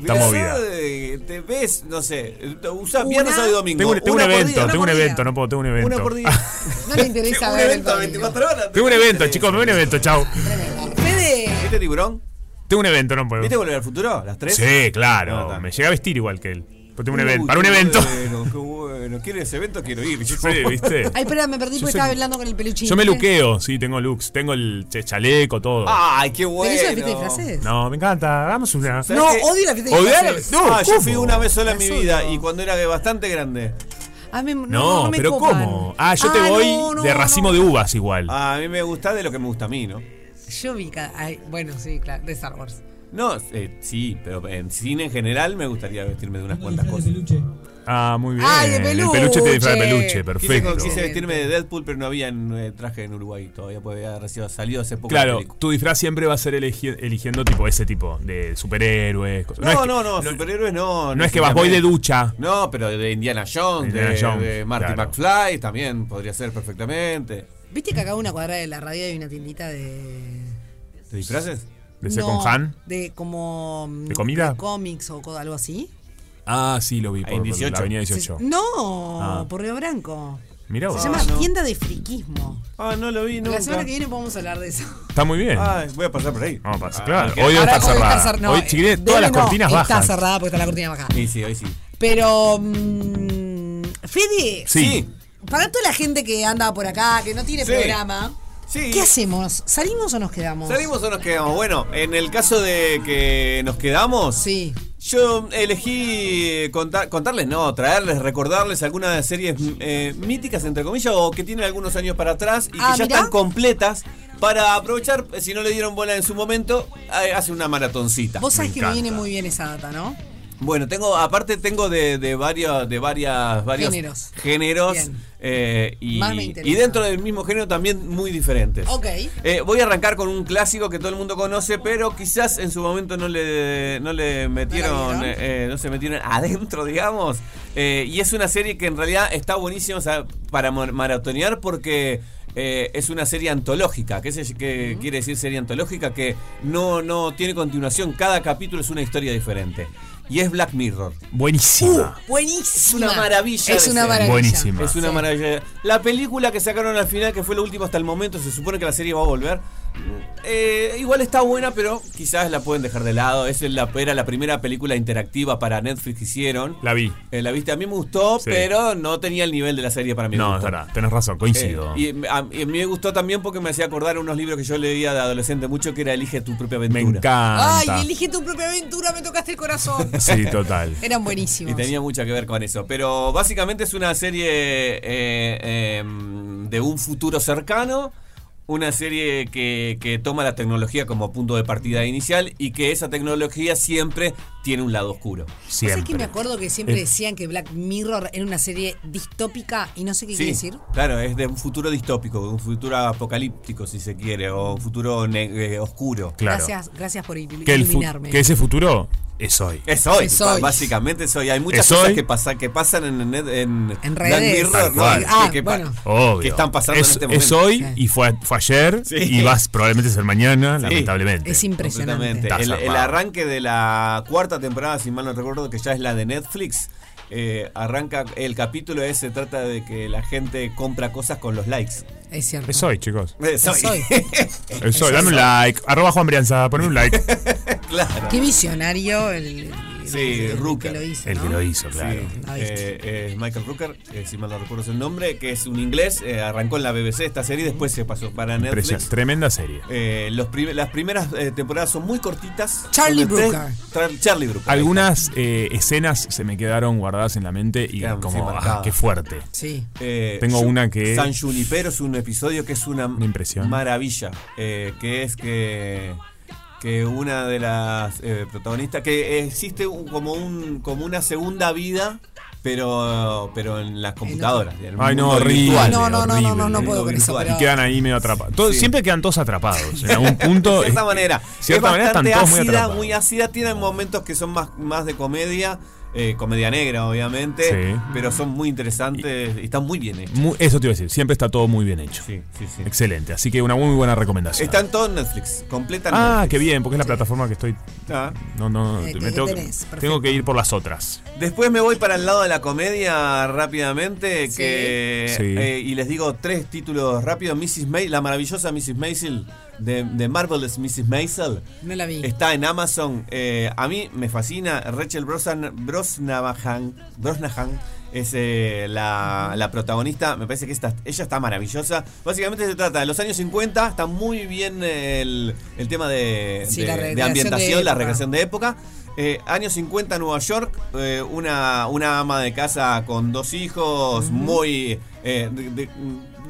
Speaker 1: está movida.
Speaker 3: eh, Te ves, no sé, usás
Speaker 2: Una-
Speaker 3: viernes, sábado y domingo.
Speaker 1: Tengo un, tengo un
Speaker 3: Una por
Speaker 1: evento,
Speaker 3: día, una
Speaker 1: tengo un
Speaker 2: por día.
Speaker 1: evento, no puedo, tengo un evento.
Speaker 3: Una por día.
Speaker 2: No le interesa
Speaker 3: un
Speaker 2: ver el
Speaker 3: evento a
Speaker 2: padrino.
Speaker 3: 24
Speaker 1: *laughs*
Speaker 3: horas.
Speaker 1: Tengo un evento, chicos, me voy a un evento, chau.
Speaker 2: Fede,
Speaker 3: ¿Viste tiburón?
Speaker 1: Tengo un evento, no puedo.
Speaker 3: ¿Viste volver al futuro? ¿Las tres?
Speaker 1: Sí,
Speaker 3: No,
Speaker 1: claro.
Speaker 3: está.
Speaker 1: me llega a vestir igual que él. Pero tengo un
Speaker 3: Uy,
Speaker 1: evento, para un
Speaker 3: qué
Speaker 1: evento.
Speaker 3: Bueno, qué bueno. Quiero ese evento, quiero
Speaker 1: *laughs*
Speaker 3: ir.
Speaker 1: Sí, ¿viste?
Speaker 2: Ay, espera, me perdí
Speaker 1: Yo
Speaker 2: porque
Speaker 1: soy-
Speaker 2: estaba hablando con el peluchín.
Speaker 1: Yo me
Speaker 2: ¿viste?
Speaker 1: luqueo, sí, tengo looks, tengo el che- chaleco, todo.
Speaker 3: *laughs* Ay, qué
Speaker 2: ¿Pero
Speaker 3: bueno.
Speaker 2: eso de fiesta de disfraces?
Speaker 1: No, me encanta, hagamos una.
Speaker 3: ¿Sabes
Speaker 2: No,
Speaker 3: qué?
Speaker 2: odio la fiesta de
Speaker 1: Odiar-
Speaker 2: disfraces.
Speaker 1: no,
Speaker 3: Ah, yo
Speaker 1: ¿cómo?
Speaker 3: fui una vez sola en mi
Speaker 2: Las
Speaker 3: vida
Speaker 2: odio.
Speaker 3: y cuando era bastante grande.
Speaker 2: Ah, me- no,
Speaker 1: No,
Speaker 2: no me
Speaker 1: pero
Speaker 2: copan.
Speaker 1: ¿cómo? Ah, yo te
Speaker 2: Ah,
Speaker 1: voy
Speaker 2: no, no,
Speaker 1: de racimo
Speaker 2: no.
Speaker 1: de uvas igual.
Speaker 3: Ah, A mí me gusta de lo que me gusta a mí, ¿no?
Speaker 2: Yo vi cada. ay, bueno, sí, claro, de Star Wars.
Speaker 3: No, eh, sí, pero en cine en general me gustaría vestirme de unas cuantas cosas.
Speaker 1: Ah, muy bien.
Speaker 2: Ay, de
Speaker 1: El
Speaker 2: peluche.
Speaker 1: peluche te disfraz de peluche,
Speaker 3: Quise,
Speaker 1: perfecto.
Speaker 3: quise vestirme de Deadpool, pero no había en, eh, traje en Uruguay todavía, porque había recién salido hace poco. la
Speaker 1: Claro,
Speaker 3: película.
Speaker 1: tu disfraz siempre va a ser elegi- eligiendo tipo ese tipo de superhéroes, cosas.
Speaker 3: No,
Speaker 1: es
Speaker 3: no,
Speaker 1: que-
Speaker 3: no, superhéroes no.
Speaker 1: no es que vas voy de ducha.
Speaker 3: No, pero de Indiana Jones,
Speaker 1: Indiana
Speaker 3: de,
Speaker 1: Jones,
Speaker 3: de Marty
Speaker 1: claro.
Speaker 3: McFly también podría ser perfectamente.
Speaker 2: ¿Viste que acá a una cuadra de la radio hay una tiendita de.
Speaker 3: ¿Te disfraces?
Speaker 1: De
Speaker 2: no,
Speaker 1: Second Han.
Speaker 2: De como. mm,
Speaker 1: ¿De comida?
Speaker 2: cómics o co- algo así.
Speaker 1: Ah, sí, lo vi
Speaker 3: Ahí
Speaker 1: por,
Speaker 3: en
Speaker 1: por
Speaker 3: 18.
Speaker 1: la avenida
Speaker 2: Se-
Speaker 1: 18.
Speaker 2: no,
Speaker 1: Ah.
Speaker 2: por Río Branco.
Speaker 1: Mirá vos.
Speaker 2: Se llama
Speaker 3: Ah, no.
Speaker 2: tienda de friquismo.
Speaker 3: Ah, no lo vi nunca.
Speaker 2: La semana que viene podemos hablar de eso.
Speaker 1: Está muy bien.
Speaker 3: Ah, voy a pasar por ahí.
Speaker 1: Vamos a pasar,
Speaker 3: Ah,
Speaker 1: claro.
Speaker 3: ok.
Speaker 1: Hoy debe
Speaker 2: Ahora
Speaker 1: estar
Speaker 2: hoy
Speaker 1: cerrada.
Speaker 2: está cer- no,
Speaker 1: hoy, si querés,
Speaker 2: debe
Speaker 1: todas las
Speaker 2: no,
Speaker 1: cortinas
Speaker 2: Está
Speaker 1: bajan.
Speaker 2: cerrada porque está la cortina baja.
Speaker 3: Sí, sí, hoy sí.
Speaker 2: Pero. mm, Fede.
Speaker 1: Sí.
Speaker 2: Para toda la gente que anda por acá, que no tiene
Speaker 3: Sí.
Speaker 2: programa,
Speaker 3: Sí.
Speaker 2: ¿qué hacemos? ¿Salimos o nos quedamos?
Speaker 3: ¿Salimos o nos quedamos? Bueno, en el caso de que nos quedamos,
Speaker 2: Sí.
Speaker 3: yo elegí contar, contarles, no, traerles, recordarles algunas de las series eh, míticas, entre comillas, o que tienen algunos años para atrás y
Speaker 2: Ah,
Speaker 3: que ya
Speaker 2: mirá.
Speaker 3: están completas para aprovechar, si no le dieron bola en su momento, eh, hace una maratoncita.
Speaker 2: Vos sabés
Speaker 1: me
Speaker 2: que me viene
Speaker 1: encanta.
Speaker 2: muy bien esa data, ¿no?
Speaker 3: Bueno, tengo, aparte tengo de, de varios, de varias, varios
Speaker 2: Géneros.
Speaker 3: géneros,
Speaker 2: Bien.
Speaker 3: eh, y,
Speaker 2: Más me interesa.
Speaker 3: y dentro del mismo género también muy diferentes.
Speaker 2: Ok.
Speaker 3: Eh, voy a arrancar con un clásico que todo el mundo conoce, pero quizás en su momento no le, no le metieron,
Speaker 2: vieron?
Speaker 3: eh, eh, no se metieron adentro, digamos. Eh, y es una serie que en realidad está buenísima o sea, para mar- maratonear porque eh, es una serie antológica. ¿Qué, se- qué quiere decir serie antológica? Que no, no tiene continuación, cada capítulo es una historia diferente. Y es Black Mirror.
Speaker 1: Buenísima.
Speaker 2: Uh, Buenísima.
Speaker 3: Es una maravilla
Speaker 2: Es
Speaker 3: de
Speaker 2: una
Speaker 3: serie.
Speaker 2: maravilla.
Speaker 1: Buenísima.
Speaker 3: Es una
Speaker 2: Sí.
Speaker 3: maravilla. La película que sacaron al final, que fue la última hasta el momento, se supone que la serie va a volver. Eh, igual está buena, pero quizás la pueden dejar de lado. Es la, era la primera película interactiva para Netflix que
Speaker 2: Uh.
Speaker 3: hicieron.
Speaker 1: La vi.
Speaker 3: Eh, la viste, a mí me gustó,
Speaker 1: Sí.
Speaker 3: pero no tenía el nivel de la serie para mí. Eh,
Speaker 1: No, es verdad, tenés razón, coincido.
Speaker 3: y a, y a mí me gustó también porque me hacía acordar unos libros que yo leía de adolescente mucho, que era Elige tu propia
Speaker 1: Me
Speaker 3: aventura.
Speaker 1: encanta.
Speaker 2: Ay, elige tu propia aventura, me tocaste el
Speaker 1: *laughs*
Speaker 2: corazón.
Speaker 1: Sí,
Speaker 2: *laughs*
Speaker 1: total.
Speaker 2: Eran
Speaker 3: Y
Speaker 2: buenísimos.
Speaker 3: tenía mucho que ver con eso. Pero básicamente es una serie eh, eh, de un futuro cercano. Una serie que, que toma la tecnología como punto de partida inicial y que esa tecnología siempre tiene un lado oscuro.
Speaker 2: ¿Sabes que me
Speaker 1: Siempre.
Speaker 2: acuerdo que siempre
Speaker 1: Eh.
Speaker 2: decían que Black Mirror era una serie distópica y no sé qué
Speaker 3: Sí,
Speaker 2: quiere decir?
Speaker 3: claro, es de un futuro distópico, un futuro apocalíptico, si se quiere, o un futuro ne- eh, oscuro.
Speaker 1: Claro.
Speaker 2: Gracias, gracias por il-
Speaker 1: que, el fu-
Speaker 2: iluminarme.
Speaker 1: que ese futuro es hoy.
Speaker 3: Es hoy,
Speaker 2: Es hoy.
Speaker 3: básicamente es hoy. Hay muchas
Speaker 1: Es
Speaker 3: cosas
Speaker 1: hoy.
Speaker 3: que, pasa, que pasan en, en, en
Speaker 2: En
Speaker 3: Black
Speaker 2: redes.
Speaker 1: Tal
Speaker 3: Mirror, ¿no?
Speaker 1: cual.
Speaker 2: Ah,
Speaker 3: pa-
Speaker 2: bueno.
Speaker 1: Obvio.
Speaker 3: que están pasando
Speaker 1: es,
Speaker 3: en este momento.
Speaker 1: Es hoy
Speaker 2: Sí.
Speaker 1: y fue, fue ayer
Speaker 3: Sí.
Speaker 1: y vas probablemente a ser mañana,
Speaker 3: Sí.
Speaker 1: lamentablemente.
Speaker 2: Es impresionante.
Speaker 3: Completamente.
Speaker 1: Está
Speaker 3: El,
Speaker 1: zarpado.
Speaker 3: el arranque de la cuarta temporada, si mal no recuerdo, que ya es la de Netflix, eh, arranca el capítulo es, se trata de que la gente compra cosas con los likes. *laughs*
Speaker 2: Es cierto.
Speaker 1: Es hoy, chicos.
Speaker 3: Es hoy.
Speaker 2: hoy.
Speaker 1: Es hoy. Dame un like. Arroba Juan Brianza, ponme un
Speaker 3: *laughs*
Speaker 1: like.
Speaker 3: *laughs* claro.
Speaker 2: Qué visionario el, el-
Speaker 3: Sí,
Speaker 2: el- el
Speaker 3: Rooker.
Speaker 2: que lo hizo.
Speaker 1: El
Speaker 2: ¿no?
Speaker 1: que lo hizo, claro.
Speaker 3: Sí,
Speaker 2: Ah, viste.
Speaker 3: eh, eh, Michael Rooker, eh, si mal no recuerdo es el nombre, que es un inglés, eh, arrancó en la BBC esta serie, después se pasó para
Speaker 1: Impresionante.
Speaker 3: Netflix.
Speaker 1: Tremenda serie.
Speaker 3: Eh, los prim- las primeras eh, temporadas son muy cortitas.
Speaker 2: Charlie
Speaker 3: Son de tres-
Speaker 2: Brooker.
Speaker 3: Tra- Charlie Brooker.
Speaker 1: Algunas eh, escenas se me quedaron guardadas en la mente y
Speaker 3: Quedan, sí,
Speaker 1: como, ah,
Speaker 3: marcadas.
Speaker 1: qué fuerte.
Speaker 2: Sí.
Speaker 3: Eh,
Speaker 1: Tengo
Speaker 3: Ju-
Speaker 1: una que-
Speaker 3: San Junipero es un episodio que es una,
Speaker 1: Una impresión.
Speaker 3: maravilla. eh, que es que. Que una de las eh, protagonistas. Que existe un- como un como una segunda vida, pero pero en las computadoras. en el
Speaker 1: Ay, no,
Speaker 3: mundo
Speaker 1: horrible.
Speaker 3: virtual.
Speaker 2: No, no, no, no, no, no
Speaker 3: horrible.
Speaker 2: puedo con eso.
Speaker 3: Virtual.
Speaker 2: pero-
Speaker 1: Y quedan ahí medio atrapados. Todos-
Speaker 3: Sí.
Speaker 1: Siempre quedan todos atrapados.
Speaker 3: *laughs*
Speaker 1: En algún punto.
Speaker 3: De cierta manera.
Speaker 1: De cierta
Speaker 3: es
Speaker 1: manera están
Speaker 3: bastante
Speaker 1: todos muy
Speaker 3: ácida,
Speaker 1: atrapados.
Speaker 3: muy ácida. Tiene momentos que son más, más de comedia. eh, comedia negra, obviamente.
Speaker 1: Sí.
Speaker 3: Pero son muy interesantes y, están muy bien hechas.
Speaker 1: Mu- eso te iba a decir. Siempre está todo muy bien hecho.
Speaker 3: Sí, sí, sí.
Speaker 1: Excelente. Así que una muy buena recomendación.
Speaker 3: Está en todo en Netflix, completa en
Speaker 1: Ah,
Speaker 3: Netflix.
Speaker 1: qué bien, porque es la plataforma que estoy.
Speaker 3: Ah.
Speaker 1: No, no,
Speaker 2: Eh,
Speaker 1: me
Speaker 2: te-
Speaker 1: tengo, que-
Speaker 2: tenés, perfecto.
Speaker 1: tengo que ir por las otras.
Speaker 3: Después me voy para el lado de la comedia rápidamente
Speaker 2: Sí.
Speaker 3: que
Speaker 1: Sí.
Speaker 3: eh, y les digo tres títulos rápidos. Mrs. May, la maravillosa Mrs. Maisel de, de Marvelous Mrs. Maisel
Speaker 2: No la vi.
Speaker 3: está en Amazon. Eh, a mí me fascina Rachel Brosnan, Brosnahan, Brosnahan es eh, la, la protagonista. Me parece que esta- ella está maravillosa. Básicamente se trata de los años 50. Está muy bien el, el tema de,
Speaker 2: Sí,
Speaker 3: de-
Speaker 2: la
Speaker 3: de
Speaker 2: recreación
Speaker 3: ambientación,
Speaker 2: de
Speaker 3: la
Speaker 2: época.
Speaker 3: recreación de época. Eh, años 50, Nueva York. eh, una, una ama de casa con dos hijos muy. eh, de- de-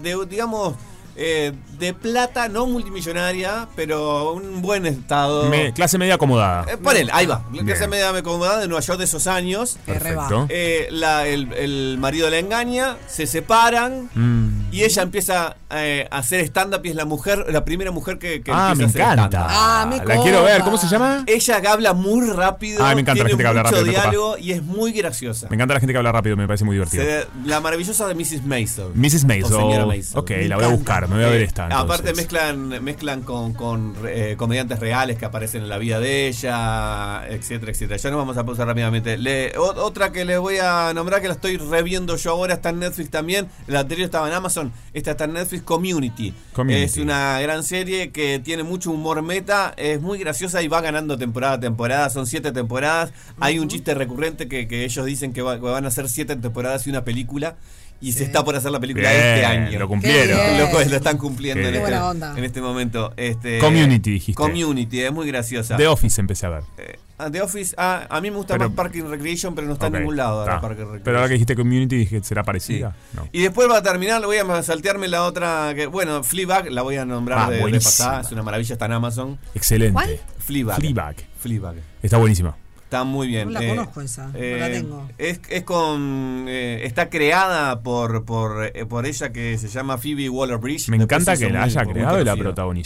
Speaker 3: de- digamos. eh, de plata, no multimillonaria, pero un buen estado.
Speaker 1: Me- clase media acomodada.
Speaker 3: Eh, ponele, ahí va. La clase
Speaker 1: Bien.
Speaker 3: media acomodada de Nueva York de esos años.
Speaker 2: Eh, re va.
Speaker 1: Perfecto.
Speaker 3: Eh, la- el, el marido la engaña, se separan.
Speaker 1: Mm.
Speaker 3: Y ella empieza eh, a hacer stand-up y es la mujer, la primera mujer que, que
Speaker 1: Ah,
Speaker 3: empieza
Speaker 1: me
Speaker 3: a hacer Eh,
Speaker 1: encanta.
Speaker 3: stand-up.
Speaker 2: Ah, me
Speaker 1: La quiero ver.
Speaker 2: copa.
Speaker 1: ¿Cómo se llama?
Speaker 3: Ella habla muy rápido,
Speaker 1: Ay, me encanta la
Speaker 3: tiene
Speaker 1: gente que habla
Speaker 3: mucho
Speaker 1: rápido, me copa.
Speaker 3: diálogo y es muy graciosa.
Speaker 1: Me encanta la gente que habla rápido, me parece muy divertido.
Speaker 3: Se- la maravillosa de Mrs. Maisel.
Speaker 1: Mrs. Maisel. oh.
Speaker 3: O señora Maisel.
Speaker 1: Ok, la voy a buscar, me voy a ver
Speaker 3: Eh,
Speaker 1: esta.
Speaker 3: Aparte
Speaker 1: entonces.
Speaker 3: mezclan, mezclan con, con, eh, comediantes reales que aparecen en la vida de ella, etcétera, etcétera. Ya nos vamos a pausar rápidamente. Le- o- otra que les voy a nombrar que la estoy reviendo yo ahora está en Netflix también. La anterior estaba en Amazon. Esta está en Netflix Community.
Speaker 1: Community.
Speaker 3: Es una gran serie que tiene mucho humor meta, es muy graciosa y va ganando temporada a temporada. Son siete temporadas. Hay un chiste recurrente que, que ellos dicen que, va- que van a ser siete temporadas y una película. Y se está por hacer la película
Speaker 1: Bien,
Speaker 3: este año.
Speaker 1: Lo cumplieron.
Speaker 3: *laughs*
Speaker 2: Qué bien.
Speaker 3: Lo, cual lo están cumpliendo
Speaker 1: Qué
Speaker 3: en este,
Speaker 2: buena onda.
Speaker 3: en este momento. Este,
Speaker 1: Community, dijiste.
Speaker 3: Community, es muy graciosa.
Speaker 1: The Office empecé a ver.
Speaker 3: Eh, ah, The Office, ah, a mí me gusta
Speaker 1: Pero-
Speaker 3: más Parking Recreation, pero no está
Speaker 1: Ok,
Speaker 3: en ningún lado ahora
Speaker 1: está.
Speaker 3: Park and Recreation.
Speaker 1: Pero ahora que dijiste community, dije, ¿será
Speaker 3: Sí.
Speaker 1: parecida? No.
Speaker 3: Y después va a terminar, voy a saltearme la otra. Que, bueno, Fleabag la voy a nombrar
Speaker 1: Ah,
Speaker 3: de- de,
Speaker 1: buenísima.
Speaker 3: pasada. Es una maravilla, está en Amazon.
Speaker 1: Excelente.
Speaker 2: ¿Cuál?
Speaker 3: Fleabag.
Speaker 1: Fleabag.
Speaker 3: Fleabag.
Speaker 1: Está buenísima.
Speaker 3: Está muy bien. Eh,
Speaker 2: No la conozco esa, no la tengo.
Speaker 3: Es, es con. eh, está creada por, por, eh, por ella que se llama Phoebe Waller Bridge.
Speaker 1: Me encanta que la haya creado y la
Speaker 3: protagonista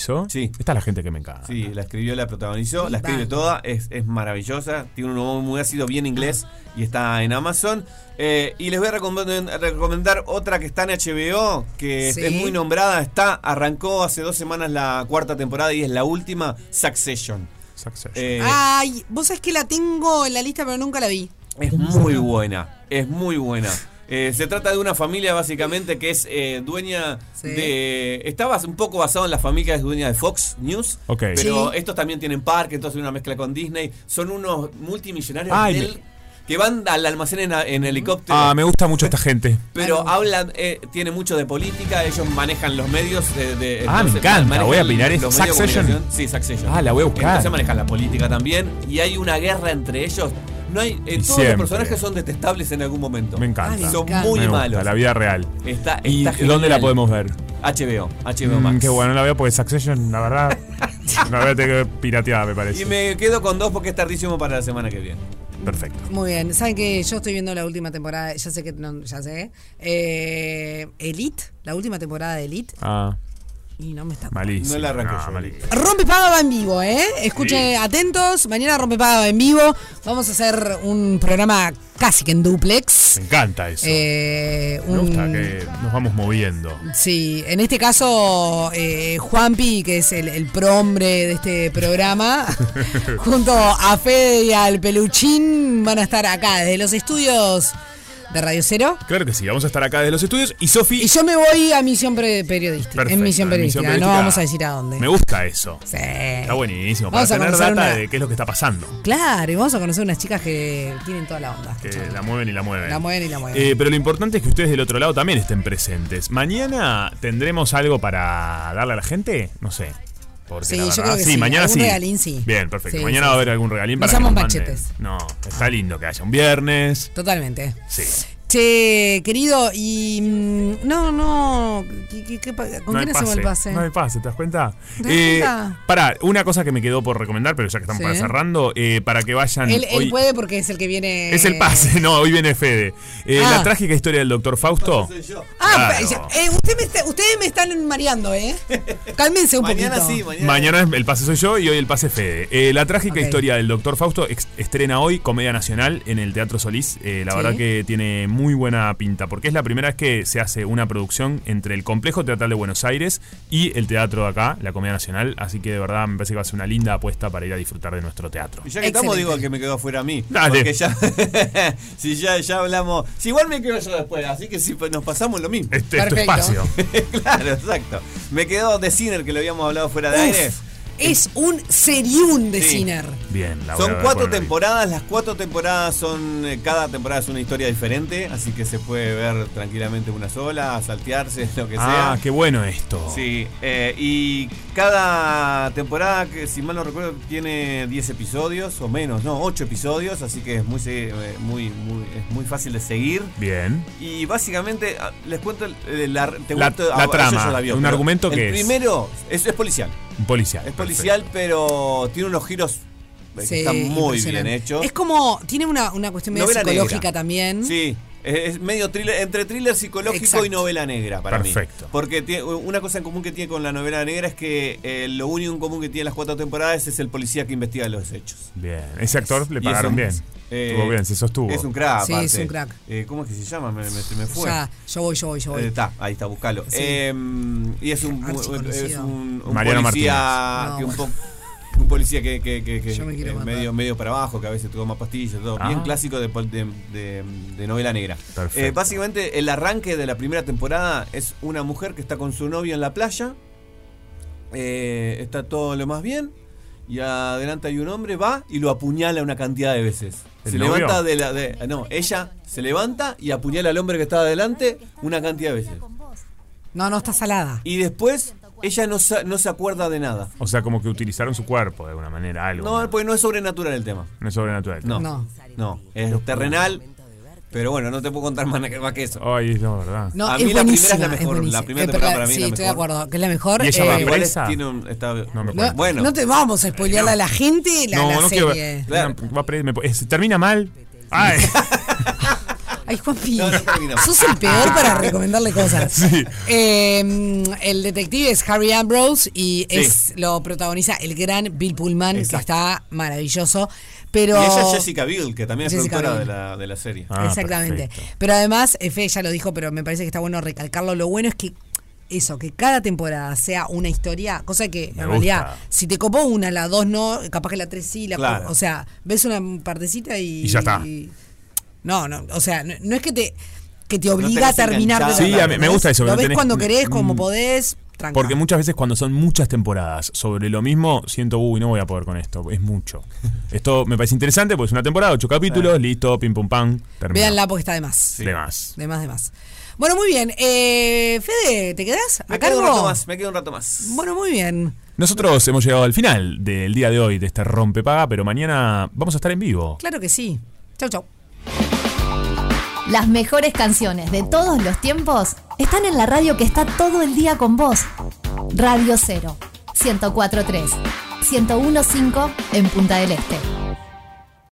Speaker 1: protagonizó.
Speaker 3: Sí.
Speaker 1: Esta es la gente que me encanta.
Speaker 3: Sí, la escribió, la protagonizó,
Speaker 2: Sí,
Speaker 3: la escribe
Speaker 2: va.
Speaker 3: toda, es, es maravillosa, tiene un humor muy ácido, bien inglés y está en Amazon. Eh, y les voy a recomend- recomendar otra que está en HBO, que
Speaker 2: Sí.
Speaker 3: es muy nombrada, está, arrancó hace dos semanas la cuarta temporada y es la última, Succession.
Speaker 1: Succession.
Speaker 3: Eh,
Speaker 2: Ay, vos sabés que la tengo en la lista, pero nunca la vi.
Speaker 3: Es muy buena, es muy buena. Eh, se trata de una familia básicamente que es eh, dueña
Speaker 2: Sí.
Speaker 3: de... Estaba un poco basado en las familias dueñas de Fox News,
Speaker 1: Ok.
Speaker 3: pero
Speaker 2: Sí.
Speaker 3: estos también tienen parque, entonces una mezcla con Disney. Son unos multimillonarios
Speaker 1: Ay,
Speaker 3: del- que van al almacén en, en helicóptero.
Speaker 1: Ah, me gusta mucho esta gente.
Speaker 3: pero hablan, eh, tiene mucho de política, ellos manejan los medios de... de-
Speaker 1: Ah, me
Speaker 3: entonces,
Speaker 1: encanta,
Speaker 3: manejan
Speaker 1: voy a opinar, ¿es
Speaker 3: los medios de
Speaker 1: Succession?
Speaker 3: comunicación. Sí, Succession.
Speaker 1: Ah, la voy a buscar.
Speaker 3: Entonces manejan la política también y hay una guerra entre ellos No hay,
Speaker 1: Y
Speaker 3: eh, todos
Speaker 1: siempre.
Speaker 3: los personajes son detestables en algún momento. Ah,
Speaker 1: Me encanta.
Speaker 2: Ay, me
Speaker 3: Son
Speaker 2: encanta.
Speaker 3: muy
Speaker 1: Me gusta,
Speaker 3: malos.
Speaker 1: la vida real.
Speaker 3: Está,
Speaker 1: ¿Y
Speaker 3: está
Speaker 1: dónde
Speaker 3: genial.
Speaker 1: la podemos ver?
Speaker 3: HBO, HBO Max.
Speaker 1: Mm, qué bueno, no la veo porque Succession, la
Speaker 3: *laughs*
Speaker 1: verdad. la verdad tengo que piratear, me parece.
Speaker 3: Y me quedo con dos porque es tardísimo para la semana que viene.
Speaker 1: Perfecto.
Speaker 2: Muy bien, saben que yo estoy viendo la última temporada, ya sé que no, ya sé. eh, Elite, la última temporada de Elite,
Speaker 1: Ah,
Speaker 2: y no me está.
Speaker 1: malísimo. Ah,
Speaker 3: No la arranqué yo.
Speaker 1: malísimo.
Speaker 2: Rompe Paga va en vivo, ¿eh? Escuchen atentos, mañana Rompe Paga va en vivo. Vamos a hacer un programa casi que en duplex.
Speaker 1: Me encanta eso.
Speaker 2: Eh,
Speaker 1: me
Speaker 2: un-
Speaker 1: gusta que nos vamos moviendo.
Speaker 2: Sí, en este caso, eh, Juanpi, que es el, el prohombre de este
Speaker 1: *laughs*
Speaker 2: programa, junto a Fede y al Peluchín, van a estar acá desde los estudios de Radio Cero.
Speaker 1: Claro que sí, vamos a estar acá desde los estudios. Y Sofi.
Speaker 2: Y yo me voy a misión pre- periodística.
Speaker 1: Perfecto,
Speaker 2: en misión
Speaker 1: en
Speaker 2: periodística,
Speaker 1: misión
Speaker 2: no
Speaker 1: periodística.
Speaker 2: vamos a decir a dónde.
Speaker 1: Me gusta eso.
Speaker 2: Sí.
Speaker 1: Está buenísimo.
Speaker 2: Vamos a
Speaker 1: para tener
Speaker 2: comenzar
Speaker 1: data
Speaker 2: una-
Speaker 1: de qué es lo que está pasando.
Speaker 2: Claro, y vamos a conocer unas chicas que tienen toda la onda.
Speaker 1: Que la mueven y la mueven.
Speaker 2: La mueven y la mueven.
Speaker 1: Eh, pero lo importante es que ustedes del otro lado también estén presentes. Mañana tendremos algo para darle a la gente, no sé. Porque
Speaker 2: Sí,
Speaker 1: la
Speaker 2: yo
Speaker 1: verdad-
Speaker 2: creo que sí.
Speaker 1: mañana
Speaker 2: Algún
Speaker 1: sí.
Speaker 2: regalín, sí.
Speaker 1: Bien, perfecto.
Speaker 2: Sí,
Speaker 1: mañana
Speaker 2: sí,
Speaker 1: va a haber
Speaker 2: sí.
Speaker 1: algún
Speaker 2: No
Speaker 1: regalín para que
Speaker 2: somos
Speaker 1: nos manden.
Speaker 2: machetes.
Speaker 1: No, está lindo que haya un viernes.
Speaker 2: Totalmente.
Speaker 1: Sí.
Speaker 2: Che, querido, y. mm, No, no. ¿qué- qué- qué pa- ¿Con
Speaker 1: no hay
Speaker 2: quién hacemos el pase?
Speaker 1: No hay pase, ¿te das cuenta? Eh,
Speaker 2: ¿Te das cuenta?
Speaker 1: pará, una cosa que me quedó por recomendar, pero ya que estamos
Speaker 2: Sí.
Speaker 1: para cerrando, eh, para que vayan.
Speaker 2: él él
Speaker 1: hoy-
Speaker 2: puede porque es el que viene.
Speaker 1: Es el pase, *laughs* no, hoy viene Fede. Eh,
Speaker 2: Ah.
Speaker 1: La trágica historia del doctor Fausto.
Speaker 2: Ah,
Speaker 1: Claro.
Speaker 2: eh, usted me está- ustedes me están mareando, ¿eh? Cálmense un
Speaker 3: Mañana
Speaker 2: poquito.
Speaker 3: sí, mañana.
Speaker 1: Mañana es- el pase soy yo y hoy el pase Fede. Eh, la trágica
Speaker 2: Ok.
Speaker 1: historia del Doctor Fausto ex- estrena hoy Comedia Nacional en el Teatro Solís. Eh, la
Speaker 2: Sí.
Speaker 1: verdad que tiene muy buena pinta, porque es la primera vez que se hace una producción entre el Complejo Teatral de Buenos Aires y el teatro de acá, la Comedia Nacional. Así que de verdad me parece que va a ser una linda apuesta para ir a disfrutar de nuestro teatro.
Speaker 3: Y ya que estamos,
Speaker 2: Excelente.
Speaker 3: digo el que me quedó afuera a mí.
Speaker 1: Dale.
Speaker 3: Porque ya. *laughs* si ya, ya hablamos. Si igual me quedo yo después, así que si nos pasamos lo mismo.
Speaker 1: Este es tu
Speaker 2: Perfecto.
Speaker 1: espacio.
Speaker 3: *laughs* claro, exacto. Me quedó The Sinner, que lo habíamos hablado fuera de aire.
Speaker 2: Uf, es un seriún de
Speaker 3: Sí.
Speaker 2: Ciner.
Speaker 1: Bien, la voy a
Speaker 3: Son
Speaker 1: ver
Speaker 3: cuatro
Speaker 1: cuando la vi.
Speaker 3: temporadas, las cuatro temporadas son, eh, cada temporada es una historia diferente, así que se puede ver tranquilamente una sola, saltearse, *laughs* lo que sea.
Speaker 1: Ah, qué bueno esto.
Speaker 3: Sí, eh, y cada temporada, que si mal no recuerdo, tiene 10 episodios o menos, no, 8 episodios, así que es muy, se- eh, muy, muy, es muy fácil de seguir.
Speaker 1: Bien.
Speaker 3: Y básicamente, ah, les cuento el- eh, la, te
Speaker 1: La-
Speaker 3: cuento-
Speaker 1: la
Speaker 3: ah, eso
Speaker 1: trama,
Speaker 3: ya la vio,
Speaker 1: un
Speaker 3: pero
Speaker 1: argumento
Speaker 3: el
Speaker 1: que es.
Speaker 3: primero es- es policial.
Speaker 1: Un policial.
Speaker 3: Es policial, pero tiene unos giros eh, que
Speaker 2: Sí,
Speaker 3: están muy bien
Speaker 2: impresionante.
Speaker 3: hechos.
Speaker 2: Es como, tiene una, una cuestión medio
Speaker 3: Novela
Speaker 2: psicológica
Speaker 3: negra.
Speaker 2: también.
Speaker 3: Sí, es, es medio thriller, entre thriller psicológico
Speaker 2: Exacto.
Speaker 3: y novela negra para mí.
Speaker 1: Perfecto.
Speaker 3: Porque tiene- una cosa en común que tiene con la novela negra es que eh, lo único en común que tiene las cuatro temporadas es el policía que investiga los hechos.
Speaker 1: Bien. Ese actor le
Speaker 3: Y
Speaker 1: pagaron bien.
Speaker 3: es un- eh,
Speaker 1: Estuvo bien, se sostuvo.
Speaker 3: Es un crack,
Speaker 2: Sí,
Speaker 3: aparte.
Speaker 2: es un crack.
Speaker 3: Eh, ¿Cómo es que se llama? Me, me- me fue.
Speaker 2: Ya, yo voy, yo voy, yo voy.
Speaker 3: Eh, Está, ahí está, buscalo.
Speaker 2: Sí.
Speaker 3: Eh, y es un,
Speaker 2: Archiconocido.
Speaker 3: es un, un
Speaker 1: Mariano
Speaker 3: policía
Speaker 2: Martínez.
Speaker 3: que un
Speaker 2: No.
Speaker 3: po- un policía que, que- que- que
Speaker 2: Yo me quiero
Speaker 3: es
Speaker 2: matar.
Speaker 3: medio, medio para abajo, que a veces toma pastillas, todo.
Speaker 1: Ah.
Speaker 3: Bien clásico de, pol- de- de- de novela negra.
Speaker 1: Perfecto.
Speaker 3: Eh, básicamente, el arranque de la primera temporada es una mujer que está con su novio en la playa. eh, está todo lo más bien. Y adelante hay un hombre, va y lo apuñala una cantidad de veces.
Speaker 1: ¿El
Speaker 3: Se
Speaker 1: novio?
Speaker 3: levanta de la. de- no, ella se levanta y apuñala al hombre que está adelante una cantidad de veces.
Speaker 2: No, no está salada.
Speaker 3: Y después ella no, sa- no se acuerda de nada.
Speaker 1: O sea, como que utilizaron su cuerpo de alguna manera, algo.
Speaker 3: No, porque no es sobrenatural el tema.
Speaker 1: No es sobrenatural.
Speaker 3: No.
Speaker 2: No.
Speaker 3: No. Es terrenal. Pero bueno, no te puedo contar más, más que eso.
Speaker 1: Ay, no, verdad.
Speaker 2: No,
Speaker 3: A
Speaker 2: es
Speaker 3: mí la primera es la
Speaker 2: buenísima,
Speaker 3: mejor, la
Speaker 2: buenísima.
Speaker 3: primera
Speaker 2: pero
Speaker 3: temporada para mí es
Speaker 2: sí,
Speaker 3: la
Speaker 2: estoy de
Speaker 3: mejor.
Speaker 2: acuerdo, que es la mejor.
Speaker 1: Y ella va
Speaker 3: Eh, Igual es-
Speaker 1: ¿Esa?
Speaker 3: tiene un-
Speaker 1: No
Speaker 3: está-
Speaker 1: me
Speaker 2: no,
Speaker 1: acuerdo.
Speaker 3: bueno.
Speaker 2: no te vamos a spoilearle a la gente la, la serie.
Speaker 1: ver. No, va a pre- me- es- termina mal.
Speaker 2: *laughs*
Speaker 1: Ay,
Speaker 2: Ay, Juanpi,
Speaker 3: No, no terminamos.
Speaker 2: sos el
Speaker 3: *laughs*
Speaker 2: peor para recomendarle cosas.
Speaker 1: Sí.
Speaker 2: Eh, mm, el detective es Harry Ambrose y
Speaker 3: Sí.
Speaker 2: es lo protagoniza el gran Bill Pullman, que
Speaker 1: Exacto.
Speaker 2: está maravilloso. Pero
Speaker 3: Y ella es Jessica Biel, que también es
Speaker 2: Jessica
Speaker 3: productora de
Speaker 2: Biel.
Speaker 3: la, de la serie.
Speaker 1: Ah,
Speaker 2: Exactamente.
Speaker 1: perfecto.
Speaker 2: Pero además, eh, Fe ya lo dijo, pero me parece que está bueno recalcarlo. Lo bueno es que eso, que cada temporada sea una historia, cosa que en
Speaker 1: Me
Speaker 2: realidad,
Speaker 1: gusta.
Speaker 2: si te copó una, la dos no, capaz que la tres sí, la
Speaker 3: Claro.
Speaker 2: cu- O sea, ves una partecita y.
Speaker 1: Y ya está.
Speaker 2: y- no, no, o sea, no, no es que te, que te
Speaker 3: No
Speaker 2: obliga a
Speaker 3: tenés
Speaker 2: terminar. de
Speaker 3: enganchado.
Speaker 2: verla,
Speaker 1: Sí, a mí- me
Speaker 2: ¿entendés?
Speaker 1: gusta eso, que
Speaker 2: Lo
Speaker 1: no
Speaker 2: ves
Speaker 1: tenés-
Speaker 2: cuando querés, como
Speaker 1: Mm.
Speaker 2: podés, tranca.
Speaker 1: Porque muchas veces cuando son muchas temporadas sobre lo mismo, siento, uy, no voy a poder con esto, es mucho. Esto me parece interesante porque es una temporada, ocho capítulos, listo, pim pum pam, terminó.
Speaker 2: Véanla porque está de más.
Speaker 1: De más.
Speaker 2: De más, de más. Bueno, muy bien. Eh, Fede, ¿te quedás?
Speaker 3: Me
Speaker 2: ¿A
Speaker 3: quedo un rato
Speaker 2: cargo?
Speaker 3: más, me quedo un rato más.
Speaker 2: Bueno, muy bien.
Speaker 1: Nosotros hemos llegado al final del día de hoy de este rompepaga, pero mañana vamos a estar en vivo.
Speaker 2: Claro que sí. Chau, chau.
Speaker 4: Las mejores canciones de todos los tiempos están en la radio que está todo el día con vos. Radio 0, 104.3, 101.5 en Punta del Este.